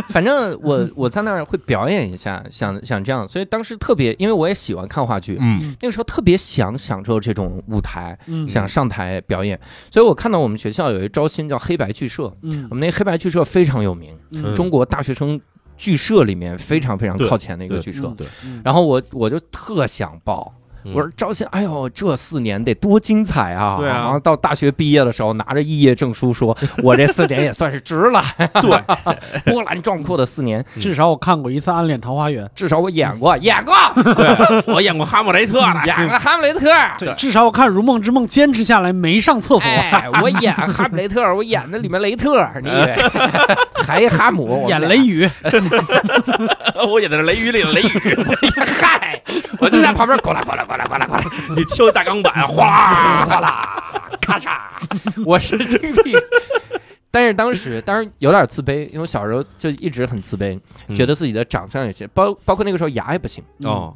A: 反正我我在那儿会表演一下，想想这样，所以当时特别，因为我也喜欢看话剧，
E: [laughs] 嗯
A: 那个时候特别想享受这种舞台，
C: 嗯
A: 想上台表演，所以我看到我们学校有一招新叫黑白剧社，
C: 嗯
A: 我们那黑白剧社非常有名，
C: 嗯
A: 中国大学生剧社里面非常非常
E: 对
A: 靠前的一个剧社
C: 嗯。
E: 对
C: 嗯
A: 然后我我就特想报，
E: 嗯
A: 我说赵鑫，哎呦，这四年得多精彩啊！
E: 对啊
A: 然后到大学毕业的时候，拿着肄业证书说，我这四年也算是值了，
E: [laughs] 对，
A: [laughs] 波澜壮阔的四年，
C: 至少我看过一次《暗恋桃花源》，
A: 至少我演过，演过，
E: 我演过哈姆雷特的， [laughs]
A: 演了哈姆雷特。
E: 对
C: 至少我看《如梦之梦》坚持下来没上厕所。
A: 哎，我演哈姆雷特，我演的里面雷特，你以为 [laughs] 还哈姆？我们
C: 演
A: 俩
C: 雷雨，
E: 我演的是雷雨里的雷雨， [laughs]
A: [laughs] 嗨，我就在旁边呱啦呱啦呱啦呱啦呱啦
E: 你敲大钢板，哗啦哗啦，
A: 咔嚓，我是经病。但是当时当然有点自卑，因为我小时候就一直很自卑，
E: 嗯
A: 觉得自己的长相有些，包包括那个时候牙也不行，
E: 哦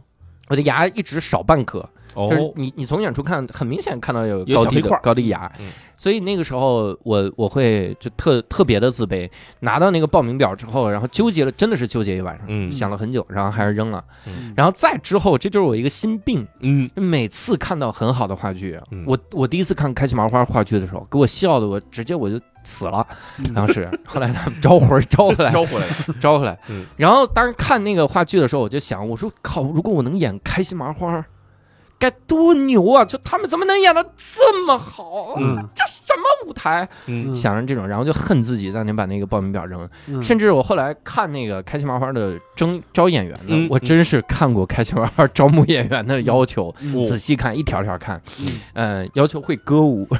A: 我的牙一直少半颗，就是
E: 哦，
A: 你你从远处看，很明显看到有
E: 有
A: 高
E: 小
A: 低
E: 黑块
A: 的
E: 儿
A: 高低牙
E: 嗯，
A: 所以那个时候我我会就特特别的自卑，拿到那个报名表之后，然后纠结了，真的是纠结一晚上，
E: 嗯
A: 想了很久，然后还是扔了，
C: 嗯
A: 然后再之后，这就是我一个心病，
E: 嗯，
A: 每次看到很好的话剧，
E: 嗯
A: 我我第一次看《开心麻花》话剧的时候，给我笑的我直接我就死了。
E: 嗯
A: 当时，后来他们招魂儿招回来，
E: 招回来了，
A: 招回来
E: 嗯。
A: 然后当时看那个话剧的时候，我就想，我说靠，如果我能演《开心麻花》，该多牛啊！就他们怎么能演的这么好？
E: 嗯
A: 这什么舞台？
E: 嗯
C: 嗯
A: 想着这种，然后就恨自己当年把那个报名表扔了。
C: 嗯
A: 甚至我后来看那个《开心麻花》的征招演员
E: 嗯
A: 的，我真是看过《开心麻花》招募演员的要求。
E: 哦
A: 仔细看，一条条看，嗯，要求会歌舞， [laughs] 我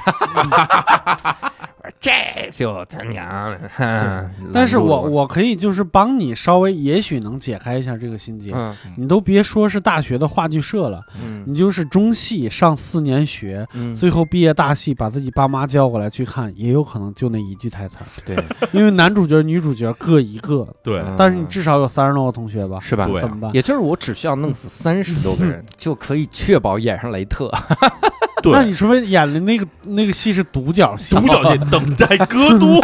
A: 说这就他娘的！哈
C: 但是我
A: 拦住了
C: 我可以就是帮你稍微，也许能解开一下这个心结。
A: 嗯
C: 你都别说是大学的话剧社了，
A: 嗯
C: 你就是中戏上四年学，
A: 嗯，
C: 最后毕业大戏，把自己爸妈叫过来去看，也有可能就那一句台词儿，
A: 对，
C: [laughs] 因为男主角、女主角各一个，
E: 对
A: 嗯
C: 但是你至少有三十多个同学吧，
A: 是吧？
E: 对啊
C: 怎么办？
A: 也就是我只需要弄死三十多个人，就可以确保演上雷特。
C: 那
E: 对，
C: 你除非演的那个那个戏是独角戏，
E: 独角戏等待戈多，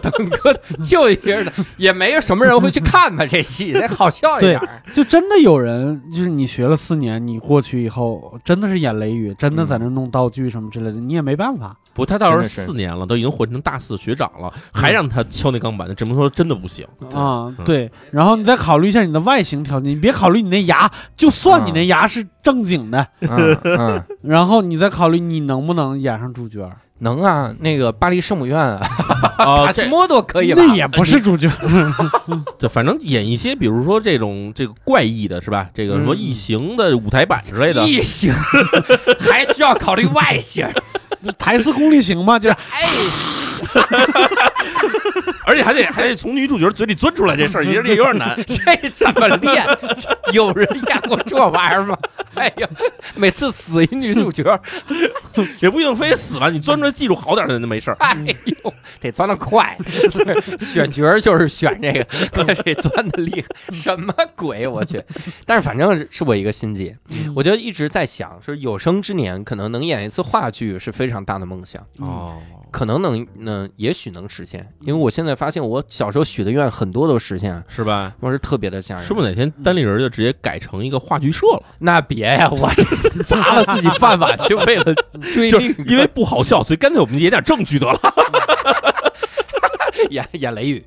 A: 等哥就一个人的，也没有什么人会去看吧？这戏得好笑一点儿。
C: [laughs] 就真的有人，就是你学了四年，你过去以后真的是演雷雨，真的在那弄道具什么之类的，你也没办法。
E: 不，他到时候
A: 真的是
E: 四年了，都已经混成大四学长了，还让他敲那钢板，那只能说真的不行。 [laughs]
C: 啊
E: 嗯，
C: 对，然后你再考虑一下你的外形条件，你别考虑你那牙，就算你那牙是正经 [laughs] 的，
A: 嗯嗯，
C: 然后你再考虑你能不能演上主角，
A: 能啊，那个巴黎圣母院啊，
E: 啊，
A: 塔
E: 这
A: 西莫多可以吧？
C: 那也不是主角，
E: 这反正演一些，比如说这种这个怪异的，是吧？这个什么
A: 嗯
E: 异形的舞台版之类的，
A: 异形还需要考虑外形，
C: [laughs] 台词功力行 [laughs] 吗？就是
A: 哎。
E: 而且还得还得从女主角嘴里钻出来，这事儿其实也有点难。
A: 这怎么练？ [laughs] 有人演过这玩意儿吗？哎呀，每次死一女主角，
E: 也不一定非得死吧，你钻出来技术好点的那没事儿。
A: [laughs] 哎呦，得钻得快。 [laughs] 选角儿就是选这 [laughs] 个，这钻的厉害，什么鬼？我去！但是反正是是我一个心结，我就一直在想，说有生之年可能能演一次话剧是非常大的梦想。
E: 哦，
A: 可能能能，也许能实现，因为我现在发现，我小时候许的愿很多都实现了，
E: 是吧？
A: 我是特别的吓人。
E: 是不是哪天单立人就直接改成一个话剧社了？
A: 那别呀，我这砸了自己饭碗，就为了追
E: 就
A: 另一
E: 是
A: 个
E: 因为不好笑，所以干脆我们演点正剧得了。
A: 演演雷雨，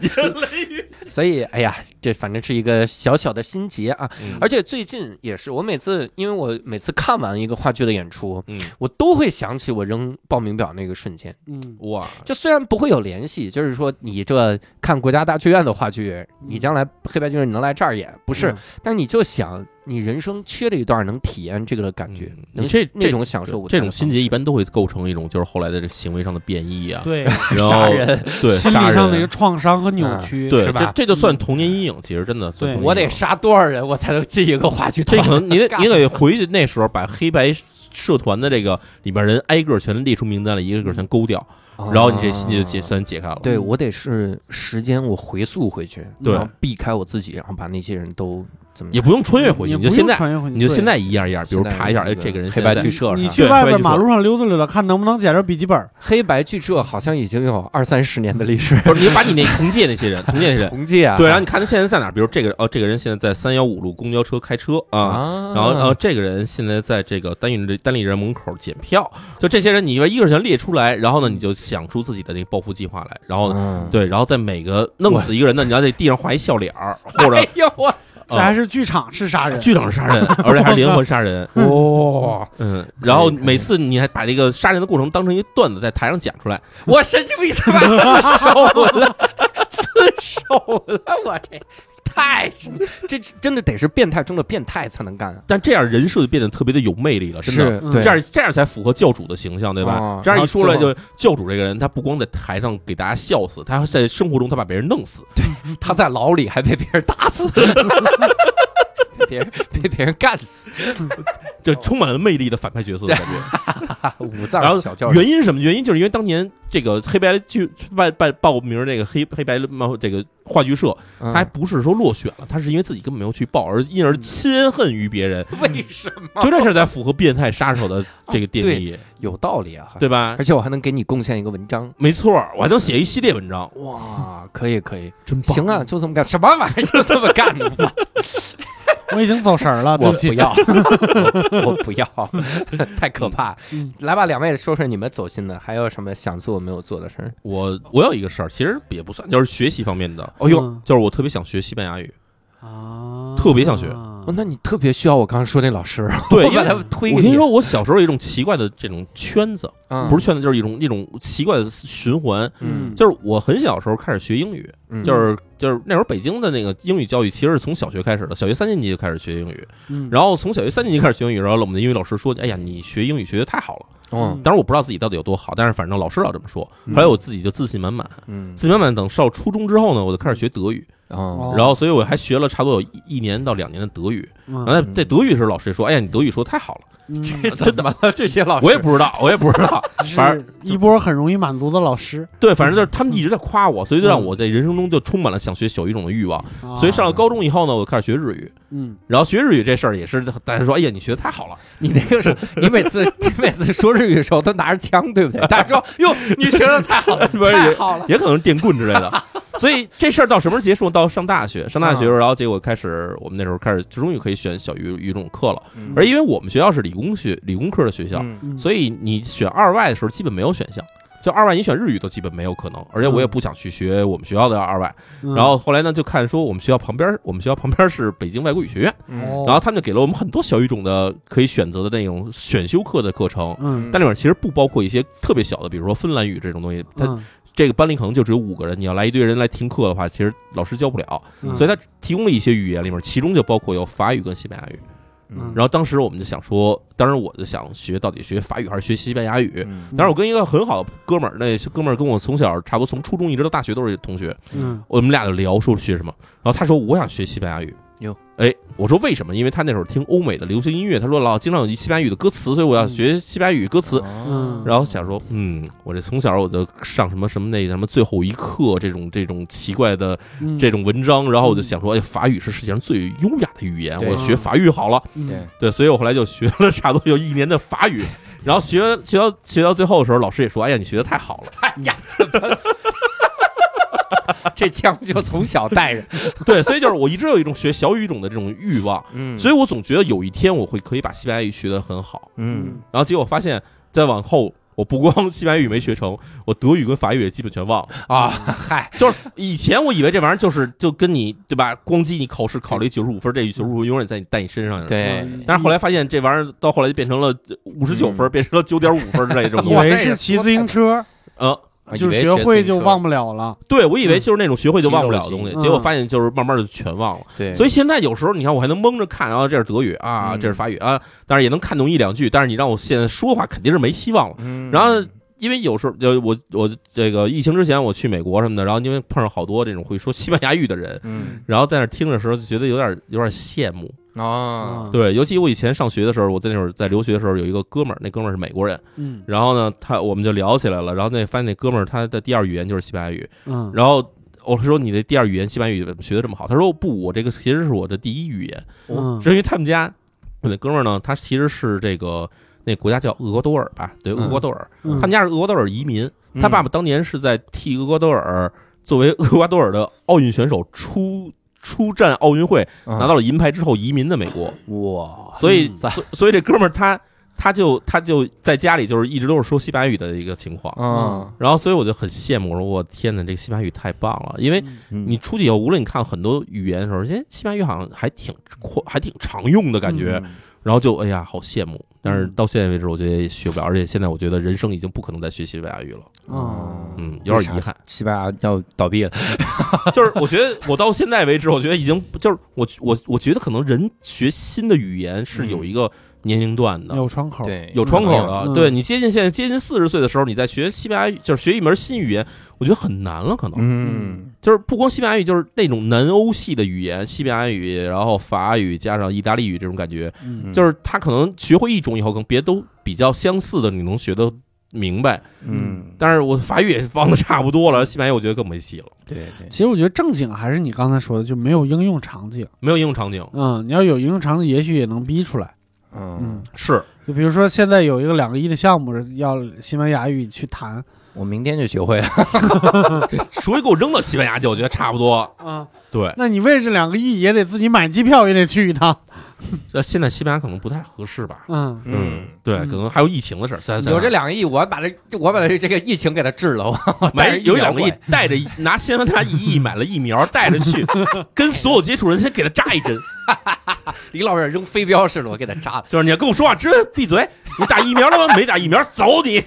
E: 演雷雨，
A: 所以哎呀，这反正是一个小小的心结啊。而
E: 而
A: 且最近也是，我每次因为我每次看完一个话剧的演出，
E: 嗯，
A: 我都会想起我扔报名表那个瞬间。
C: 嗯，
E: 哇，
A: 就虽然不会有联系，就是说你这看国家大剧院的话剧，你将来黑白剧院你能来这儿演，不
E: 嗯
A: 是？
C: 嗯
A: 但你就想，你人生缺了一段能体验这个的感觉
E: 嗯，
A: 能
E: 你这
A: 那种享受，
E: 这种心结一般都会构成一种就是后来的这行为上的变异啊，
C: 对，
E: 然后
A: 杀人，
E: 对
C: 嗯心
E: 杀
C: 理上的一个
E: 人，
C: 创伤和扭曲，
E: 对，
A: 是吧
E: 这这就算童年阴影，其实真的算
C: 对
E: 童年阴影。
A: 嗯我得杀多少人我才能进一个话剧
E: 这
A: 团？ [laughs]
E: 可能你得
A: 干
E: 你得回去那时候把黑白社团的这个里边人挨个全列出名单来，一个个全勾掉，然后你这心结就解
A: 嗯啊
E: 算解开了。
A: 对我得是时间，我回溯回去，
E: 嗯对
A: 然后避开我自己，然后把那些人都
D: 怎么
E: 也不用穿越回去，
C: 也
E: 你
C: 不
E: 就
C: 用
E: 现在，
C: 穿越回去
E: 你就
C: 对
E: 现在一样一样，比如查一
D: 现在
E: 下，
D: 有
E: 哎，
D: 那个
E: 这个人
A: 黑
E: 现
A: 白
E: 在
A: 剧社是
C: 你
A: 吧
C: 去
E: 对
C: 外
E: 回去
C: 边
E: 做
C: 马路上溜达溜达，看能不能捡着笔记本儿。
D: 黑白剧社好像已经有二三十年的历史，
E: 不是你就把你那同届那些人，同届那
A: [laughs]
E: 些人，
D: 同届啊，
E: [laughs] 对，然后你看他现在在哪儿，比如这个哦，这个人现在在三幺五路公交车开车啊。
D: 啊，
E: 然后，然后这个人现在在这个单立单立人门口检票，就这些人，你一个一个全列出来，然后呢，你就想出自己的那个报复计划来，然后呢，
D: 嗯，
E: 对，然后在每个弄死一个人呢，你要在地上画一笑脸儿，或者
D: 哎呦
E: [laughs]
D: 我
C: 这还
E: 呃
C: 是剧场式杀人，
E: 剧场杀人，而且还是连环杀
D: [laughs]
E: 人，
D: 哇，
E: 嗯，然后
D: 可以
E: 每次你还把这个杀人的过程当成一个段子在台上讲出来，
D: 我神经病他妈自首了，自首了，我这太神这真的得是变态中的变态才能干啊，
E: 但这样人设就变得特别的有魅力了，真的。
C: 嗯
D: 对，
E: 这样这样才符合教主的形象，对吧？
D: 哦
E: 这样一出来
D: 然后
E: 就教主这个人，他不光在台上给大家笑死，他在生活中他把别人弄死，
D: 他在牢里还被别人打死， [laughs] 被别人被别人干死，
E: 就充满了魅力的反派角色的感 [laughs] 觉。
D: 啊五
E: 然
D: 藏
E: 后
D: 小教授
E: 原因是什么？原因就是因为当年这个黑白剧办办报名那个黑黑白漫这个话剧社，他还 [laughs]
D: 嗯
E: 不是说落选了，他是因为自己根本没有去报，而因 [laughs] 而亲恨于别人，
D: 为什么
E: 就这事儿才符合变态杀手的这个定义，
D: 有道理啊？
E: 对，吧
D: 而？且我还能给你贡献一个文章。
E: 没错，我还能写一系列文章，
D: 哇，可以可以，
E: 真棒！
D: [laughs] 行啊，就这么干，什么玩意儿就这么干？我
C: [laughs] 我已经走神儿了，
D: [laughs]
C: 对
D: 我
C: 不
D: 不 [laughs]
C: 起。
D: 要，我我不要， [laughs] 太可怕。
C: 嗯
D: 来吧，两位说说你们走心的，还有什么想做没有做的事儿？
E: 我我有一个事儿，其实也不算，就是学习方面的。
D: 哦呦，
C: 嗯
E: 就是我特别想学西班 [laughs] 牙语，
C: 啊，
E: 特别想学
D: 哦那你特别需要我刚刚说那老师，
E: 对，
D: 我
E: 因
D: 把
E: 为
D: 他推
E: 我
D: 给
E: 跟你说，，我小时候有一种奇怪的这种圈子，
D: 嗯
E: 不是圈子，就是一种一种奇怪的循环。
D: 嗯
E: 就是我很小时候开始学英语，
D: 嗯
E: 就是就是那会儿北京的那个英语教育，其实是从小学开始的，小学三年级就开始学英语，
C: 嗯，
E: 然后从小学三年级开始学英语，然后我们的英语老师说：“哎呀，你学英语学的太好了。”
D: 嗯
E: 当然我不知道自己到底有多好，但是反正老师老这么说。后来我自己就自信满满，
D: 嗯
E: 自信满满。等上初中之后呢，我就开始学德语，
D: 哦嗯
E: 然后所以我还学了差不多有一一年到两年的德语。然后
C: 后，
E: 在在德语时，老师也说：“哎呀，你德语说的太好
D: [laughs]
E: 了。”真的
D: 怎么了？ [laughs] 这些老师
E: 我也不知道，我也不知
D: [laughs]
E: 道 [laughs] 反
C: 嗯是
E: 正
C: 一波很容易满足的老师，
E: 对，反正就是他们
D: 嗯
E: 一直在夸我，所以就让我在人生中就充满了想学小语种的欲望。所以上了高中以后呢，我开始学日语，
C: 啊嗯，
E: 然后学日语这事儿也是大家说，哎呀，你学的太好了， [laughs]
D: 你那个是，你每次你每次说日语的时候都拿着枪，对不对？大家说哟，你学的太好了，
E: 不是
D: 太好了。
E: 也可能是电棍之类
C: [laughs]
E: 的。所以这事儿到什么时候结束？到上大
C: 啊
E: 学，上大学的时候，然后结果开始，我们那时候开始终于可以选小语语种课了。而因为我们学校是理工学理工科的学校，
C: 嗯
E: 所以你选二外的时候基本没有选项，就二外你选日语都基本没有可能，而且我也不想去学我们学校的二外。
C: 嗯
E: 然后后来呢，就看说我们学校旁边儿，我们学校旁边儿是北京外国语学院，
D: 嗯
C: 哦
E: 然后他们就给了我们很多小语种的可以选择的那种选修课的课程，
C: 嗯，
E: 但里面其实不包括一些特别小的，比如说芬兰语这种东西。他
C: 嗯
E: 这个班里可能就只有五个人，你要来一堆人来听课的话，其实老师教不了，
C: 嗯
D: 嗯
E: 所以他提供了一些语言，里面其中就包括有法语跟西班牙语。
C: 嗯
E: 然后当时我们就想说，当时我就想学到底学法语还是学西班牙语。
D: 嗯
E: 当时我跟一个很好的哥们儿，那哥们儿跟我从小差不多从初中一直到大学都是同学，
C: 嗯
E: 我们俩就聊说学什么，然后他说我想学西班牙语。
D: 哟，
E: 哎，我说为什么？因为他那时候听欧美的流行音乐，他说老经常有西班牙语的歌词，所以
D: 嗯
E: 我要学西班牙语歌词。
C: 嗯
E: 然后想说，嗯，我这从小我就上什么什么那什么最后一课这种这种奇怪的
C: 嗯
E: 这种文章，然后我就想说，哎，法语是世界上最优雅的语言，
D: 对
E: 我学法语好了。
C: 嗯
D: 对
E: 对，所以我后来就学了差不多有一年的法语，然后学学到学到最后的时候，老师也说，哎呀，你学的太好了。
D: 哎呀，怎么 [laughs] 这枪就从小带着？
E: 对，所以就是我一直有一种学小语种的这种欲望。
D: 嗯
E: 所
D: 以
E: 以我总觉得有一天我会可以把西班牙语学得很好，
D: 嗯
E: 然后结果发现再往后。我不光 [laughs] 西班牙语没学成，我德语跟法语也基本全忘了。
D: 啊，嗨，
E: 就是以前我以为这玩意儿就是就跟你对吧，咣叽你考试考了一九十五分，这九十五分永远在你在你身上。，
A: 哎
C: 嗯
D: 对，嗯
E: 但是后来发现这玩意儿到后来就变成了五十九分，变成了九点五分之类的这
D: [laughs]
E: 种
C: 以
E: 东西。
C: 为是骑自行车，
E: 嗯，
C: 就是学会就忘，不了了。
E: 对我以为就是那种学会就忘不了
D: 嗯
E: 的东西，
C: 嗯
E: 结果发现就是慢慢就全忘了。
D: 对，
E: 所
D: 以
E: 以现在有时候你看我还能蒙着看啊，这是德语啊，
D: 嗯
E: 这是法语啊，当然也能看懂一两句，但是你让我现在说的话肯定是没希望了。
D: 嗯
E: 然后因为有时候就我我这个疫情之前我去美国什么的，然后因为碰上好多这种会说西班牙语的人，
D: 嗯
E: 然后在那儿听的时候就觉得有点有点羡慕。
A: 啊
C: 啊嗯
D: 哦，
E: 对，尤其我以前上学的时候，我在那会儿在留学的时候有一个哥们儿，那哥们儿是美国人，
C: 嗯
E: 然后呢他我们就聊起来了，然后那发现那哥们儿他的第二语言就是西班牙语，
C: 嗯，
E: 然后。我说你的第二语言西班牙语怎么学的这么好？他说不，我这个其实是我的第一语言，
C: 嗯
E: 是因为他们家我那哥们儿呢，他其实是这个那国家叫厄瓜多尔吧？对，
D: 嗯
E: 厄瓜多尔，
C: 嗯
E: 他们家是厄瓜多尔移民，
D: 嗯
E: 他爸爸当年是在替厄瓜多尔作为厄瓜多尔的奥运选手出出战奥运会，拿
A: 啊
D: 拿
E: 到了银牌之后移民的美国，
A: 嗯哇，
E: 所以
A: 塞
E: 所所以这哥们儿他他就他就在家里就是一直都是说西班牙语的一个情况。
D: 嗯，
E: 然后，所以我就很羡慕，我说我天哪，这个西班牙语太棒了！因
C: 嗯
E: 为你
D: 你
E: 出去以后，无论你看很多语言的时候，哎，西班牙语好像还挺宽，还挺常用的感
A: 嗯
E: 觉。然后就哎呀，好羡慕。但是到现在为止，我觉得也学不了，而且现在我觉得人生已经不可能再学西班牙语了。
C: 嗯
E: 嗯，有点遗憾。，
A: 西班牙要倒闭了，
E: 就是我觉得我到现在为止，我觉得已经就是我我我觉得可能人学新的语言是有一个年龄段的。
C: 有窗口，
A: 对，
E: 嗯有窗口
C: 嗯
E: 的，对你接近现在接近四十岁的时候，你在学西班牙语，就是学一门新语言，我觉得很难了，可能。
D: 嗯
E: 就是不光西班牙语，就是那种南欧系的语言，西班牙语，然后法语加上意大利语这种感觉，
C: 嗯，
E: 就是他可能学会一种以后，跟别都比较相似的，你能学得明白。
D: 嗯，
E: 但是我法语也忘的差不多了，西班牙语我觉得更没戏了，
A: 对对
C: 其实我觉得正经还是你刚才说的，就没有应用场景。
E: 没有应用场景。
C: 嗯，你要有应用场景，也许也能逼出来。
D: 嗯
C: 嗯，，
E: 是，
C: 就比如说现在有一个两个亿的项目要西班牙语去谈，
A: 我明天就学会了，
E: 除非给我扔到西班牙去，我觉得差不多。
C: 啊，
E: 对，
C: 那你为这两个亿也得自己买机票，也得去一趟。
E: 呃，现在西班牙可能不太合适吧。
C: 嗯，
D: 嗯，
E: 对，
C: 嗯
E: 可能还有疫情的事儿。咱咱
A: 嗯有这两个亿，我把这我把这这个疫情给它治 [laughs] 了，我
E: 没哦有两个亿
A: 亿，，
E: 带 [laughs] 着拿西班牙一亿买了疫苗，带着 [laughs] 去，跟所有接触人先给他扎一针。
A: 李老师扔飞镖似的，我给他扎了，
E: 就是你要跟我说话之前闭嘴，你打疫苗了吗？没打疫苗，走你！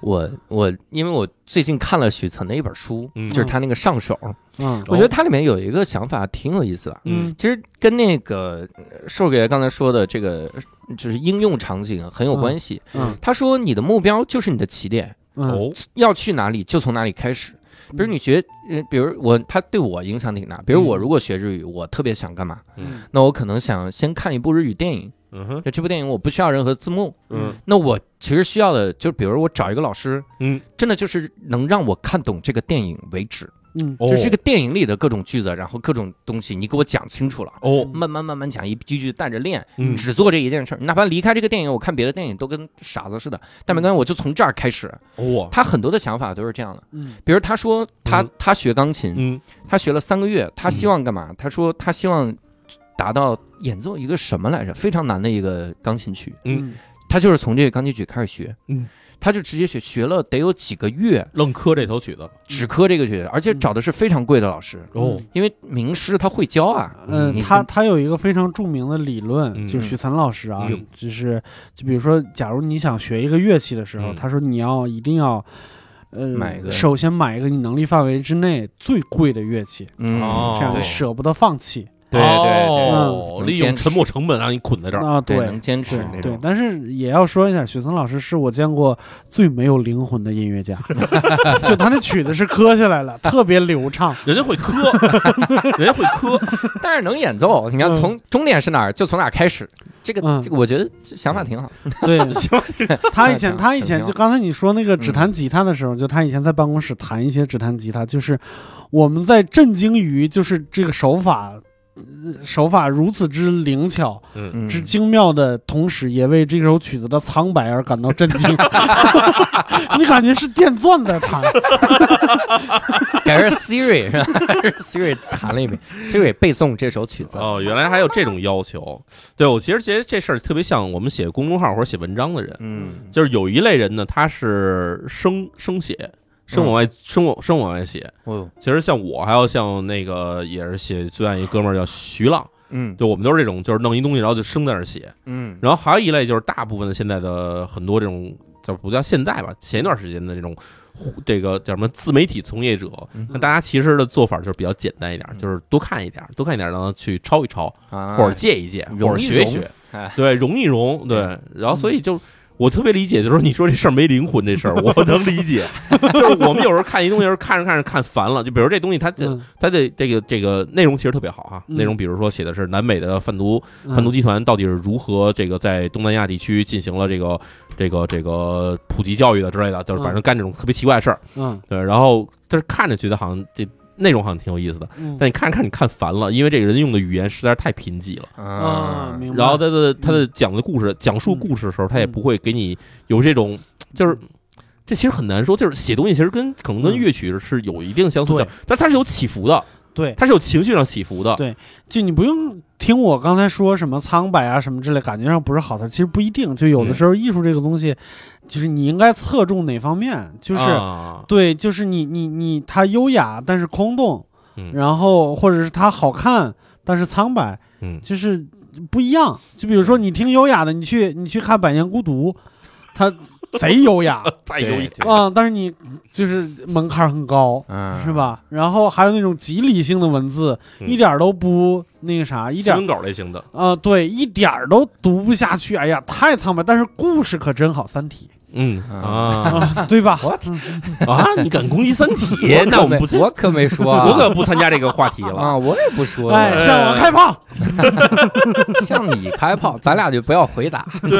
A: 我我因为我最近看了许岑的一本书，
E: 嗯
A: 就是他那个上手，
C: 嗯
A: 我觉得它里面有一个想法挺有意思的，
E: 嗯
A: 其实跟那个呃瘦给刚才说的这个就是应用场景很有关系。
C: 嗯
A: 他说你的目标就是你的起点，
C: 嗯，
E: 哦
A: 要去哪里就从哪里开始。
E: 嗯
A: 比如你学，呃，比如我，他对我影响挺大。比如我如果学日语，我特别想干嘛？
E: 嗯
A: 那我可能想先看一部日语电影，
E: 嗯哼
A: 就这部电影我不需要任何字幕。
E: 嗯
A: 那我其实需要的，就比如我找一个老师，
E: 嗯，
A: 真的就是能让我看懂这个电影为止，
C: 嗯
E: 哦
A: 就是这个电影里的各种句子，然后各种东西，你给我讲清楚了。
E: 哦，
A: 慢慢慢慢讲，一句句带着练，
E: 嗯
A: 只做这一件事儿。哪怕离开这个电影，我看别的电影都跟傻子似的，
E: 嗯
A: 但没关系，我就从这儿开始。
E: 哦，
A: 他很多的想法都是这样的，
C: 嗯
A: 比如他说他、
E: 嗯
A: 他学钢琴，
E: 嗯
A: 他学了三个月，他希望干嘛？他说他希望达到演奏一个什么来着？非常难的一个钢琴曲，
C: 嗯
A: 他就是从这个钢琴曲开始学，
E: 嗯，
A: 他就直接学，学了得有几个月，
E: 愣磕这头曲子
A: 只磕这个曲，而且找的是非常贵的老师，
E: 哦，
A: 因为名师他会教啊，
C: 嗯，
A: 你
C: 他他有一个非常著名的理论，
E: 嗯
C: 就是许岑老师啊
E: 嗯，
C: 就是就比如说，假如你想学一个乐器的时候，
E: 嗯
C: 他说你要一定要，
A: 买一
C: 呃，
A: 个
C: 首先买一个你能力范围之内最贵的乐器，
A: 嗯，
E: 哦
C: 这样
A: 对
C: 舍不得放弃
A: 对对
E: 哦
A: 嗯
E: 利用沉没成本让你捆在这儿。
C: 啊，
A: 对，
C: 对
A: 能。坚持
C: 对
A: 那
C: 对
A: 种，。
C: 但是也要说一下，许岑老师是我见过最没有灵魂的音
A: [laughs]
C: 乐家，就他那曲子是磕下来了，特别
A: [laughs]
C: 流畅。
E: 人家会磕， [laughs] 人家会磕，
A: 但是能演奏，你看
C: 嗯
A: 从终点是哪儿就从哪儿开始，这个、
C: 嗯
A: 这个我觉得这想法挺好。
C: 对，
A: [laughs]
C: 他以前
A: 挺
C: 他以
A: 挺
C: 前
A: 挺
C: 就
A: 好嗯
C: 刚才你说那个只弹吉他的时候，就他以前在办公室弹一些只弹吉他，就是我们在震惊于就是这个手法。呃手法如此之灵巧、
E: 嗯，
A: 嗯，
C: 之精妙的同时，也为这首曲子的苍白而感到震
A: [laughs]
C: 惊。 [laughs] 你感觉是电钻在弹，
A: [laughs] 改成 Siri 是吧？Siri 弹了一遍，Siri 背诵这首曲子。
E: 哦，原来还有这种要求。对我其实觉得这事儿特别像我们写公众号或者写文章的人，
A: 嗯，
E: 就是有一类人呢，他是生生写，生往外
A: 嗯
E: 生往生往外写。
A: 哦，
E: 其实像我，还有像那个也是写最爱一哥们儿叫徐浪，
A: 嗯
E: 就我们都是这种，就是弄一东西然后就生在那儿写。
A: 嗯
E: 然后还有一类就是大部分的现在的很多这种叫不叫现在吧，前一段时间的这种互这个叫什么自媒体从业者，
A: 嗯
E: 那大家其实的做法就是比较简单一点，
A: 嗯
E: 就是多看一点，多看一点，然后去抄一抄，
A: 啊，
E: 或者借一借，或
A: 融
E: 者
A: 一
E: 学一
A: 融
E: 学
A: 哎，
C: 嗯
E: 对，融一融，对。然后所以就我特别理解，就是你说这事儿没灵魂这
C: [laughs]
E: 事儿，我能理解。就是我们有时候看一东西，时候看着看着看烦了，就比如这东西它的
C: 嗯
E: 它的这个这个内容其实特别好哈，
C: 嗯
E: 内容比如说写的是南美的贩毒
C: 嗯
E: 贩毒集团到底是如何这个在东南亚地区进行了这个这个这个普及教育的之类的，就是反正干这种特别奇怪的事儿。
C: 嗯
E: 对，然后但是看着觉得好像这内容好像挺有意思的，
C: 嗯
E: 但你看着看着你看烦了，因为这个人用的语言实在是太贫瘠了。
C: 啊，明白。嗯
E: 然后他的他的讲的故事，讲述故事的时候，他也不会给你有这种，就是这其实很难说，就是写东西其实跟可能跟
C: 嗯
E: 乐曲是有一定相似
C: 对
E: 的，但是它是有起伏的，
C: 对，
E: 它是有情绪上起伏的
C: 对。就你不用听我刚才说什么苍白啊什么之类，感觉上不是好词儿，其实不一定。就
E: 嗯
C: 有的时候艺术这个东西，就是你应该侧重哪方面，就是、
E: 啊
C: 对，就是你你你它优雅但是空洞，
E: 嗯
C: 然后或者是它好看但是苍白，
E: 嗯，
C: 就是不一样。就比如说你听优雅的，你去你去看《百年孤独》，它 [laughs] 贼优雅
E: 太
A: 对对
C: 啊、但是你就是门槛儿很高。
A: 嗯，
C: 是？吧？然后还有那种极理性的文字，
E: 嗯
C: 一点儿都不那个啥，一
E: 新
C: 点儿
E: 闻稿类型的，
C: 啊、对，一点儿都读不下去。哎呀，太苍白！但是故事可真好，《三体
E: 嗯
A: [laughs]
E: 啊》
C: 对吧？
E: 啊，你敢攻击《三体
C: [laughs]
A: 我》？
E: 那
A: 可
E: 我
A: 没
E: 们不，参，
A: 我可没说啊，
E: 我可不参加这个话题了。
A: 啊，我也不说。
C: 哎，向我开炮！
A: 向你开炮，咱俩就不要回答。
E: 对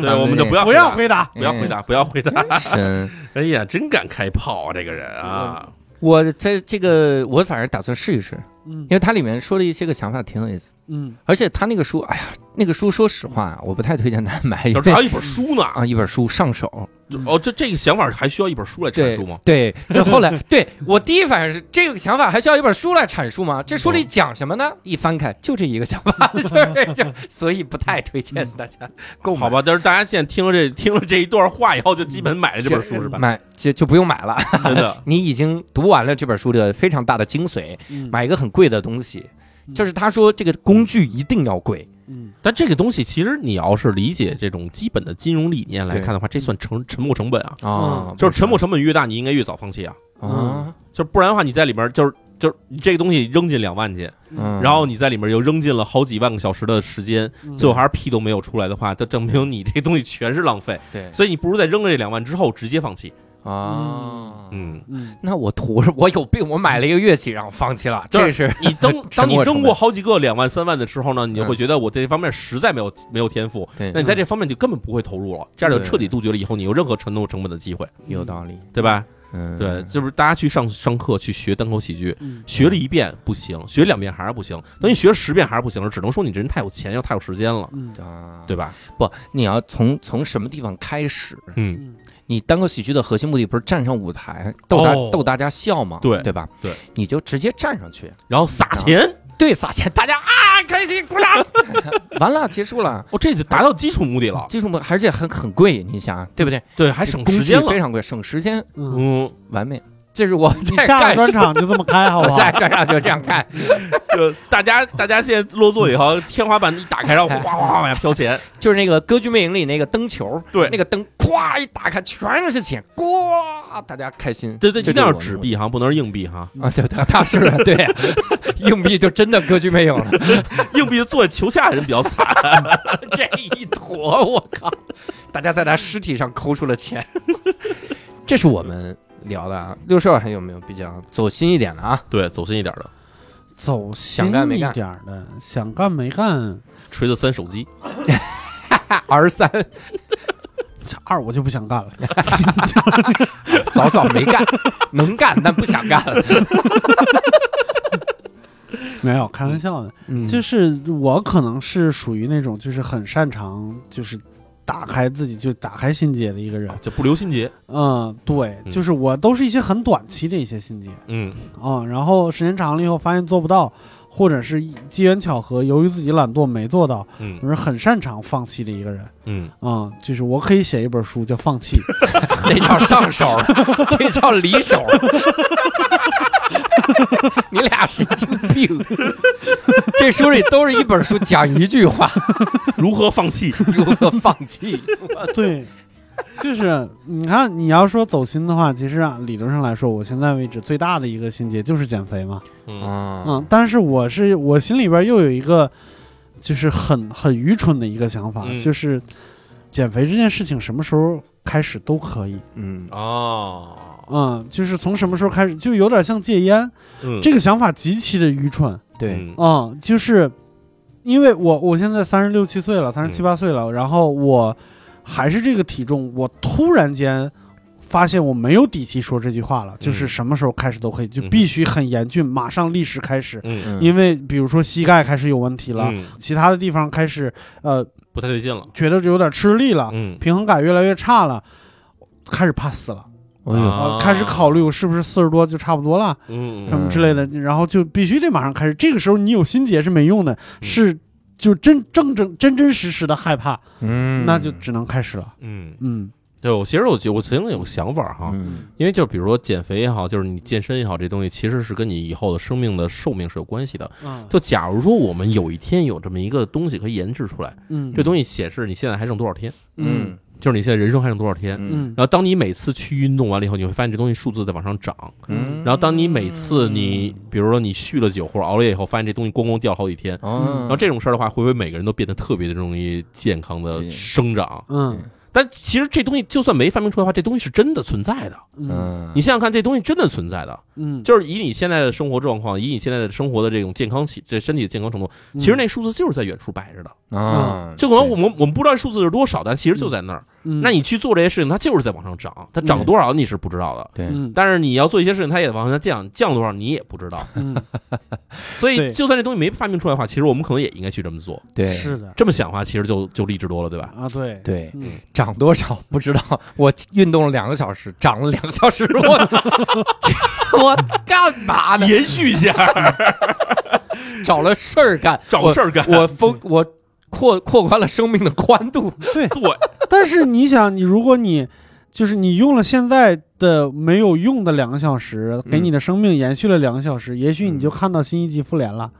E: 对，我们就不要
A: 哎
C: 不要回答。
E: 不要回答，不要回答。
A: 答。嗯，
E: 哎呀，真敢开炮啊，这个人啊！
A: [laughs] 我这这个我反正打算试一试，
C: 嗯
A: 因为它里面说的一些个想法挺有意思，
C: 嗯
A: 而且它那个书，哎呀，那个书说实话，啊我不太推荐大家买，因
E: 要是还
A: 为
E: 有一本书呢，
A: 啊，一本书上手，
C: 嗯
E: 哦，这这个想法还需要一本书来阐
A: 对
E: 述吗？
A: 对，就后来对我第一反应是这个想法还需要一本书来阐述吗？这书
E: 嗯
A: 里讲什么呢？一翻开就这一个想法， [laughs] 就是就所以不太推
E: 嗯
A: 荐大家购买。
E: 好吧，但是大家现在听了这 [laughs] 听了这一段话以后，就基本买了这本书是吧？
A: 买就就不用买了， [laughs]
E: 真的，
A: 你已经读完了这本书的非常大的精髓。
C: 嗯，
A: 买一个很贵的东西，
E: 嗯
A: 就是他说这个工具一定要贵，
C: 嗯
E: [laughs] 但这个东西其实你要是理解这种基本的金融理念来看的话，这算成沉没成本啊。
A: 啊
C: 嗯，
E: 就是沉没成本越大，你应该越早放弃啊。
A: 啊，
E: 就不然的话，你在里面就是就是你这个东西扔进两万去，
A: 嗯，
E: 然后你在里面又扔进了好几万个小时的时间，
C: 嗯
E: 最后还是屁都没有出来的话，就证明你这东西全是浪费。
A: 对
E: 所以你不如在扔了这两万之后直接放弃。
A: 啊，
E: 嗯，
C: 嗯
A: 那我图 [laughs] 我有病，我买了一个乐器让我放弃了，
E: 就
A: 这是
E: 你
A: [laughs]
E: 扔当
A: 沉没成
E: 你扔
A: 本
E: 过好几个两万三万的时候呢，你就会
A: 嗯
E: 觉得我对这方面实在没有没有天赋，
A: 对
E: 那你在这方面就根本不会投入了，这样就
A: 对
E: 彻底杜绝了以后你有任何承诺成本的机会，
A: 有道理，
E: 对吧？
A: 嗯，
E: 对，就是大家去上上课去学单口喜剧，
C: 嗯
E: 学了一遍不行，学两遍还是不行，等你学了十遍还是不行，只能说你这人太有钱又太有时间了，
C: 嗯
A: 啊，
E: 对吧？
A: 不，你要从从什么地方开始？
E: 嗯，
C: 嗯
A: 你单口喜剧的核心目的不是站上舞台逗大、
E: 哦
A: 逗大家笑吗？
E: 对
A: 对吧？
E: 对，
A: 你就直接站上去，
E: 然后撒钱，
A: 对，撒钱，大家啊开心鼓掌， [laughs] 完了结束了。
E: 哦，这就达到基础目的了，
A: 技术嘛，而且很很贵，你想对不对？
E: 对，还省
A: 工
E: 时
A: 具
E: 间
A: 非
E: 了，
A: 常贵，省时间，
C: 嗯，
E: 嗯，
A: 完美。这是我
C: 你
A: 在
C: 下
A: 干
C: 个专场就这么开，好
A: 我
C: 不好
E: 啊
A: 下？一专场就这样干，
E: [laughs] 就大家大家现在落座以后，天花板一打开，然后哗哗哗往下飘钱，
A: 就是那个《歌剧魅影》里那个灯球，
E: 对
A: 那个灯咵一打开，全是钱，呱，大家开心。
E: 对对，一
A: 这
E: 定要
A: 就是我
E: 纸
A: 的
E: 币哈，不能是硬币哈，
A: 啊，对对，那是的对，啊硬币就真的歌剧魅影了，
E: [laughs] 硬币坐在球下的人比较惨，
A: [laughs] 这一坨，我靠！大家在他尸体上抠出了钱， [laughs] 这是我们聊的啊。六少还有没有比较走心一点的啊？
E: 对，走心一点的，
C: 走心
A: 想干没
C: 一
A: 干
C: 点儿的，想干没干，
E: 锤子三手机。
A: R 三
C: 这二我就不想
A: [laughs]
C: 干了。
A: 早早没干，能干但不想干了。
C: 没有，开玩笑的。
A: 嗯
C: 就是我可能是属于那种就是很擅长就是打开自己就打开心结的一个人
E: 啊，就不留心结。
C: 嗯，对，
E: 嗯
C: 就是我都是一些很短期的一些心结
E: 嗯，
C: 啊、然后时间长了以后发现做不到，或者是机缘巧合，由于自己懒惰没做到，
E: 嗯
C: 我是很擅长放弃的一个人
E: 嗯，
C: 啊、就是我可以写一本书叫《放弃》，
A: 那叫上手，这叫离手。 [laughs] 你俩神经病！这书里都是一本书，讲一句话，
E: 如何放弃？
A: 如何放弃？
C: 对，就是你看你要说走心的话，其实啊，理论上来说，我现在为止最大的一个心结就是减肥嘛。
E: 嗯
A: 啊
C: 嗯，但是我是我心里边又有一个，就是很很愚蠢的一个想法，
E: 嗯
C: 就是减肥这件事情什么时候开始都可以，
D: 嗯，
E: 哦，
C: 嗯，就是从什么时候开始，就有点像戒烟，
E: 嗯，
C: 这个想法极其的愚蠢，
D: 对，
E: 嗯
C: 嗯，就是因为我我现在三十六七岁了，三
E: 嗯
C: 十七八岁了，然后我还是这个体重，我突然间发现我没有底气说这句话了，就是什么时候开始都可以，就
E: 嗯
C: 必须很严峻，马上立时开始，
E: 嗯
D: 嗯
C: 因为比如说膝盖开始有问题了，
E: 嗯
C: 其他的地方开始呃
E: 不太对劲了，
C: 觉得有点吃力了，
E: 嗯，
C: 平衡感越来越差了，开始怕死了，
D: 哎呦，
C: 呃开始考虑我是不是四十多就差不多了。
E: 啊嗯，
C: 什
E: 嗯
C: 么之类的，然后就必须得马上开始。这个时候你有心结是没用的，
E: 嗯
C: 是就真正正真真实实的害怕，
D: 嗯，
C: 那就只能开始了。
E: 嗯，
C: 嗯
E: 对，我其实我觉我曾经有个想法哈，
D: 嗯
E: 因为就比如说减肥也好，就是你健身也好，这东西其实是跟你以后的生命的寿命是有关系的。
C: 嗯
E: 就假如说我们有一天有这么一个东西可以研制出来，
C: 嗯
E: 这东西显示你现在还剩多少天，
D: 嗯
E: 就是你现在人生还剩多少天。
D: 嗯
C: 嗯
E: 然后当你每次去运动完了以后，你会发现这东西数字在往上涨。
D: 嗯，
E: 然后当你每次你比如说你酗了酒或者熬了夜以后，发现这东西咣咣掉好几天。
D: 哦，
C: 嗯
A: 嗯
E: 然后这种事儿的话，会不会每个人都变得特别的容易健康的
D: 是
E: 生长？
C: 嗯
E: 但其实这东西就算没发明出来的话，这东西是真的存在的。
C: 嗯
D: 嗯，
E: 你想想看，这东西真的存在的，
C: 嗯，
E: 就是以你现在的生活状况，以你现在的生活的这种健康起，这身体的健康程度，
C: 嗯
E: 其实那数字就是在远处摆着的。
D: 啊，
E: 就可能我们我们不知道数字是多少，但其实就在那儿。
C: 嗯
E: 那你去做这些事情，它就是在往上涨，它涨多少你是不知道的。
D: 对，
C: 嗯
E: 但是你要做一些事情，它也往下降，降多少你也不知道。
C: 嗯
E: 所以
C: 对
E: 就算这东西没发明出来的话，其实我们可能也应该去这么做。
D: 对，
C: 是的
E: 这么想的话，其实就就励志多了，对吧？
C: 啊对
D: 对，
C: 嗯
A: 长多少不知道，我运动了两个小时，长了两个小时，我 [laughs] 我干嘛呢？
E: [laughs] 延续一下，
A: 找了事儿干，
E: 找事儿干。
A: 我，我丰我扩扩宽了生命的宽度，
C: 对。
E: [laughs] 对，
C: 但是你想，你如果你就是你用了现在的没有用的两个小时，给你的生命延续了两个小时，也许你就看到新一集复联了。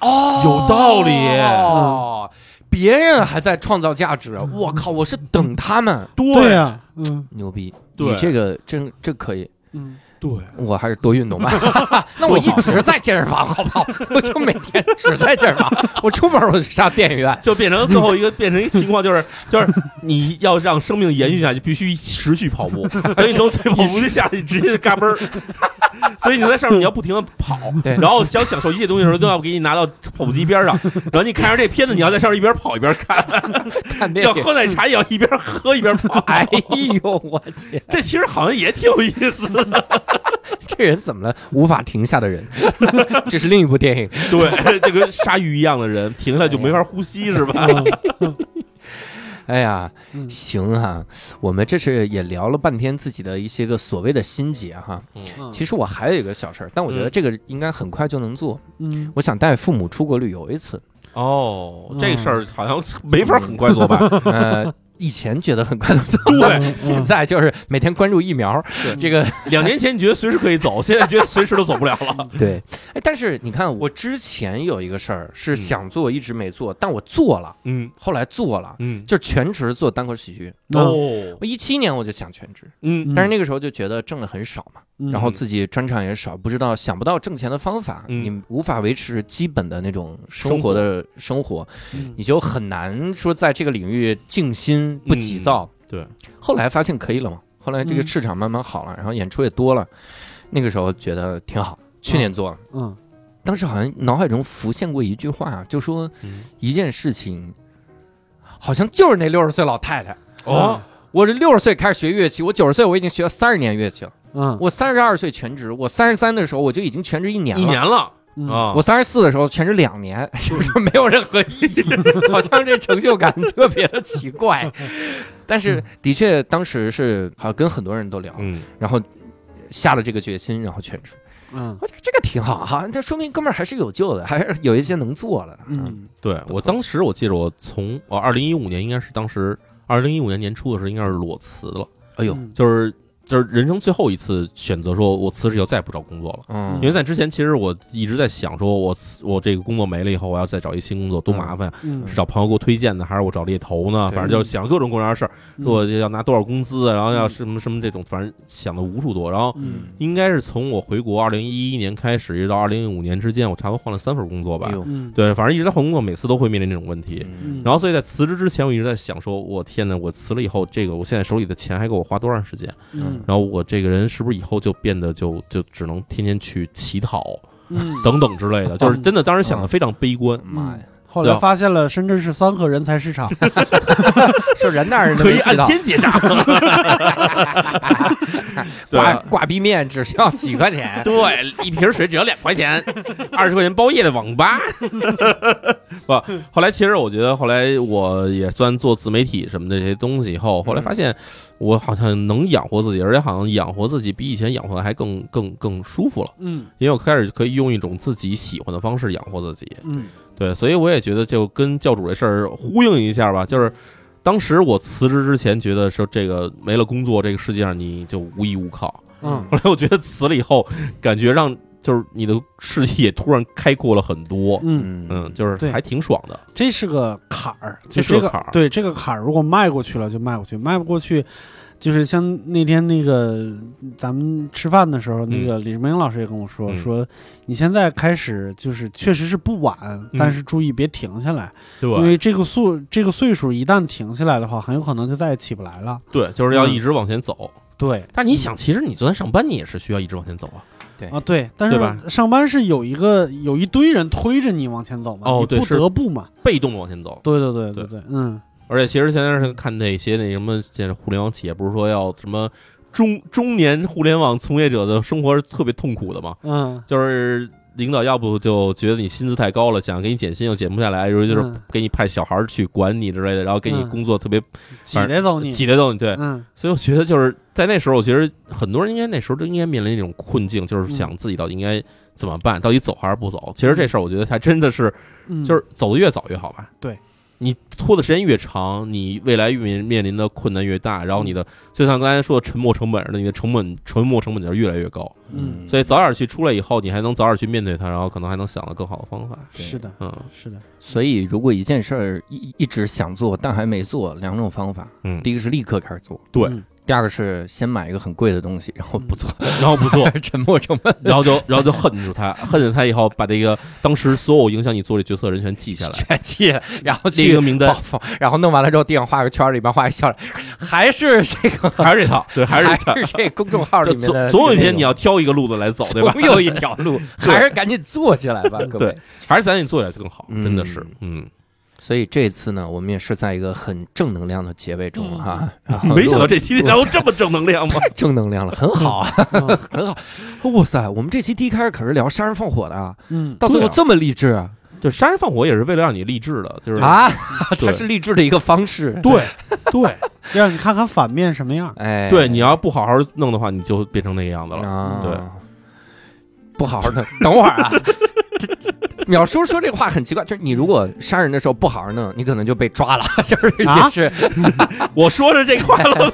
A: 哦
E: 有道理
A: 哦，别人还在创造价值，我靠，我是等他们
C: 对呀，嗯
D: 牛逼，
E: 对
D: 你这个真这可以，
C: 嗯
E: 对，
D: 我还是多运动吧，
A: [laughs] 那我一直在健身
D: [laughs]
A: 房，好不好？我就每天只在健身房，我出门我就上电影院。
E: 就变成最后一个变成一个情况，就是 [laughs] 就是你要让生命延续下去，必须持续跑步。所以你从最跑步机下去，直接嘎嘣儿。 [laughs] 所以你在上面你要不停的跑，
A: 对
E: 然后想享受一切东西的时候，都要给你拿到跑步机边上。然后你看着这片子，你要在上面一边跑一边看，
A: 看电
E: 要
A: 影。
E: 喝奶茶也要一边喝一边跑。
A: 哎呦，我去，
E: 这其实好像也挺有意思的。
A: 这人怎么了？无法停下的人， [laughs] 这是另一部电影。
E: [laughs] 对，就跟鲨鱼一样的人停下来就没法呼吸，是吧？
A: 哎呀，
C: 嗯
A: 行啊，我们这是也聊了半天自己的一些个所谓的心结哈。
C: 嗯
A: 其实我还有一个小事儿，但我觉得
E: 嗯
A: 这个应该很快就能做。
C: 嗯
A: 我想带父母出国旅游一
D: [laughs]
A: 次，
E: 哦，这事儿好像没法很快做吧？
A: 呃，以前觉得很快能做，
E: 对，
A: 现在就是每天关注疫苗
E: 对
A: 这个。
E: 两年前你觉得随时可以走，现在觉得随时都走不了了。
A: 对，哎，但是你看，我之前有一个事儿是
E: 嗯
A: 想做，一直没做，但我做了，
E: 嗯
A: 后来做了，
E: 嗯，
A: 就全职做单口喜剧。
C: 嗯
E: 哦，
A: 我一七年我就想全职，
E: 嗯
A: 但是那个时候就觉得挣的很少嘛，
C: 嗯
A: 然后自己专场也少，不知道想不到挣钱的方法，
E: 嗯
A: 你无法维持基本的那种生活的生活，
C: 嗯
A: 你就很难说在这个领域静心不急躁。
E: 对，
A: 后来发现可以了嘛，后来这个市场慢慢好了，然后演出也多了，那个时候觉得挺好。去年做了，
C: 嗯
A: 当时好像脑海中浮现过一句话，就说
E: 嗯
A: 一件事情，好像就是那六十岁老太太。
E: 哦，
A: 我这六十岁开始学乐器，我九十岁我已经学了三十年乐器了。
C: 嗯
A: 我三十二岁全职，我三十三的时候我就已经全职一年了。
E: 一年了
C: 嗯
E: 啊，
A: 我三十四的时候全职两
E: [laughs]
A: 年，就是没有任何意义，好像这成就感特别的奇
E: [laughs]
A: 怪。但是的确，当时是好像跟很多人都聊，
E: 嗯
A: 然后下了这个决心，然后全职，
C: 嗯
A: 我觉得这个挺好哈，这说明哥们儿还是有救的，还是有一些能做的。嗯
C: 嗯，
E: 对我当时我记得我从哦二零一五年应该是当时二零一五年年初的时候应该是裸辞了，
A: 哎呦，
C: 嗯
E: 就是就是人生最后一次选择，说我辞职以后再也不找工作了。
D: 嗯
E: 因为在之前，其实我一直在想，说我辞我这个工作没了以后，我要再找一新工作多麻烦呀，啊
C: 嗯
E: 是找朋友给我推荐的，还是我找猎头呢？
D: 对
E: 反正就想各种各样的事儿，
C: 嗯
E: 我要拿多少工资，啊然后要什么什么这种，反正想的无数多。然后
C: 嗯
E: 应该是从我回国二零一一年开始，一直到二零一五年之间，我差不多换了三份工作吧
D: 哎。呦
C: 嗯，
E: 对，反正一直在换工作，每次都会面临这种问题。
C: 嗯，
E: 然后，所以在辞职之前，我一直在想说，我天呐，我辞了以后，这个我现在手里的钱还给我花多长时间？
C: 嗯
E: 然后我这个人是不是以后就变得就就只能天天去乞讨
C: 嗯，
E: 等等之类的？就是真的，当时想的非常悲观，
D: 妈
A: [laughs]
D: 呀，
C: 后来
E: 对
C: 发现了深圳市三和人才市场，
D: 是人那儿
E: 可以
D: 知
E: 按
D: 道，
E: 天 [laughs] 结账。对
A: 挂
E: 吧，
A: 挂壁面只需要几块钱
E: [laughs] 对，一瓶水只要两块钱，二十块钱包夜的网吧。 [laughs] 不，后来其实我觉得，后来我也算做自媒体什么的这些东西以后，后来发现我好像能养活自己，而且好像养活自己比以前养活的还更更更舒服了，
C: 嗯
E: 因为我开始可以用一种自己喜欢的方式养活自己。
C: 嗯
E: 对，所以我也觉得就跟教主这事儿呼应一下吧，就是当时我辞职之前觉得说这个没了工作，这个世界上你就无依无靠。 [laughs]
C: 嗯
E: 后来我觉得辞了以后，感觉让就是你的视野突然开阔了很多，
C: 嗯，
D: 嗯
E: 嗯，就是
C: 对
E: 还挺爽的。
C: 这是个坎儿，就
E: 这
C: 是这
E: 个
C: 个
E: 坎儿
C: 对这个坎儿，如果迈过去了就迈过去，迈不过去。就是像那天那个咱们吃饭的时候，那个李志明老师也跟我说，
E: 嗯
C: 说你现在开始就是确实是不晚，
E: 嗯
C: 但是注意别停下来，因为这个速这个岁数一旦停下来的话，很有可能就再也起不来了。
E: 对，就是要一直往前走。
C: 对
E: 嗯但你想，其实你昨天上班，你也是需要一直往前走啊。
C: 啊，对，但
E: 对吧
C: 是上班是有一个有一堆人推着你往前走嘛，
E: 哦
C: 你
E: 对
C: 不
E: 是
C: 得不嘛，
E: 被动地往前走，
C: 对对对
E: 对
C: 对，嗯，
E: 而且其实现在是看那些那什么，现在互联网企业不是说要什么中中年互联网从业者的生活是特别痛苦的吗？
C: 嗯，
E: 就是领导要不就觉得你薪资太高了，想给你减薪又减不下来，有时候就是
C: 嗯
E: 给你派小孩儿去管你之类的，然后给你
C: 嗯
E: 工作特别
C: 挤得走你，
E: 挤得动你。对，
C: 嗯
E: 所以我觉得就是在那时候，我觉得很多人应该那时候就应该面临一种困境，就是
C: 嗯
E: 想自己到底应该怎么办，到底走还是不走。其实这事儿，我觉得它真的是
C: 嗯，
E: 就是走的越早越好吧。
C: 对，
E: 你拖的时间越长，你未来面面临的困难越大，然后你的就像刚才说的沉没成本似的，你的成本沉没成本就越来越高。
C: 嗯
E: 所以早点去出来以后，你还能早点去面对它，然后可能还能想到更好的方法。
C: 是的，
E: 嗯
C: 是的，
A: 所以如果一件事儿一一直想做但还没做，两种方法，
E: 嗯，
A: 第一个是立刻开始做，
E: 对
C: 嗯
A: 第二个是先买一个很贵的东西，然后哦不做，
E: 然后
A: [laughs]
E: 不做，
A: 沉没成本
E: 然后就然后就恨住他，恨着他以后，把这个当时所有影响你做这决策的人全
A: [laughs]
E: 记下来。
A: 全记了，然后
E: 这
A: 去
E: 个名单
A: 报复，然后弄完了之后，地上画个圈儿，里边画一笑脸，还是这个， [laughs]
E: 还是这套，对，还是这套。
A: 是这公众号
E: 就
A: 里面
E: 总
A: 的，
E: 总有一天你要挑一个路子来走，对吧？
A: 总有一条
E: [laughs]
A: 路，还是赶紧做起来吧，各位
E: 对。还是咱你做起来更好，
A: 嗯
E: 真的是，嗯，
A: 所以这次呢，我们也是在一个很正能量的结尾中哈，然后
E: 嗯 [laughs] 没想到
A: 录
E: 这期然后这么正能 [laughs]
A: [laughs]
E: 量吗？
A: 太正能量了，很好啊，
E: 嗯
A: 很好。哇塞，我们这期第一开始可是聊杀人放火的啊，
C: 嗯
A: 到最后
E: 对啊
A: 这么励志啊！
E: 就杀人放火也是为了让你励志的，就是，
A: 啊，
E: 对
A: 它是励志的一个方式。
E: 对
C: 对，让你看看反面什么样，
A: 哎，
E: 对，你要不好好弄的话，你就变成那个样子了。
A: 啊，
E: 对，
A: 不好好弄， [laughs] 等会儿啊。淼叔说这话很奇怪，就是你如果杀人的时候不好好弄，你可能就被抓了， [laughs] 就是也
C: 啊
A: 是
E: 我说着这话了，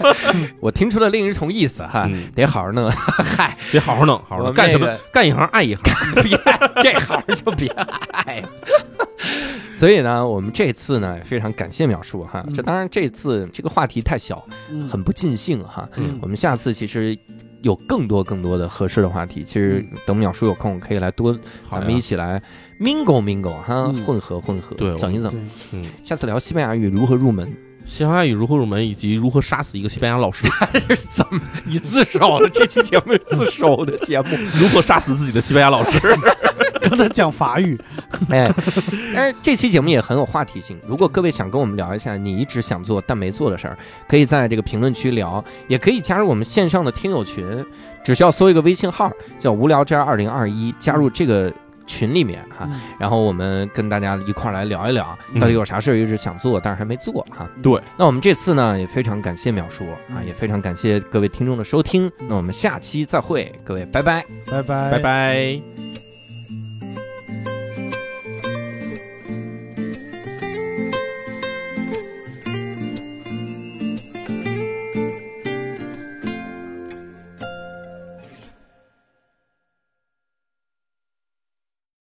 A: 我听出了另一重意思哈，
E: 嗯
A: 得好好弄。嗨，
E: 得好好弄，好好
A: 啊我
E: 弄，
A: 们
E: 干什么
A: 这个
E: 干一行爱一行。
A: 别 [laughs] 这行就别爱。 [laughs] 所以呢，我们这次呢非常感谢淼叔哈，
C: 嗯
A: 这当然这次这个话题太小，
C: 嗯
A: 很不尽兴哈。
E: 嗯
A: 我们下次其实有更多更多的合适的话题，其实
E: 嗯
A: 等淼叔有空可以来多，咱
E: 好哎呀
A: 们一起来 mingle mingle 哈，
C: 嗯
A: 混合混合，
E: 对
A: 整一整。
C: 对， [laughs]
E: 嗯，
A: 下次聊西班牙语如何入门， [laughs]
E: 西班牙语如何入门，以及如何杀死一个西班牙老师， [laughs]
A: 这是怎么你自首了？这期节目是自首的节目。
E: 如何杀死自己的西班牙老师。 [laughs]
C: 跟他讲法语，
A: [laughs] 哎，但是这期节目也很有话题性。如果各位想跟我们聊一下你一直想做但没做的事儿，可以在这个评论区聊，也可以加入我们线上的听友群，只需要搜一个微信号叫“无聊斋二零二一”，加入这个群里面哈、
C: 嗯
A: 然后我们跟大家一块儿来聊一聊，
E: 嗯
A: 到底有啥事儿一直想做但是还没做哈、
E: 对，
A: 那我们这次呢也非常感谢淼叔啊，
C: 嗯
A: 也非常感谢各位听众的收听。那我们下期再会，各位拜拜。
C: 拜拜
E: 拜拜。